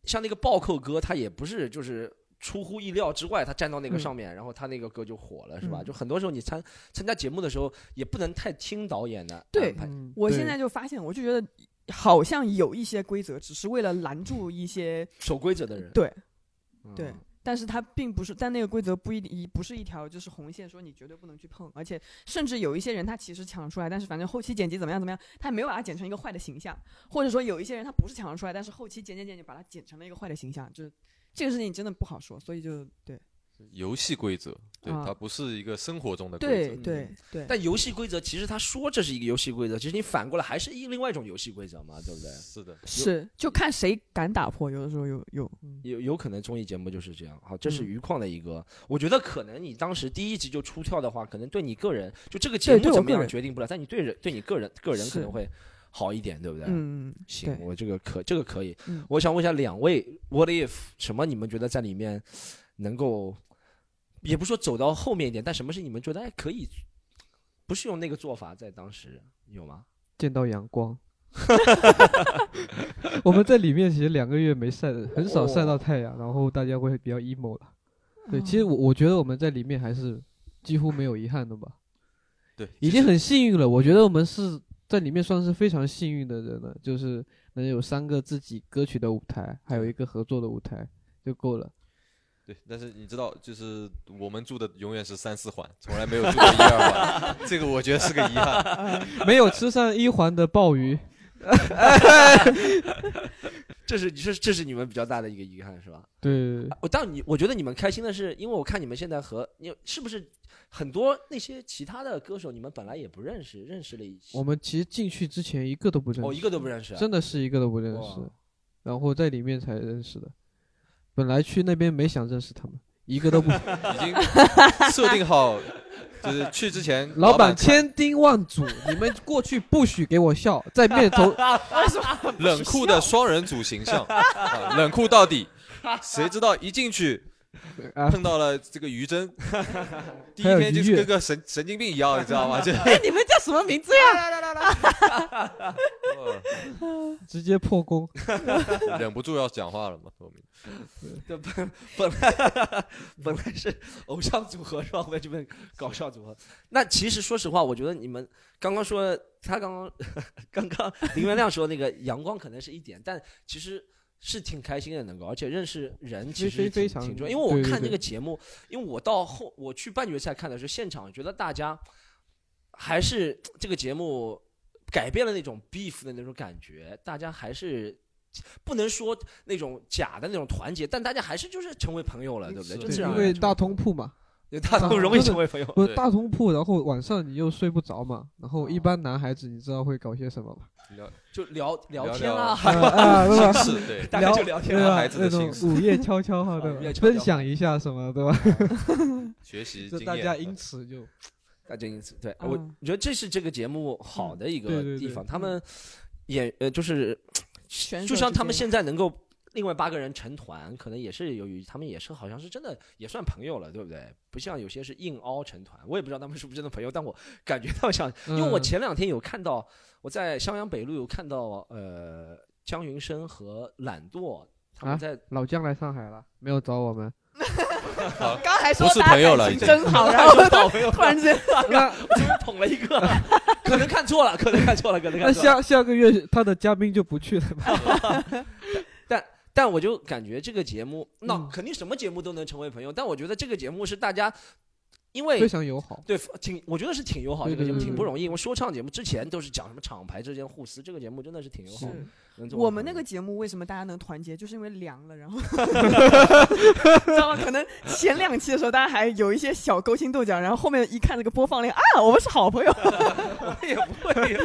C: 像那个暴扣哥，他也不是就是。出乎意料之外，他站到那个上面，然后他那个歌就火了，是吧？
E: 嗯
C: 就很多时候你参参加节目的时候，也不能太听导演的
E: 对
C: 安排
F: 嗯
E: 我
F: 对
E: 现在就发现，我就觉得好像有一些规则，只是为了拦住一些，
C: 守规则的人。
E: 对
C: 嗯
E: 对但是它并不是，但那个规则不一一不是一条就是红线，说你绝对不能去碰，而且甚至有一些人他其实抢出来，但是反正后期剪辑怎么样怎么样，他没有把它剪成一个坏的形象，或者说有一些人他不是抢出来，但是后期剪剪剪就把它剪成了一个坏的形象，就是这个事情真的不好说，所以就对
G: 游戏规则，对，
E: 啊
G: 它不是一个生活中的规
E: 对
G: 则。
E: 对对，
C: 但游戏规则其实他说这是一个游戏规则，其实你反过来还是一另外一种游戏规则嘛，对不对？
G: 是的，
E: 是就看谁敢打破，有的时候有有
C: 有有可能综艺节目就是这样。好，这是
E: 嗯
C: 余况的一个，我觉得可能你当时第一集就出跳的话，可能对你个人就这个节
E: 对
C: 目
E: 对我
C: 怎么
E: 个
C: 样
E: 人
C: 决定不了，但你对人对你个人个人可
E: 是
C: 能会好一点，对不对？啊
E: 嗯
C: 行，
E: 对
C: 我这个可这个可以。
E: 嗯
C: 我想问一下两位，What if 什么你们觉得在里面能够，也不说走到后面一点，但什么是你们觉得哎可以，不是用那个做法在当时有吗？
F: 见到 阳光。 我们在里面其实两个月没晒，很少晒到太阳，然后大家会比较 emo 了。对，其实
E: 哦
F: 我我觉得我们在里面还是几乎没有遗憾的吧，
G: 对，
F: 已经很幸运了。我觉得我们是在里面算是非常幸运的人了，就是能有三个自己歌曲的舞台，还有一个合作的舞台就够 了。
G: 对，但是你知道，就是我们住的永远是三四环，从来没有住过一二环，这个我觉得是个遗憾。
F: 没有吃上一环的鲍鱼，
C: 这是这是这是你们比较大的一个遗憾是吧？
F: 对，
C: 我但你我觉得你们开心的是，因为我看你们现在和你是不是很多那些其他的歌手，你们本来也不认识，认识了一些
F: 我们其实进去之前一个都不认识，
C: 哦，一个都不认识啊，
F: 真的是一个都不认识
C: 哇，
F: 然后在里面才认识的。本来去那边没想认识他们，一个都 不。
G: 已经设定好，就是去之前
F: 老板
G: 板
F: 千叮 万嘱，你们过去不许给我笑，在面头
G: 冷酷的双人组形象，啊冷酷到底。谁知道一进去
F: 啊，
G: 碰到了这个于真，第一
F: 还有
G: 天就
F: 于
G: 是
F: 越
G: 跟个神神经病一样，你知道吗？就
E: 哎，你们叫什么名字呀？
F: 直接破功。
G: 哦忍不住要讲话了嘛，说明
C: 对本本来本来是偶像组合是吧？后面就变搞笑组合。那其实说实话，我觉得你们刚刚说他刚 刚刚刚林元亮说那个阳光可能是一点，但其实是挺开心的，能够而且认识人其实
F: 非非
C: 挺
F: 常
C: 挺重要。因为我
F: 对对
C: 看
F: 对
C: 那个节目，因为我到后我去半决赛看的时候，现场觉得大家还是这个节目改变了那种 beef 的那种感觉，大家还是不能说那种假的那种团结，但大家还是就是成为朋友了，对不对？就
F: 对，
C: 自然
F: 因
C: 而然
F: 为
C: 成
F: 大
C: 为
F: 通铺嘛，
C: 对大
F: 大
C: 同容易
F: 真的
C: 成为朋友。
F: 不是
G: 对
F: 大通铺，然后晚上你又睡不着嘛，然后
C: 哦
F: 一般男孩子你知道会搞些什么 吗？
G: 聊
C: 就聊聊
G: 聊
C: 天
G: 聊
C: 啊，
F: 啊啊，对吧？
G: 心事对。
C: 大概就聊天
F: 对
C: 啊。
F: 吧
G: 孩？子的
F: 那种
G: 心思
F: 午夜悄悄 话，对
C: 啊午夜
F: 吧？
C: 悄悄话
F: 分享一下什么，对吧？
G: 学习
F: 就
G: 经
F: 大
G: 验
F: 家因此就
C: 大家因此对、
E: 嗯
C: 我觉得这是这个节目好的一个
F: 嗯对对对
C: 地方，他们演呃就是
E: 选
C: 就
E: 手
C: 像
E: 之
C: 他们
E: 间
C: 现在能够另外八个人成团，可能也是由于他们也是好像是真的也算朋友了，对不对？不像有些是硬凹成团，我也不知道他们是不是真的朋友，但我感觉到像，因为我
F: 嗯
C: 前两天有看到我在襄阳北路有看到呃江云生和懒惰他们
F: 啊
C: 在、
F: 老姜来上海了，没有找我们。
E: 刚还说
G: 不是
E: 大家
G: 朋友
E: 感
G: 了
E: 情
G: 已经
E: 真好，
C: 哎
E: 然后突然之间
F: 那
C: 捧了一个，可能看错了，可能看错了，可能
F: 那
C: 看错了。
F: 下下个月他的嘉宾就不去了吧？
C: 哎但我就感觉这个节目，那
F: 嗯
C: 肯定什么节目都能成为朋友，但我觉得这个节目是大家因为
F: 非常友好。
C: 对，挺我觉得是挺友好，
F: 对
C: 这个
F: 对
C: 节目
F: 对
C: 挺
F: 对
C: 不容易。因为说唱节目之前都是讲什么厂牌之间互撕，这个节目真的是挺友好的。能做
E: 我们
C: 朋
E: 那
C: 友
E: 个节目为什么大家能团结，就是因为凉了，然后知道吗？可能前两期的时候大家还有一些小勾心斗角，然后后面一看这个播放量啊，我们是好朋友，
C: 也不会。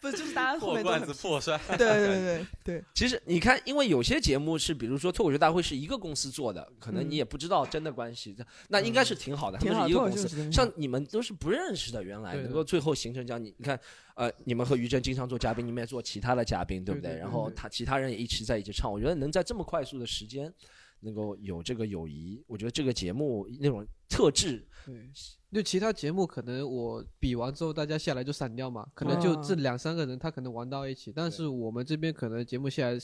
E: 不是就是大家后
G: 破
E: 面都很
G: 罐子破摔，
E: 对对对对
C: 其实你看，因为有些节目是，比如说脱口秀大会是一个公司做的，可能
E: 嗯
C: 你也不知道真的关系，那应该是挺好的，
E: 对，
C: 他
E: 挺
C: 们
E: 好
C: 是一个公
E: 的。脱
C: 司。
E: 口秀嗯是真的
C: 像你们都是不认识的，原来
F: 对
C: 能
F: 的
C: 够最后形成这样，你你看，呃，你们和于真经常做嘉宾，你们也做其他的嘉宾，对不
F: 对对对
C: 然后
F: 对
C: 他其他人也一起在一起唱，我觉得能在这么快速的时间，能够有这个友谊，我觉得这个节目那种特质，
F: 对，就其他节目可能我比完之后大家下来就散掉嘛，可能就这两三个人他可能玩到一起，但是我们这边可能节目下来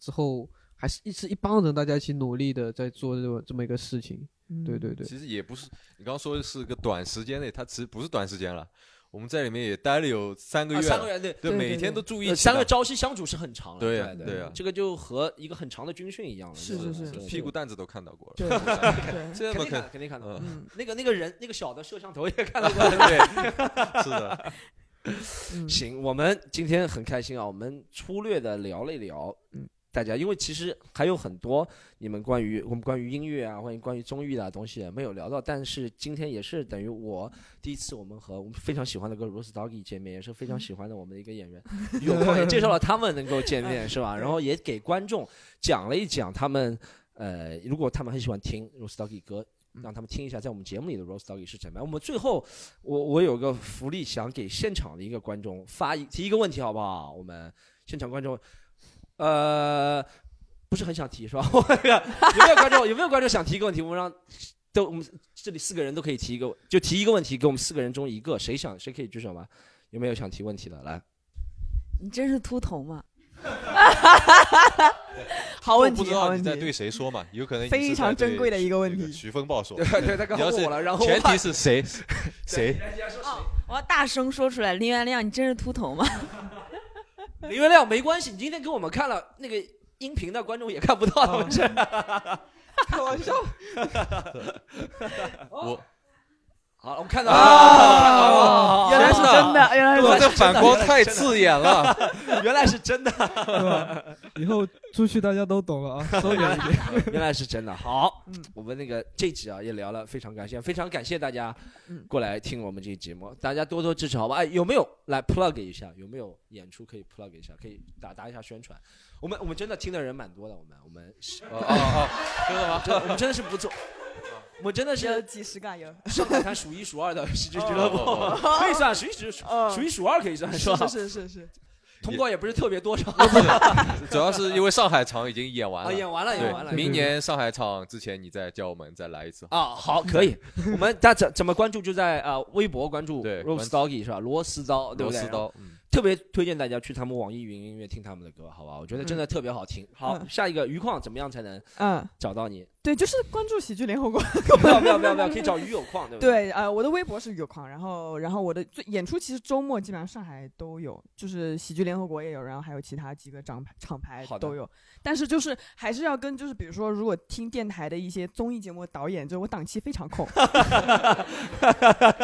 F: 之后还是一是一帮人大家一起努力的在做这么这么一个事情。对对对，
G: 其实也不是你刚刚说的是个短时间内，它其实不是短时间了，我们在里面也待了有三个
C: 啊
G: 月
C: 三个
G: 了，
C: 人对。
G: 对，
E: 对
G: 每
E: 对
G: 天
E: 对
G: 都注意
C: 呃
G: 起
C: 三
G: 来
C: 个朝夕相处是很长的，
G: 对
C: 呀
G: 呀、
C: 对
G: 对呀
C: 这个就和一个很长的军训一样了，
E: 是
C: 对吧
E: 是是
C: 对
G: 屁股蛋子都看到过
E: 对
G: 了，
E: 对，
G: 这
C: 肯
G: 么
C: 定看，肯定看到。
G: 嗯，
E: 嗯
C: 那个那个人，那个小的摄像头也看到过，
G: 对，是的，
E: 嗯，
C: 行，我们今天很开心啊，我们粗略的聊了一聊，嗯
E: 嗯，
C: 大家，因为其实还有很多你们关于我们关于音乐啊，关于关于综艺的东西没有聊到，但是今天也是等于我第一次我们和我们非常喜欢的歌手 Rose Doggy 见面，也是非常喜欢的我们的一个 演员，有空也介绍了他们能够见面 是吧？然后也给观众讲了一讲他们，呃，如果他们很喜欢听 Rose Doggy 歌。让他们听一下，在我们节目里的 Rose Doggy 是怎么样。我们最后我我有个福利，想给现场的一个观众发一提一个问题，好不好？我们现场观众，呃，不是很想提是吧？ 我有没有观众有没有观众想提一个问题？我们让都我们这里四个人都可以提一个，就提一个问题给我们四个人中一个，谁想谁可以举手吗？有没有想提问题的？来，
H: 你真是秃头嘛？
E: 好问
G: 不知
E: 题，好
G: 道
E: 问
G: 你在对
E: 题，
G: 谁说嘛，有可能你
E: 非
G: 是
E: 常
G: 在对
E: 珍贵的一个问
G: 这
E: 题
G: 徐风暴说，
C: 对他刚
G: 你要
C: 问
G: 是
C: 我了，然后我
G: 前
C: 怕
G: 提是 谁谁
H: 哦我要大声说出来，林元亮，你真是秃头吗？
C: 林元亮没关系，你今天给我们看了那个音频的观众也看不到他们是。
E: 哦
F: 开玩笑，
G: 我
C: 好了，我看到
G: 啊
C: 了，
E: 原来是真的，原来是
C: 对
G: 哇，
E: 真
G: 这
E: 的啊
G: 反光太刺眼了。
C: 原来是真的，
F: 对吧？以后出去大家都懂了啊，收敛一点。
C: 原来是真的。 好
E: 嗯，
C: 我们那个这集啊也聊了，非常感谢，非常感谢大家
E: 嗯
C: 过来听我们这期节目，大家多多支持，好吧？哎，有没有来 plug 一下？有没有演出可以 plug 一下？可以打打一下宣传。我们我们真的听的人蛮多的，我们我们是
G: 哦哦，真的吗？
C: 真的我们真的是不错，我真的
E: 有
C: 是
E: 几十个有，
C: 上海滩数一数二的喜剧俱乐部，
G: 哦
C: 可以算数一数
E: 哦
C: 数一数二，可以算是
E: 是
C: 吧？
E: 是是是，
C: 通告也不是特别多少，
G: 主要是因为上海场已经演完
C: 啊，
E: 哦
G: 了。
C: 演完了，演完了
G: 对，。明年上海场之前，你再叫我们再来一次。
C: 啊，好，可以。
B: 嗯
C: 我们大家怎怎么关注？就在啊、呃微博关注
G: 对
C: r o
G: 关
C: s t o g g y 是吧？螺丝刀，对
G: 螺
C: 不对？
G: 丝
C: 然后
G: 刀，嗯
C: 特别推荐大家去他们网易云音乐听他们的歌，好吧？我觉得真的特别好听。好，
E: 嗯
C: 下一个余矿怎么样才能
E: 嗯，
C: 找 到你？
E: 对，就是关注喜剧联合国。
C: 不要不要不要不要，可以找余有矿，对不对？
E: 对，呃，我的微博是有狂，然后然后我的最演出其实周末基本上上海都有，就是喜剧联合国也有，然后还有其他几个厂牌厂牌
C: 好的
E: 都有，但是就是还是要跟就是比如说如果听电台的一些综艺节目的导演，就我档期非常 空，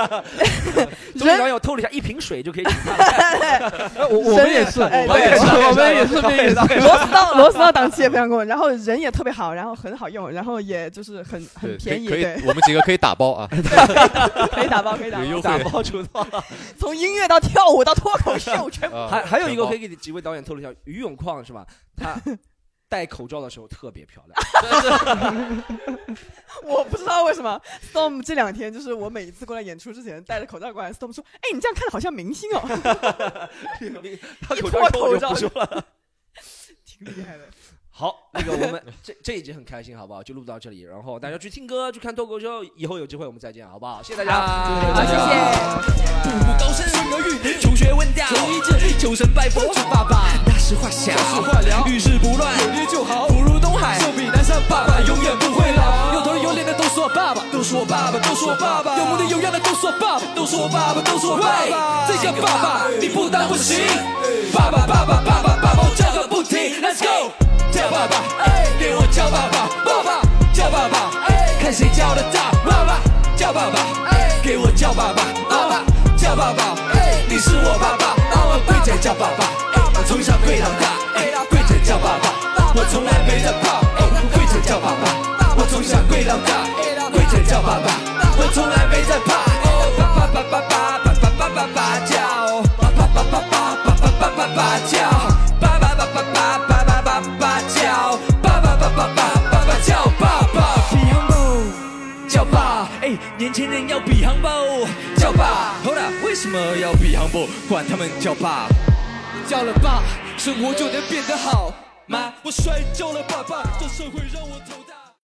C: 中央有透了一下，一瓶水就可以请他了。
F: 我我们 也是，我
E: 哎
F: 们也是，我们也是，我们也是。
E: 螺丝刀螺丝刀档期也非常空，然后人也特别好，然后很好用，然后也就是很很
G: 对，
E: 便宜，
G: 可以
E: 对
G: 可，以，我们几个可以打包啊，
E: 可以打包可以 打
G: 有
E: 包，
G: 优
C: 打
G: 惠。
C: 包出道，
E: 从音乐到跳舞到脱口秀全部。
G: 啊
C: 还还有一个
G: 全包
C: 可以给几位导演透露一下，于永矿是吧？ 他戴口罩的时候特别漂亮，
E: 我不知道为什么 Storm 这两天就是我每一次过来演出之前戴着口罩过来，Storm 说：“哎，你这样看的好像明星哦，
C: 他
B: 哎
E: 一
C: 口
E: 脱
C: 罩脱
E: 口
C: 我就
E: 罩
C: 不说了。
E: 挺厉害的。
C: 好，那个我 们这这一集很开心，好不好？就录到这里，然后大家去听歌，去看脱口秀，以后有机会我们再见，好不好？谢谢大家，
H: 好，谢谢。
B: 步步高升，生儿育女，求学问道，求医治，求神拜佛，求爸爸，大事化小，小事化了，遇事不乱，有力就好，福如东海，寿比南山，爸爸永远不会老。有头有脸的都说爸爸，都说爸爸，都说爸爸，有模有样的都说爸爸，都说爸爸，都说爸爸，这叫爸爸，你不当不行。爸爸爸爸爸爸爸爸，我叫个不停，Let's go，叫爸爸，给我叫爸爸，爸爸叫爸爸，看谁叫的大，爸爸叫爸爸，给我叫爸爸，爸爸。叫爸爸，你是我爸爸，让我跪着叫爸爸，我从小跪到大，跪着叫爸爸，我从来没在怕，哎跪着叫爸爸，我从小跪到大，跪着叫爸爸，我从来没在怕，哎爸爸爸爸爸爸爸爸爸爸叫，爸爸爸爸爸爸爸爸爸叫，爸爸爸爸爸爸爸爸爸叫，爸爸爸爸爸爸爸叫爸爸。叫爸，哎，年轻人要比 humble，叫爸。好了，为什么要比 humble？管他们叫爸，叫了爸，生活就能变得好。妈，我摔跤了爸爸，这社会让我头。